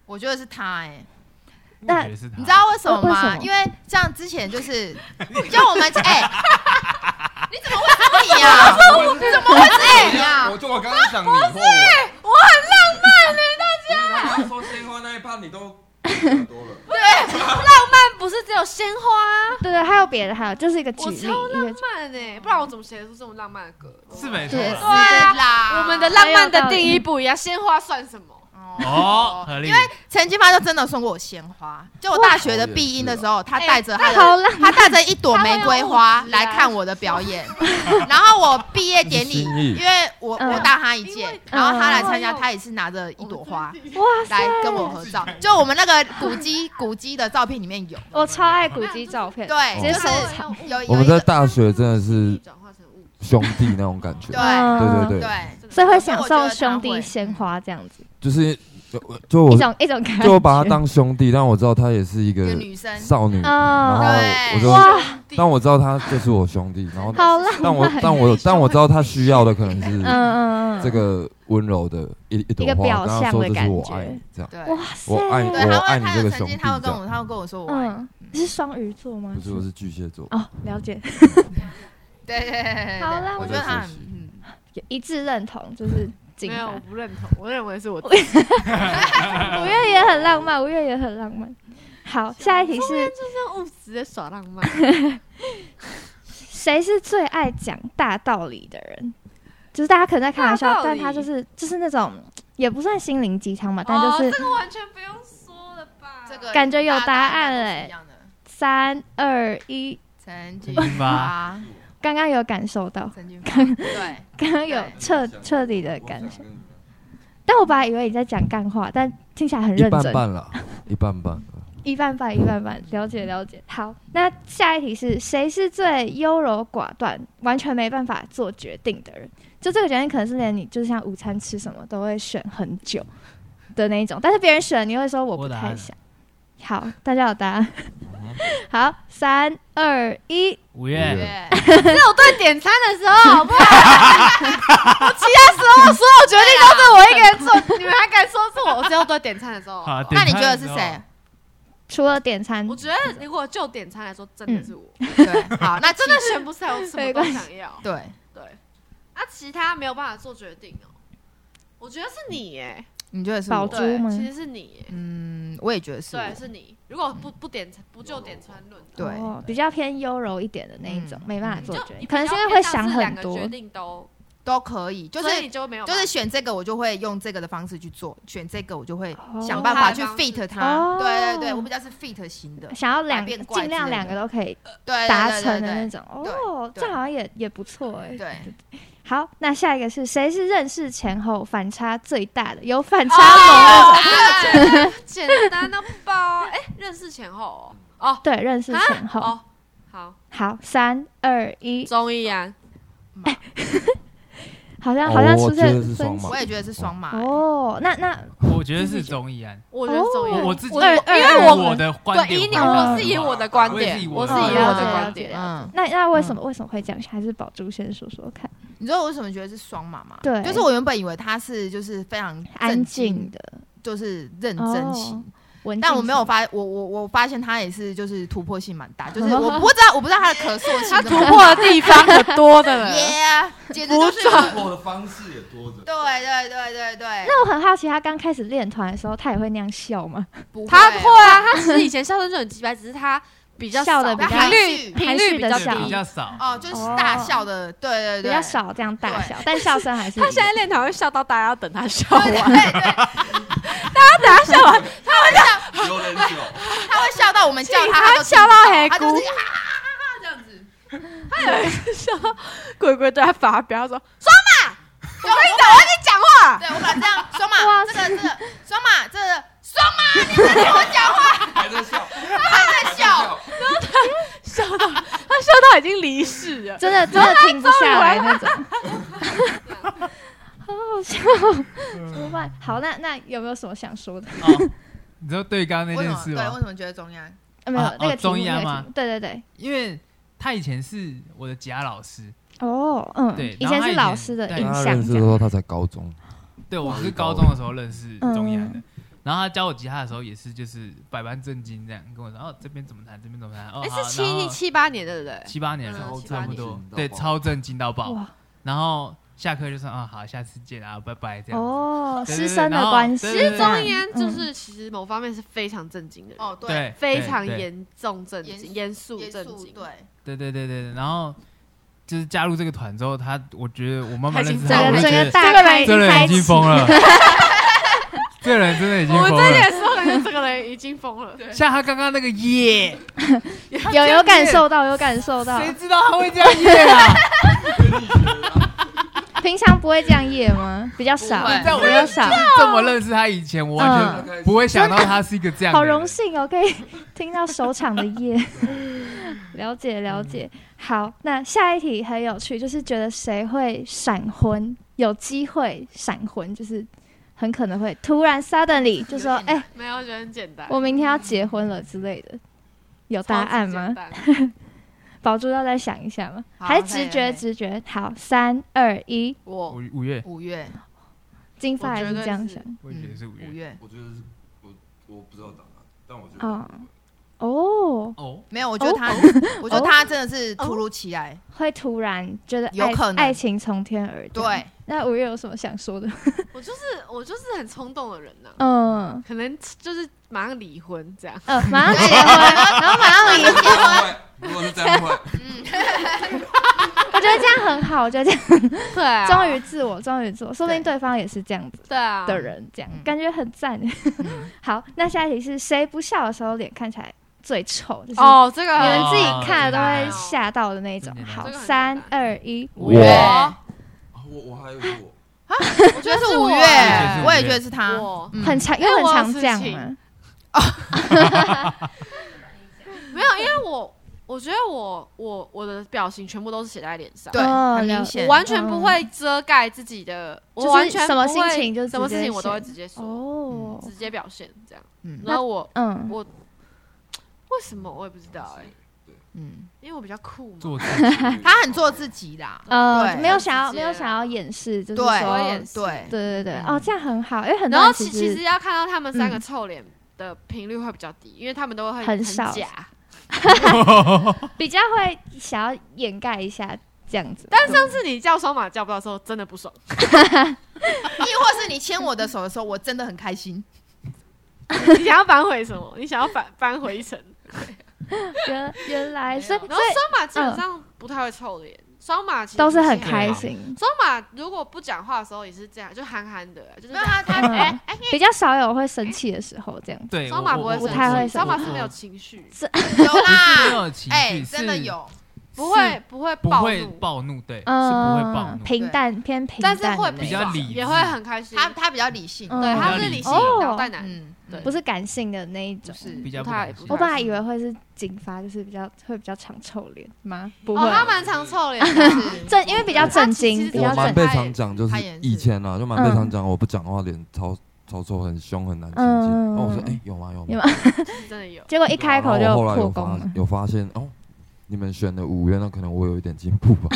Speaker 8: 我觉得是他哎、
Speaker 11: 那
Speaker 7: 也是他
Speaker 8: 你知哦道为什么
Speaker 11: 为哦什
Speaker 8: 吗？
Speaker 11: 么
Speaker 8: 因为像之前就是，就我们哎、你怎么会是你呀、啊？怎么会是你啊呀、
Speaker 6: 我就我刚刚想你，不是，
Speaker 8: 我很浪漫呢、
Speaker 6: 大家说鲜花那一趴你都想多了，
Speaker 5: 但不是只有鲜花、啊，
Speaker 11: 对对，还有别的，还有就是一个举
Speaker 5: 我
Speaker 11: 例，
Speaker 5: 超
Speaker 11: 一个
Speaker 5: 浪漫哎、不然我怎么写得出这么浪漫的歌？
Speaker 7: 是没错
Speaker 11: 对
Speaker 7: 啦，
Speaker 8: 对啊啦，
Speaker 5: 我们的浪漫的定义不一样，鲜花算什么？
Speaker 7: 哦，合理
Speaker 8: 因。为陈金发就真的送过我鲜花，就我大学的毕业的时候，他带着他
Speaker 11: 哎好
Speaker 8: 的
Speaker 11: 浪
Speaker 8: 他带着一朵玫瑰
Speaker 5: 他会用
Speaker 8: 花
Speaker 5: 物质啊
Speaker 8: 来看我的表演，然后我毕业典礼，
Speaker 6: 这是心意
Speaker 8: 因为我
Speaker 11: 啊嗯
Speaker 8: 我大他一届，然后他来参加，
Speaker 5: 嗯
Speaker 8: 他也是拿着一朵花
Speaker 11: 哇
Speaker 8: 来
Speaker 11: 塞，
Speaker 8: 跟我合照，就我们那个古迹古迹的照片里面有，
Speaker 11: 我超爱古迹照片，
Speaker 8: 对，
Speaker 11: 直接
Speaker 8: 就是
Speaker 11: 收
Speaker 5: 藏
Speaker 8: 有有
Speaker 6: 我们
Speaker 8: 一
Speaker 6: 在
Speaker 8: 个
Speaker 6: 大学真的是
Speaker 5: 转化成物质，
Speaker 6: 兄弟那种感觉，
Speaker 8: 对
Speaker 11: 嗯
Speaker 6: 对对
Speaker 8: 对。
Speaker 11: 所以会享受兄弟鲜花这样子，
Speaker 6: 就是就我
Speaker 11: 一种一种感觉，
Speaker 6: 就我把他当兄弟，但我知道他也是一
Speaker 8: 一个
Speaker 6: 个
Speaker 8: 女生，
Speaker 6: 少女，然后
Speaker 11: 嗯，
Speaker 6: 我就
Speaker 11: 哇，
Speaker 6: 但我知道他就是我兄弟，然后
Speaker 11: 好浪漫，
Speaker 6: 但 我但我但我知道他需要的可能
Speaker 11: 嗯
Speaker 6: 是
Speaker 11: 嗯嗯，
Speaker 6: 这个温柔的一一朵
Speaker 11: 一个
Speaker 6: 花，
Speaker 11: 表
Speaker 6: 跟他
Speaker 11: 象
Speaker 6: 说
Speaker 11: 的
Speaker 6: 这是
Speaker 11: 感
Speaker 6: 我
Speaker 11: 觉
Speaker 6: 爱你这样，
Speaker 8: 对
Speaker 11: 哇塞，
Speaker 6: 我爱
Speaker 8: 对，他
Speaker 6: 我爱
Speaker 8: 会
Speaker 6: 你
Speaker 8: 他
Speaker 6: 这
Speaker 8: 有
Speaker 6: 个
Speaker 8: 曾
Speaker 6: 兄
Speaker 8: 经
Speaker 6: 弟
Speaker 8: 他会跟我
Speaker 6: 这样
Speaker 8: 他会跟我说我爱你，
Speaker 11: 嗯，你是双鱼座吗？
Speaker 6: 不是我是巨蟹座，
Speaker 11: 哦，了解，
Speaker 8: 对对对对对，
Speaker 11: 好啦
Speaker 8: 对我
Speaker 11: 我
Speaker 8: 觉得
Speaker 6: 在
Speaker 8: 他
Speaker 6: 学习
Speaker 8: 很嗯。
Speaker 11: 一致认同，就是金
Speaker 5: 没有，我
Speaker 11: 发。
Speaker 5: 不认同，我认为是我
Speaker 11: 五月也很浪漫，五月也很浪漫。
Speaker 5: 啊
Speaker 11: 好，下一题是
Speaker 5: 用物质在耍浪漫。
Speaker 11: 谁是最爱讲大道理的人？就是大家可能在开玩
Speaker 5: 大
Speaker 11: 笑，
Speaker 5: 道
Speaker 11: 但
Speaker 5: 理
Speaker 11: 他就是就是那种也不算心灵鸡汤吧，但
Speaker 5: 哦，
Speaker 11: 就是
Speaker 5: 这个完全不用说了吧？
Speaker 8: 这个
Speaker 11: 感觉有答案欸
Speaker 8: 了
Speaker 11: 嘞三二一，
Speaker 8: 陈金
Speaker 7: 金
Speaker 8: 发
Speaker 7: 发，
Speaker 11: 刚刚有感受到，
Speaker 8: 陈 金发，对，
Speaker 11: 刚刚有彻彻底的感受。但我本来以为你在讲干话，但听起来很
Speaker 6: 一
Speaker 11: 认
Speaker 6: 半
Speaker 11: 真，
Speaker 6: 半啦，一半半。
Speaker 11: 一半半，一半半，了解了解。好，那下一题是谁是最优柔寡断、完全没办法做决定的人？就这个决定可能是连你就是像午餐吃什么都会选很久的那一种，但是别人选你会说我不
Speaker 7: 我答
Speaker 11: 太
Speaker 7: 案
Speaker 11: 想。好，大家有答案。好，三二一，
Speaker 7: 五月，
Speaker 8: 对，
Speaker 5: 我对点餐的时候，好不好？我其他时候所有决定都是我一个 人做，你们还敢说是我？我只有对点餐的时候。
Speaker 7: 好，
Speaker 8: 那
Speaker 7: 点
Speaker 8: 你觉
Speaker 7: 餐的
Speaker 8: 得是
Speaker 7: 时候
Speaker 6: 啊
Speaker 8: 谁？？
Speaker 11: 除了点餐
Speaker 5: 我，觉得如果就点餐来说，真的是我，
Speaker 8: 对，好，那
Speaker 5: 真的选不出来，我什么
Speaker 11: 嗯没
Speaker 5: 都
Speaker 11: 关系
Speaker 5: 想要。
Speaker 8: 对，
Speaker 5: 对，啊，其他没有办法做决定哦。我觉得是你哎，
Speaker 8: 你觉得是
Speaker 11: 宝
Speaker 8: 我？
Speaker 11: 珠
Speaker 5: 对，
Speaker 11: 吗
Speaker 5: 其实是你耶，
Speaker 8: 嗯，我也觉得是我，
Speaker 5: 对，是你。如果不不点不就点餐论的话，
Speaker 8: 对
Speaker 11: 哦，比较偏优柔一点的那一种，
Speaker 8: 嗯
Speaker 11: 没办法
Speaker 8: 嗯
Speaker 11: 做决
Speaker 5: 就
Speaker 11: 定，
Speaker 5: 你
Speaker 11: 可能
Speaker 5: 比
Speaker 11: 是
Speaker 5: 较
Speaker 11: 因为
Speaker 5: 偏
Speaker 11: 会
Speaker 5: 向
Speaker 11: 想
Speaker 5: 是两
Speaker 11: 很
Speaker 5: 个
Speaker 11: 多
Speaker 5: 决。定都，
Speaker 8: 都可以，就
Speaker 5: 所以你
Speaker 8: 是
Speaker 5: 就没有
Speaker 8: 就
Speaker 5: 办
Speaker 8: 是
Speaker 5: 法
Speaker 8: 选这个我就会用这个的方式去做，选这个我就会
Speaker 11: 哦
Speaker 8: 想办法去
Speaker 5: 用他的方式
Speaker 8: fit 它。
Speaker 11: 哦
Speaker 8: 对对对，我比较是 fit 型的，
Speaker 11: 想要两
Speaker 8: 百变怪
Speaker 11: 尽量
Speaker 8: 之类的
Speaker 11: 两个都可以
Speaker 8: 对，
Speaker 11: 达
Speaker 8: 对
Speaker 11: 成的那
Speaker 8: 对
Speaker 11: 种
Speaker 8: 对
Speaker 11: 哦，
Speaker 8: 对
Speaker 11: 这好像也也不错哎
Speaker 8: 对。对，
Speaker 11: 好，那下一个是谁是认识前后反差最大的？有
Speaker 8: 哦
Speaker 11: 反差萌的？
Speaker 5: 哦啊简单到爆！哎，认识前后哦，哦
Speaker 11: 对，认
Speaker 8: 啊
Speaker 11: 识前后。
Speaker 5: 哦，好，啊
Speaker 11: 好，三二一，
Speaker 5: 钟意安，
Speaker 11: 好像
Speaker 6: 哦
Speaker 11: 好像
Speaker 6: 我
Speaker 11: 出
Speaker 6: 觉得
Speaker 11: 现
Speaker 6: 是双马
Speaker 8: 我也觉得是双马。
Speaker 11: 哦，那那
Speaker 7: 我觉得是钟意安。
Speaker 5: 我觉得钟意
Speaker 7: 我
Speaker 11: 嗯
Speaker 5: 安，
Speaker 11: 哦
Speaker 7: 我自己，
Speaker 5: 因为
Speaker 11: 二
Speaker 5: 因为
Speaker 7: 我
Speaker 5: 我
Speaker 7: 的观
Speaker 5: 对
Speaker 7: 点，
Speaker 5: 以你，
Speaker 11: 我
Speaker 7: 的
Speaker 5: 我是以我的观
Speaker 7: 我也
Speaker 5: 点，
Speaker 7: 是以
Speaker 5: 我
Speaker 7: 我
Speaker 5: 是
Speaker 7: 的
Speaker 5: 以
Speaker 11: 观
Speaker 5: 我
Speaker 11: 点
Speaker 5: 的观
Speaker 11: 哦了解了
Speaker 5: 点
Speaker 11: 解，
Speaker 8: 嗯，
Speaker 11: 那那为什么为什么会这样？还是宝珠先说说看。
Speaker 8: 你知道我为什么觉得是双马吗？
Speaker 11: 对
Speaker 8: 就是我原本以为他是就是非常
Speaker 11: 安
Speaker 8: 正
Speaker 11: 静
Speaker 8: 经，
Speaker 11: 的
Speaker 8: 就是认真型
Speaker 11: 哦，文静型，
Speaker 8: 但我没有发，我我我发现他也是，就是突破性蛮 大，就是我不知道，我不知道他的可塑性怎么
Speaker 5: 的
Speaker 8: 样。
Speaker 5: 地方可多的
Speaker 8: 耶，简直就是我
Speaker 6: 我的方式也多着，
Speaker 8: 对对对对对，
Speaker 11: 那我很好奇，他刚开始练团的时候，他也会那样笑吗？
Speaker 8: 不会
Speaker 5: 他会啊，他其实以前笑声就很鸡掰，只是他比较
Speaker 11: 笑得
Speaker 5: 少
Speaker 11: 比较
Speaker 5: 频率
Speaker 8: 含蓄
Speaker 5: 频率比较
Speaker 11: 含
Speaker 7: 对
Speaker 11: 蓄地笑
Speaker 7: 比
Speaker 5: 低。
Speaker 7: 较少，
Speaker 8: 哦，就是大笑的，对对
Speaker 11: 比
Speaker 8: 对，
Speaker 11: 较少这样大
Speaker 8: 对
Speaker 11: 笑，但笑声还是
Speaker 5: 他
Speaker 11: 一
Speaker 5: 现在
Speaker 11: 样
Speaker 5: 练团会笑到大家要等他笑完，
Speaker 6: 有人有，
Speaker 8: 他会笑到我们叫他，
Speaker 5: 他
Speaker 8: 都
Speaker 5: 笑到黑
Speaker 8: 他就
Speaker 5: 哭
Speaker 8: 是，啊这样子，
Speaker 5: 笑到鬼鬼 对他发飙说
Speaker 8: 就我跟
Speaker 5: 在讲话，
Speaker 8: 对我把这样双马，
Speaker 11: 哇
Speaker 8: 这个这个双马，这个双马，你在听我讲话，
Speaker 6: 还在笑，
Speaker 8: 还在笑，
Speaker 5: 笑到他笑到已经离世了。
Speaker 11: 真的真的停不下来那种，好好笑，哦怎么办？好，那那有没有什么想说的？
Speaker 7: 哦你知道对刚刚那
Speaker 8: 为什
Speaker 7: 件
Speaker 8: 么？
Speaker 7: 事
Speaker 8: 对，为
Speaker 7: 吗？
Speaker 8: 什么觉得中央？
Speaker 11: 啊没有
Speaker 7: 啊
Speaker 11: 那个
Speaker 7: 哦
Speaker 11: 题目
Speaker 7: 综艺啊
Speaker 11: 那个
Speaker 7: 吗
Speaker 11: 题目对对对，
Speaker 7: 因为他以前是我的假老师，
Speaker 11: 哦，嗯，
Speaker 7: 对
Speaker 11: 以
Speaker 7: 然后
Speaker 11: 前
Speaker 7: 他
Speaker 11: 是
Speaker 7: 以
Speaker 11: 老
Speaker 7: 前
Speaker 11: 师的
Speaker 7: 对
Speaker 11: 影
Speaker 6: 跟他
Speaker 11: 响
Speaker 6: 认识的时
Speaker 11: 这样，
Speaker 6: 候他才高中，
Speaker 7: 对，我是高中的时候认识钟怡涵的。然后他教我吉他的时候也是，就是百般震惊这样跟我说，哦，这边怎么弹，这边怎么弹，哦，
Speaker 5: 哎，
Speaker 7: 好
Speaker 5: 是
Speaker 7: 然
Speaker 5: 七
Speaker 7: 后
Speaker 5: 七八年对不对？
Speaker 7: 七八年的时候
Speaker 5: 嗯七八
Speaker 7: 差
Speaker 5: 年
Speaker 7: 不多，
Speaker 6: 震惊到
Speaker 7: 对，
Speaker 6: 爆
Speaker 7: 超震惊到爆。
Speaker 11: 哇，
Speaker 7: 然后下课就说，啊，好，下次见啊，拜拜这样子。
Speaker 11: 哦，
Speaker 7: 对
Speaker 11: 师
Speaker 7: 对对
Speaker 11: 生的
Speaker 7: 然后
Speaker 11: 关系，
Speaker 7: 对对对
Speaker 5: 中烟就
Speaker 11: 嗯
Speaker 5: 是其实某方面是非常震惊的人，
Speaker 8: 哦，对，
Speaker 7: 对，
Speaker 5: 非
Speaker 7: 对
Speaker 5: 常，
Speaker 7: 对
Speaker 5: 严重震
Speaker 8: 严肃
Speaker 5: 惊、严肃
Speaker 8: 严
Speaker 5: 震
Speaker 8: 肃
Speaker 5: 惊。
Speaker 8: 对，
Speaker 7: 对对对对对。然后就是加入这个团之后，他我觉得我慢慢
Speaker 5: 开
Speaker 7: 认
Speaker 5: 心
Speaker 7: 识
Speaker 11: 整
Speaker 7: 他，我
Speaker 11: 个
Speaker 7: 就
Speaker 11: 整
Speaker 7: 觉
Speaker 11: 个
Speaker 7: 得
Speaker 11: 大开
Speaker 7: 这人
Speaker 11: 开
Speaker 7: 已经
Speaker 11: 启，
Speaker 7: 疯了， 这人真的已经
Speaker 5: 我们
Speaker 7: 疯
Speaker 5: 在的
Speaker 7: 了。
Speaker 5: 时候，感觉这个人已经疯了。
Speaker 7: 像他刚刚那个耶，
Speaker 11: 有有感受到，有感受到，
Speaker 7: 谁知道他会这样耶啊？
Speaker 11: 平常不会这样夜吗？比较少
Speaker 8: 不会，
Speaker 7: 在我
Speaker 11: 比较少，
Speaker 7: 这么认识他以前，我完全不会想到他是一个这样的
Speaker 11: 嗯好
Speaker 7: 人。
Speaker 11: 荣幸哦，可以听到首场的夜。了解了解，好，那下一题很有趣，就是觉得谁会闪婚，有机会闪婚，就是很可能会突然 suddenly 就说，哎、
Speaker 5: 没有，我觉得很简单。
Speaker 11: 我明天要结婚了之类的，有答案吗？
Speaker 5: 超级简单？
Speaker 11: 宝珠要再想一下吗？
Speaker 8: 好
Speaker 11: 还是
Speaker 8: 可以
Speaker 11: 直觉？
Speaker 8: 可以
Speaker 11: 直觉，好，三二一，
Speaker 8: 我
Speaker 7: 五五月，
Speaker 8: 五月，
Speaker 11: 金发
Speaker 5: 我
Speaker 11: 还
Speaker 5: 觉
Speaker 11: 是
Speaker 5: 得
Speaker 11: 这样
Speaker 5: 是
Speaker 11: 想，
Speaker 7: 我也觉得是五
Speaker 8: 五
Speaker 5: 嗯
Speaker 7: 月。
Speaker 8: 月
Speaker 6: 我觉得是我我不知道答案，但我觉
Speaker 11: 哦哦，
Speaker 7: 哦，
Speaker 8: 没有，我觉得
Speaker 11: 哦
Speaker 8: 他，我觉得他真的是突如其来，
Speaker 5: 哦
Speaker 11: 会突然觉得爱
Speaker 8: 有可能
Speaker 11: 爱情从天而降。
Speaker 8: 对，
Speaker 11: 那五月有什么想说的？
Speaker 5: 我就是我就是很冲动的人呐，
Speaker 11: 嗯
Speaker 5: 可能就是马上离婚这 样。
Speaker 11: 呃， 马上结婚，然后马上离婚，
Speaker 6: 如果是这样会，
Speaker 11: 我觉得这样很好，我觉得这样
Speaker 5: 对啊，
Speaker 11: 忠于自我，忠于自我，说不定
Speaker 8: 对
Speaker 11: 对方也是这样子
Speaker 5: 对啊
Speaker 11: 的人，这样
Speaker 8: 嗯
Speaker 11: 感觉很 赞。 好，那下一题是谁不笑的时候脸看起来最丑？就是
Speaker 5: 哦，这
Speaker 11: 你
Speaker 5: 个
Speaker 11: 们自己
Speaker 7: 哦
Speaker 11: 看了都
Speaker 5: 这个
Speaker 11: 会
Speaker 5: 很
Speaker 11: 吓到的那一种
Speaker 7: 这。个
Speaker 11: 好，
Speaker 5: 很简
Speaker 11: 三
Speaker 5: 单
Speaker 11: 二一，
Speaker 6: 五月
Speaker 8: 我
Speaker 6: 我我还有一个
Speaker 8: 我觉得是五
Speaker 5: 我啊
Speaker 8: 月
Speaker 7: 也觉得是五月，
Speaker 8: 我也觉得是他，
Speaker 5: 我
Speaker 8: 嗯
Speaker 11: 很常，因
Speaker 5: 因为
Speaker 11: 为很
Speaker 5: 我有
Speaker 11: 常
Speaker 5: 事
Speaker 11: 这样
Speaker 5: 情
Speaker 11: 嘛。
Speaker 5: 没有，因为我我觉得我我我的表情全部都是写在脸上，
Speaker 8: 对，
Speaker 11: 哦
Speaker 8: 很
Speaker 11: 了
Speaker 8: 明显
Speaker 5: 我，完全不会遮盖自己的，
Speaker 11: 嗯是
Speaker 5: 我完全
Speaker 11: 什么
Speaker 5: 不会
Speaker 11: 心情就直接
Speaker 5: 什么事情我都会
Speaker 11: 写
Speaker 5: 直接说，
Speaker 11: 哦，
Speaker 5: 直接表现这样。
Speaker 8: 嗯
Speaker 5: 然后我
Speaker 11: 嗯，
Speaker 5: 我为什么我也不知道哎，
Speaker 8: 嗯，
Speaker 5: 因为我比较酷嘛。
Speaker 7: 做自
Speaker 8: 他很做自己啦，
Speaker 11: 呃，
Speaker 8: 对
Speaker 11: 没有想要
Speaker 5: 很直
Speaker 11: 没
Speaker 5: 接
Speaker 11: 有想要掩饰，就是
Speaker 8: 对
Speaker 11: 说
Speaker 5: 我也是
Speaker 8: 对，
Speaker 11: 对对对，
Speaker 8: 嗯
Speaker 11: 哦，这样很好，因为很
Speaker 5: 然
Speaker 11: 多
Speaker 5: 后
Speaker 11: 人
Speaker 5: 其其
Speaker 11: 实
Speaker 5: 实要看到他们三个
Speaker 11: 嗯
Speaker 5: 臭脸的频率会比较低，因为他们都会
Speaker 11: 很少
Speaker 5: 假，
Speaker 11: 比较会想要掩盖一下这样子。
Speaker 5: 但上次你叫双马叫不到的时候，真的不
Speaker 11: 嗯
Speaker 5: 爽。
Speaker 8: 亦或是你牵我的手的时候，我真的很开心，
Speaker 5: 你想要扳回什么？ 你想要扳扳回一城。
Speaker 11: 原原来哎所以
Speaker 5: 然
Speaker 11: 所
Speaker 5: 后
Speaker 11: 以
Speaker 5: 双马基本上不太会臭脸，双马其实
Speaker 11: 都是很
Speaker 5: 脾
Speaker 7: 啊
Speaker 5: 气
Speaker 11: 开
Speaker 5: 好。
Speaker 11: 心，
Speaker 5: 双马如果不讲话的时候也是这样，就憨憨的，就是
Speaker 8: 没有他他
Speaker 11: 嗯
Speaker 5: 哎哎，
Speaker 11: 比较少有会生气的时候这样子。
Speaker 7: 对，
Speaker 5: 双马
Speaker 7: 我
Speaker 5: 不会
Speaker 7: 我
Speaker 5: 生
Speaker 11: 不太会
Speaker 5: 气，
Speaker 11: 生
Speaker 5: 双马
Speaker 7: 气嗯
Speaker 5: 是没有情绪，
Speaker 8: 有
Speaker 7: 没
Speaker 8: 啦，
Speaker 7: 有情
Speaker 8: 哎，
Speaker 7: 绪，
Speaker 8: 真的，有，
Speaker 5: 不会不会
Speaker 7: 不
Speaker 5: 暴
Speaker 7: 会
Speaker 5: 怒，
Speaker 7: 暴怒，对，是不会暴
Speaker 11: 嗯，
Speaker 7: 怒。
Speaker 11: 平淡偏平
Speaker 5: 但
Speaker 11: 淡
Speaker 5: 是
Speaker 11: 的那种，
Speaker 5: 会
Speaker 7: 比较理
Speaker 5: 也会很开心。
Speaker 8: 他他比较理性，
Speaker 11: 嗯
Speaker 5: 对，他
Speaker 7: 比较
Speaker 5: 是
Speaker 7: 理哦
Speaker 5: 理性
Speaker 11: 性
Speaker 5: 脑袋男，
Speaker 8: 嗯，
Speaker 5: 对
Speaker 11: 不是感性的那一种。
Speaker 8: 是
Speaker 7: 比较
Speaker 5: 不
Speaker 7: 不
Speaker 5: 太
Speaker 7: 开心
Speaker 5: 不
Speaker 11: 我
Speaker 5: 太
Speaker 11: 本来以为会是金发，就是比较会比较长臭脸吗？不
Speaker 5: 哦，
Speaker 11: 会，
Speaker 5: 他蛮常臭 脸的，
Speaker 11: 正因为比较震惊，
Speaker 5: 他其
Speaker 11: 比
Speaker 5: 实
Speaker 11: 较
Speaker 6: 我蛮
Speaker 11: 震
Speaker 6: 被常讲，就是
Speaker 8: 他也是
Speaker 6: 以前啊，就蛮
Speaker 11: 嗯
Speaker 6: 被常讲，我不讲话脸超超臭，很凶，很难亲近。然
Speaker 11: 嗯
Speaker 6: 后我说，哎，有吗？有
Speaker 11: 有
Speaker 6: 吗
Speaker 11: 吗？
Speaker 5: 是真的有。
Speaker 11: 结果一开口
Speaker 6: 啊
Speaker 11: 就
Speaker 6: 然后后来
Speaker 11: 破
Speaker 6: 有
Speaker 11: 功
Speaker 6: 发
Speaker 11: 了。
Speaker 6: 有发现哦，你们选的五月，那可能我有一点进步 吧。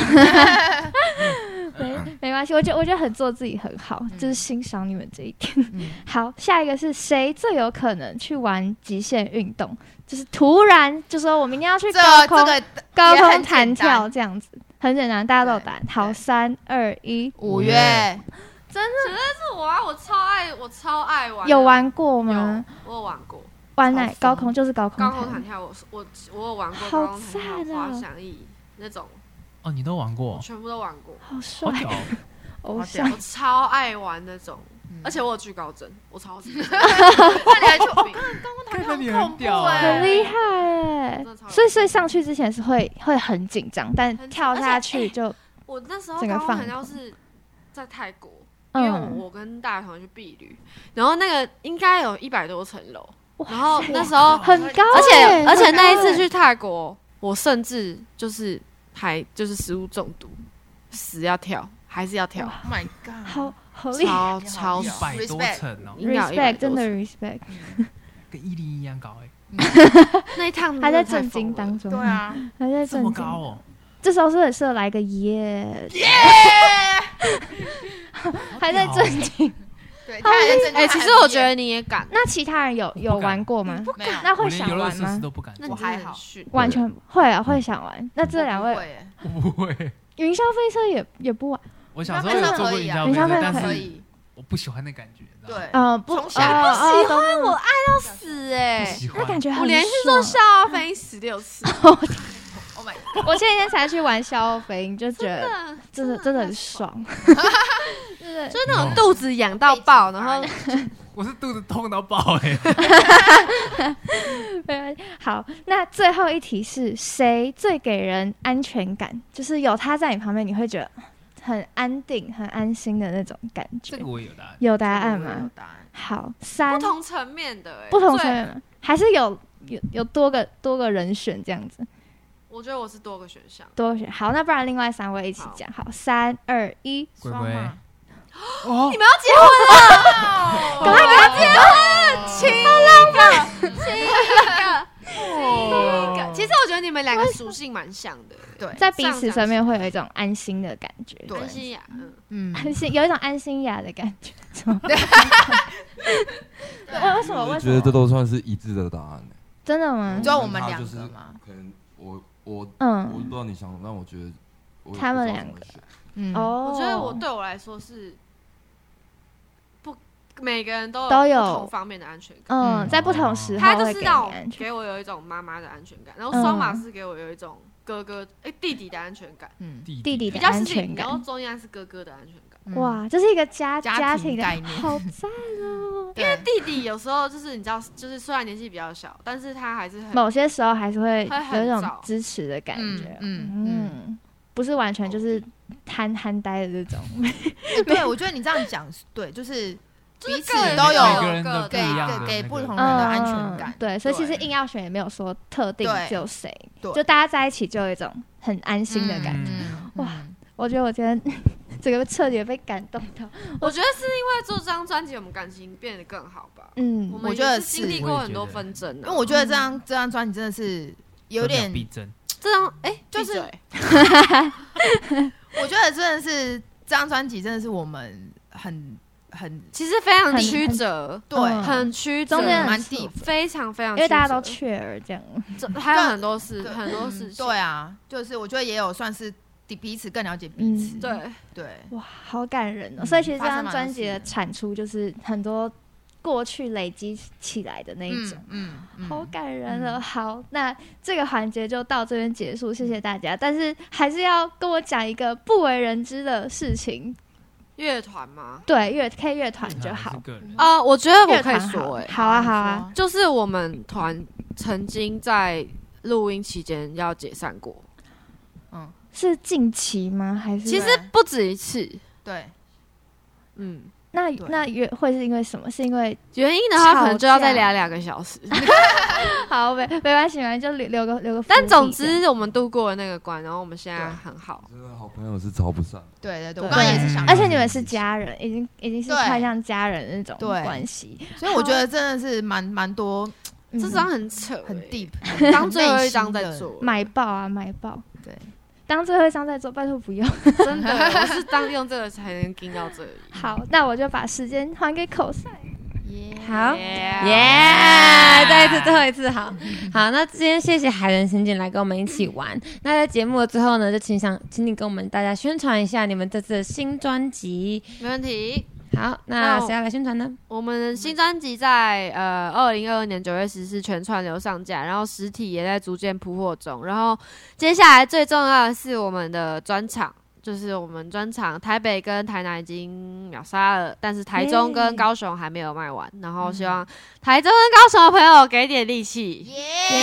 Speaker 11: 没没关系，我觉得我觉得很做自己很好，
Speaker 8: 嗯
Speaker 11: 就是欣赏你们这一点。
Speaker 8: 嗯
Speaker 11: 好，下一个是谁最有可能去玩极限运动？就是突然就说我明天要去
Speaker 8: 这
Speaker 11: 高空
Speaker 8: 这个
Speaker 11: 高
Speaker 8: 也
Speaker 11: 空
Speaker 8: 很
Speaker 11: 弹
Speaker 8: 简单
Speaker 11: 跳这样子，很简单，大家都有答案。
Speaker 8: 对
Speaker 11: 好，
Speaker 8: 对
Speaker 11: 三二一，
Speaker 8: 五月，
Speaker 5: 是我啊，我超爱，我超爱玩的。
Speaker 11: 有玩
Speaker 5: 啊
Speaker 11: 过
Speaker 5: 有
Speaker 11: 吗？
Speaker 5: 我有玩过
Speaker 11: 玩哪
Speaker 8: 好
Speaker 11: 高
Speaker 8: 疯
Speaker 11: 空就是高空
Speaker 5: 高空
Speaker 11: 弹
Speaker 5: 弹，跳，我是我我有玩过
Speaker 11: 好
Speaker 5: 高空弹
Speaker 11: 赞
Speaker 5: 跳、
Speaker 11: 啊
Speaker 5: 滑翔翼那种，
Speaker 7: 哦，你都玩过，
Speaker 5: 全部都玩过。
Speaker 11: 好帅
Speaker 7: 好， 屌哦！
Speaker 11: 偶
Speaker 8: 好
Speaker 11: 像
Speaker 5: 我超爱玩那种，
Speaker 8: 嗯
Speaker 5: 而且我有惧高症，我超 级。
Speaker 8: 那你还 去
Speaker 7: 看着你很屌哦
Speaker 8: 很恐怖
Speaker 11: 很
Speaker 8: 哎
Speaker 11: 厉害哎
Speaker 5: 真的超！有
Speaker 11: 所以所以上去之前是会会很紧张，但
Speaker 5: 很紧
Speaker 11: 跳下
Speaker 5: 而且
Speaker 11: 去
Speaker 5: 哎
Speaker 11: 就
Speaker 5: 我那时候
Speaker 11: 整个
Speaker 5: 高空弹
Speaker 11: 放
Speaker 5: 跳是在泰国，因为
Speaker 11: 嗯，
Speaker 5: 我跟大学同学去避旅，然后那个应该有一百多层楼，
Speaker 11: 哇
Speaker 5: 然后那时候
Speaker 11: 很高
Speaker 5: 而
Speaker 11: 哎，
Speaker 5: 且而且
Speaker 11: 很
Speaker 5: 那一
Speaker 11: 高
Speaker 5: 次
Speaker 11: 哎
Speaker 5: 去泰国，我甚至就是还就是食物中毒，死要跳，还是要跳，
Speaker 8: ？Oh my god！
Speaker 11: 好好厉害哦
Speaker 5: 超超
Speaker 8: 厉
Speaker 7: 一
Speaker 8: 害
Speaker 7: 百多
Speaker 8: Respect
Speaker 7: 层哦，
Speaker 5: 应该有100
Speaker 11: ，respect 真的
Speaker 5: 多
Speaker 11: respect，
Speaker 7: 跟一零一样高哎，
Speaker 5: 那一趟
Speaker 11: 还
Speaker 5: 真的太
Speaker 11: 在震惊
Speaker 5: 疯了
Speaker 11: 当中，
Speaker 8: 对，啊，
Speaker 11: 还在
Speaker 7: 这
Speaker 11: 震
Speaker 7: 么高
Speaker 11: 惊，
Speaker 7: 哦，
Speaker 11: 这时候是不是很适合来个耶耶，还在震惊。
Speaker 8: 对，他还在震惊
Speaker 5: 哎、其实我觉得你也敢，
Speaker 11: 那其他人有有
Speaker 7: 不敢
Speaker 11: 玩过
Speaker 5: 嗯
Speaker 11: 吗？
Speaker 8: 没有，
Speaker 11: 那
Speaker 7: 我
Speaker 11: 会
Speaker 7: 连
Speaker 11: 想
Speaker 7: 游乐
Speaker 11: 玩
Speaker 7: 设施
Speaker 11: 吗？
Speaker 7: 都不敢，
Speaker 5: 那
Speaker 8: 我
Speaker 5: 你
Speaker 8: 还
Speaker 5: 真的
Speaker 8: 好
Speaker 5: 很逊
Speaker 11: 完全会啊，会想玩。那这两
Speaker 8: 我不
Speaker 11: 位
Speaker 8: 会耶
Speaker 7: 我不会。
Speaker 11: 云霄飞车也也不玩，
Speaker 7: 我小时候有做过
Speaker 5: 啊
Speaker 7: 云霄
Speaker 11: 云
Speaker 7: 飞车，
Speaker 11: 霄飞车
Speaker 7: 但
Speaker 8: 可
Speaker 7: 是
Speaker 8: 以，
Speaker 7: 我不喜欢那感觉，你知道吗
Speaker 8: 对，
Speaker 11: 呃，不，
Speaker 8: 从小
Speaker 11: 呃
Speaker 5: 喜欢
Speaker 11: 哦懂
Speaker 5: 我爱到死哎、
Speaker 7: 不喜
Speaker 11: 那感
Speaker 7: 欢。
Speaker 11: 觉很
Speaker 5: 我连续
Speaker 11: 爽啊
Speaker 5: 做笑傲飞鹰十六次，
Speaker 8: ，Oh my，god，
Speaker 11: 我前几天才去玩消傲飞鹰，就觉得 真的真的很
Speaker 5: 太
Speaker 11: 爽，真的
Speaker 5: 就是那种肚子痒到爆，然后
Speaker 7: 我是肚子痛到爆哎，
Speaker 11: 没关系好，那最后一题是谁最给人安全感？就是有他在你旁边，你会觉得很安定、很安心的那种感
Speaker 7: 这
Speaker 11: 觉
Speaker 7: 哎个。我也有答案。
Speaker 11: 有答案
Speaker 8: 我没有
Speaker 11: 吗？
Speaker 8: 答案，
Speaker 11: 好，三
Speaker 5: 不同层面的、欸，
Speaker 11: 不同
Speaker 5: 最
Speaker 11: 学员吗？还是有有有多个多个人选这样子，
Speaker 5: 我觉得我是多个选项，
Speaker 11: 多个选。好，那不然另外三位一起讲。好，三二一，
Speaker 7: 龟
Speaker 8: 双
Speaker 7: 龟
Speaker 8: 嘛，
Speaker 7: 哦
Speaker 5: 你，们要结婚了，
Speaker 11: 赶快赶快
Speaker 5: 亲一哦
Speaker 11: 啊
Speaker 5: 个，亲一个，亲一个。其实我觉得你们两个属性蛮像的，
Speaker 8: 对
Speaker 11: 在彼此身边会有一种安心的感觉，
Speaker 8: 对
Speaker 5: 安心呀，嗯，
Speaker 8: 嗯，
Speaker 11: 安心有一种安心雅的感觉。什么 为为什么？
Speaker 6: 我
Speaker 11: 为什
Speaker 6: 觉得这
Speaker 11: 么？
Speaker 6: 都算是一致的答案、欸。
Speaker 11: 真的吗
Speaker 8: 你知？道我们
Speaker 6: 他
Speaker 8: 两
Speaker 6: 就是
Speaker 8: 个吗？
Speaker 6: 可能我我我不
Speaker 11: 嗯
Speaker 6: 知，道你想，但我觉得我也
Speaker 11: 他们
Speaker 6: 不知道怎么
Speaker 11: 两个
Speaker 6: 选
Speaker 8: 嗯，
Speaker 11: 哦，
Speaker 5: 我觉得我对我来说是不每个人都
Speaker 11: 都有
Speaker 5: 有不同方面的安全感，
Speaker 11: 嗯，
Speaker 8: 嗯
Speaker 11: 在不同时候
Speaker 5: 他就
Speaker 11: 会
Speaker 5: 是
Speaker 11: 给
Speaker 5: 让
Speaker 11: 你
Speaker 5: 我
Speaker 11: 安全
Speaker 5: 给我有一种妈妈的安全感，然后
Speaker 11: 嗯
Speaker 5: 双马是给我有一种哥哥哎弟弟的安全感，
Speaker 8: 嗯，
Speaker 7: 弟
Speaker 11: 弟弟
Speaker 5: 比
Speaker 11: 的
Speaker 5: 较
Speaker 11: 安
Speaker 5: 是弟
Speaker 11: 全
Speaker 5: 弟，然后
Speaker 11: 感。
Speaker 5: 中间是哥哥的安全感。
Speaker 8: 嗯，
Speaker 11: 哇，这是一个家
Speaker 8: 家
Speaker 11: 庭
Speaker 8: 庭
Speaker 11: 的
Speaker 8: 概念
Speaker 11: 好 赞
Speaker 7: 嗯
Speaker 11: 哦！
Speaker 8: 对，因为
Speaker 5: 弟弟有时候就是你知道，就是虽然年纪比较小，但是他还是很
Speaker 11: 某些时候还是会
Speaker 5: 会很
Speaker 11: 有一种
Speaker 5: 早
Speaker 11: 支持的感觉，
Speaker 8: 嗯
Speaker 11: 嗯
Speaker 8: 嗯
Speaker 11: 不是完全就是憨憨呆的这种，
Speaker 8: 嗯对，我觉得你这样讲是对，就是彼此
Speaker 5: 个人
Speaker 8: 都
Speaker 7: 每个
Speaker 8: 有
Speaker 7: 人的不
Speaker 8: 给
Speaker 7: 一样的那个
Speaker 8: 给给不
Speaker 11: 嗯
Speaker 8: 同人的安全感，
Speaker 11: 对，所以其实
Speaker 8: 对
Speaker 11: 硬要选也没有说特定
Speaker 8: 对
Speaker 11: 只有谁，
Speaker 8: 对
Speaker 11: 就大家在一起就有一种很安心的感觉。
Speaker 7: 觉
Speaker 8: 嗯
Speaker 11: 哇，
Speaker 8: 嗯
Speaker 11: 我觉得 我今天整个彻底被感动到，
Speaker 5: 我觉得是因为做这张专辑，我们感情变得更好吧。
Speaker 11: 嗯
Speaker 5: 我，们
Speaker 8: 我觉得
Speaker 5: 也是经历
Speaker 7: 是
Speaker 5: 过很多纷争、啊，
Speaker 8: 因为我觉得这张这张专辑真的是有点，
Speaker 7: 逼真，
Speaker 5: 这张哎、
Speaker 8: 就
Speaker 5: 闭
Speaker 8: 是
Speaker 5: 嘴
Speaker 8: 我觉得真的是这张专辑真的是我们很很
Speaker 5: 其实非常
Speaker 11: 很
Speaker 5: 曲折，
Speaker 8: 对
Speaker 11: 嗯
Speaker 5: 很曲折，
Speaker 11: 中间很
Speaker 8: 蛮
Speaker 11: 刺
Speaker 8: deep
Speaker 5: 非常非常曲折，
Speaker 11: 因为大家都雀儿这样，
Speaker 5: 这还有很多事，
Speaker 8: 对
Speaker 5: 很多
Speaker 8: 嗯
Speaker 5: 事情，
Speaker 8: 对啊，就是我觉得也有算是比彼此更了解彼此，
Speaker 11: 嗯，。
Speaker 5: 对
Speaker 8: 对，
Speaker 11: 哇，好感人哦！
Speaker 8: 嗯
Speaker 11: 所以其实这
Speaker 8: 发生
Speaker 11: 张
Speaker 8: 蛮多
Speaker 11: 专辑
Speaker 8: 事
Speaker 11: 的
Speaker 8: 的
Speaker 11: 产出就是很多过去累积起来的那一种。
Speaker 8: 嗯嗯
Speaker 11: 好感人了。好，那这个环节就到这边结束，谢谢大家。但是还是要跟我讲一个不为人知的事情，
Speaker 5: 乐团嘛，
Speaker 11: 对乐 K 乐团就好，
Speaker 7: 个人
Speaker 5: 啊、我觉得我
Speaker 11: 乐
Speaker 5: 可以
Speaker 11: 团好
Speaker 5: 说、哎，
Speaker 11: 好啊好啊，，
Speaker 5: 就是我们团曾经在录音期间要解散过，
Speaker 11: 是近期吗？还是啊
Speaker 5: 其实
Speaker 8: 对
Speaker 5: 不止一次，
Speaker 8: 对，
Speaker 5: 嗯，
Speaker 11: 那
Speaker 8: 对
Speaker 11: 那约会是因为什么？是因为
Speaker 5: 原因的话可能就要
Speaker 11: 吵
Speaker 5: 再
Speaker 11: 架
Speaker 5: 聊两个小时，
Speaker 11: 好没没关系，没关系，就留留个留个伏笔这 样。
Speaker 5: 但总之我们度过了那个关，然后我们现在
Speaker 8: 对
Speaker 5: 很好。
Speaker 6: 真的好朋友是找不散的。
Speaker 8: 对对对，
Speaker 5: 对
Speaker 8: 我刚刚也是想到
Speaker 11: 而且你们是家人，已经已经是
Speaker 8: 对
Speaker 11: 快像家人的那种
Speaker 8: 对
Speaker 11: 关系，
Speaker 8: 所以我觉得真的是蛮蛮多
Speaker 11: 嗯
Speaker 5: 这张很扯、欸，
Speaker 8: 很 deep，
Speaker 5: 当最后一张在做，
Speaker 11: 买爆啊买爆，
Speaker 8: 对，
Speaker 11: 当最后一张再做，拜托不要。
Speaker 5: 真的，我是当用这个才能盯到这里。
Speaker 11: 好，那我就把时间还给口塞。
Speaker 3: 好。耶、
Speaker 5: 耶
Speaker 3: 再一次，最后一次，好好。那今天谢谢海人刑警来跟我们一起玩。那在节目的最后呢，就请想，请你跟我们大家宣传一下你们这次的新专辑。
Speaker 5: 没问题。
Speaker 3: 好，那
Speaker 5: 那我
Speaker 3: 谁要来宣传呢？
Speaker 5: 我们的新专辑在呃二零二二年九月十四全串流上架，然后实体也在逐渐铺货中。然后接下来最重要的是我们的专场，就是我们专场台北跟台南已经秒杀了，但是台中跟高雄还没有卖完。然后希
Speaker 8: 嗯
Speaker 5: 望台中跟高雄的朋友给点力气，
Speaker 3: 没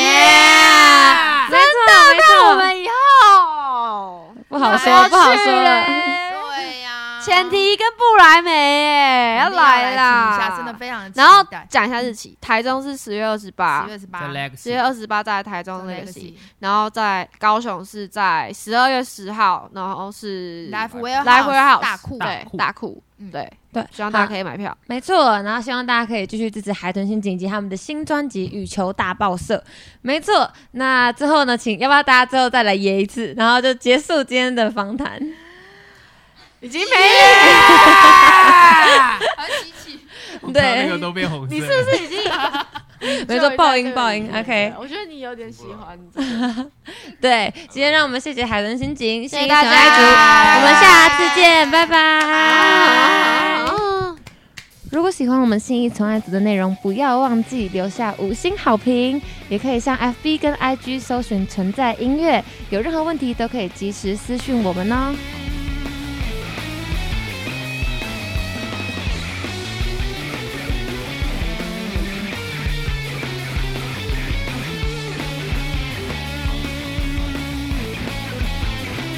Speaker 3: 错，没
Speaker 5: 那
Speaker 3: 错，
Speaker 5: 我们以后
Speaker 3: 不好说，不好说了。
Speaker 5: 了。
Speaker 8: 对呀，
Speaker 5: 前提跟布莱梅耶，
Speaker 8: 一定
Speaker 5: 来
Speaker 8: 听一
Speaker 5: 啦！
Speaker 8: 下真的非常期
Speaker 5: 然后
Speaker 8: 待。
Speaker 5: 讲一下日期，台中是十月二十八
Speaker 8: 十，月十八
Speaker 7: 在，
Speaker 5: 十
Speaker 7: Legacy
Speaker 5: 月二十八在台中
Speaker 8: 中
Speaker 5: 那
Speaker 8: 那
Speaker 5: 个
Speaker 8: 个
Speaker 5: 戏，
Speaker 8: 戏
Speaker 5: 然后在高雄是在十二月十号，然后是
Speaker 8: Life Warehouse
Speaker 5: 来回 house
Speaker 8: 大库
Speaker 7: 大
Speaker 5: 对
Speaker 7: 库
Speaker 5: 大库
Speaker 8: 嗯
Speaker 5: 对
Speaker 3: 对
Speaker 5: 希望大家可以买票。
Speaker 3: 没错，然后希望大家可以继续支持海豚刑警以及他们的新专辑《羽球大爆社》。没错，那最后呢，请要不要大家最后再来耶一次，然后就结束今天的访谈。
Speaker 5: 已经没了，
Speaker 7: 我看到
Speaker 3: 对
Speaker 7: 那个都变红色
Speaker 5: 你
Speaker 7: 了，
Speaker 5: 是不是已经
Speaker 3: 没错，爆音爆音
Speaker 5: 对
Speaker 3: ，OK。
Speaker 5: 我觉得你有点喜欢这个。
Speaker 3: 对，今天让我们谢谢海伦刑警，谢
Speaker 5: 谢大家
Speaker 3: 爱竹，我们下次见，拜
Speaker 5: 啊
Speaker 3: 拜。如果喜欢我们信义从爱组的内容，不要忘记留下五星好评，也可以上 FB 跟 IG 搜寻“存在音乐”，有任何问题都可以及时私讯我们哦。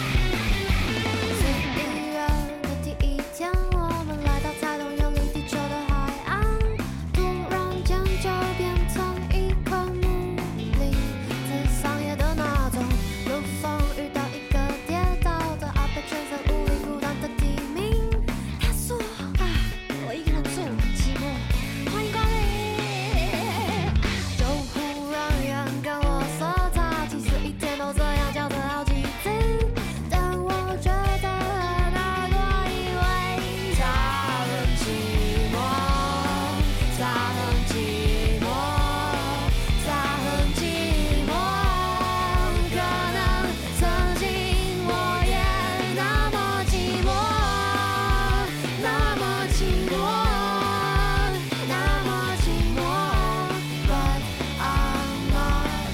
Speaker 1: 四一月的第一天，我们来到才懂游离地球的海岸，突然间就变成一颗木林子桑叶的那种。路风遇到一个跌倒的阿伯，全身无力孤单的地名。他说：“啊，我一个人住，寂寞，欢迎光临。”就忽然有人跟我说，他其实一天都这样叫着好几次。但我觉得很耳朵，因为他很寂寞，他很寂寞，他很寂寞。可能曾经我也那么寂寞，那么寂寞，那么寂寞。But 뭐,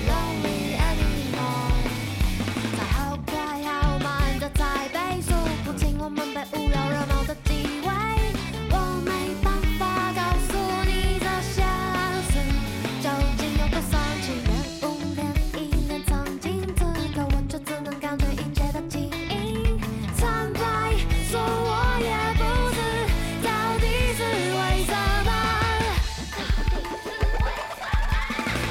Speaker 1: I'm not lonely anymore。在好快好慢的台北，数不清我们被无聊惹毛的机会。我没办法告诉你这些事，究竟有多伤心。连五年一年藏进子，可我却只能感觉一切的记忆。坦白说，我也不知到底是为什么。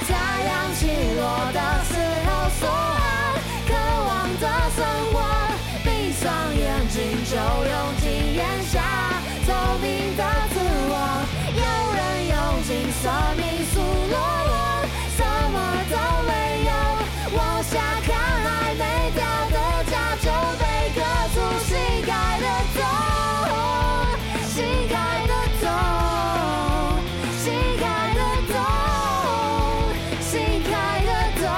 Speaker 1: 太阳起落的时候，说好渴望的生活，闭上眼睛就用尽眼下透明的自我。有人用尽生命数落我，什么都没有，往下看还没掉的家就被割出膝盖的洞，膝盖的洞。新开的洞，新开的洞。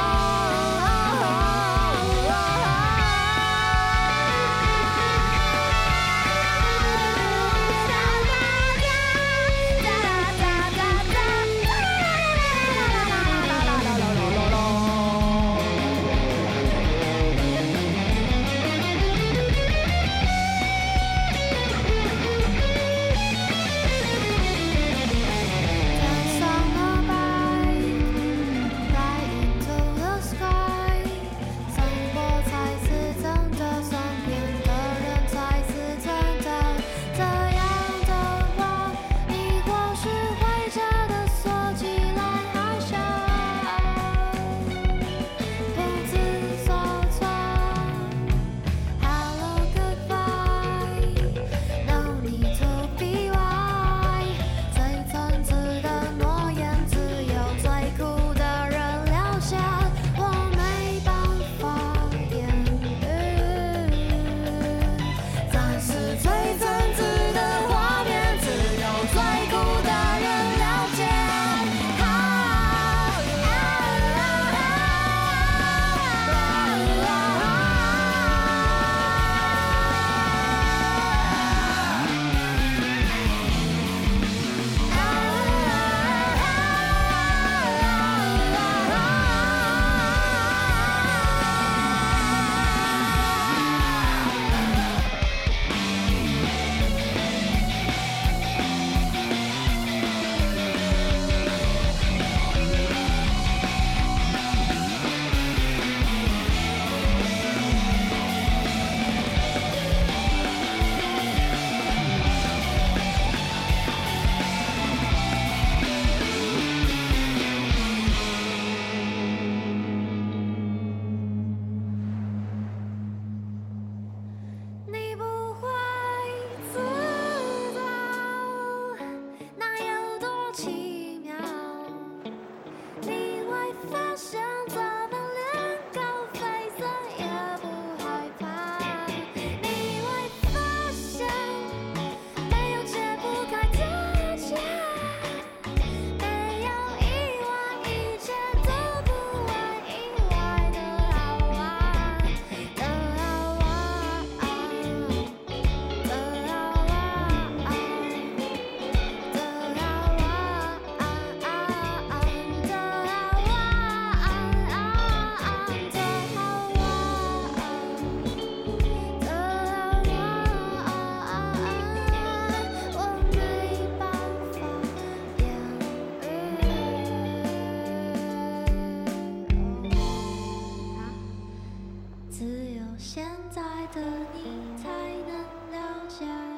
Speaker 1: 现在的你才能了解。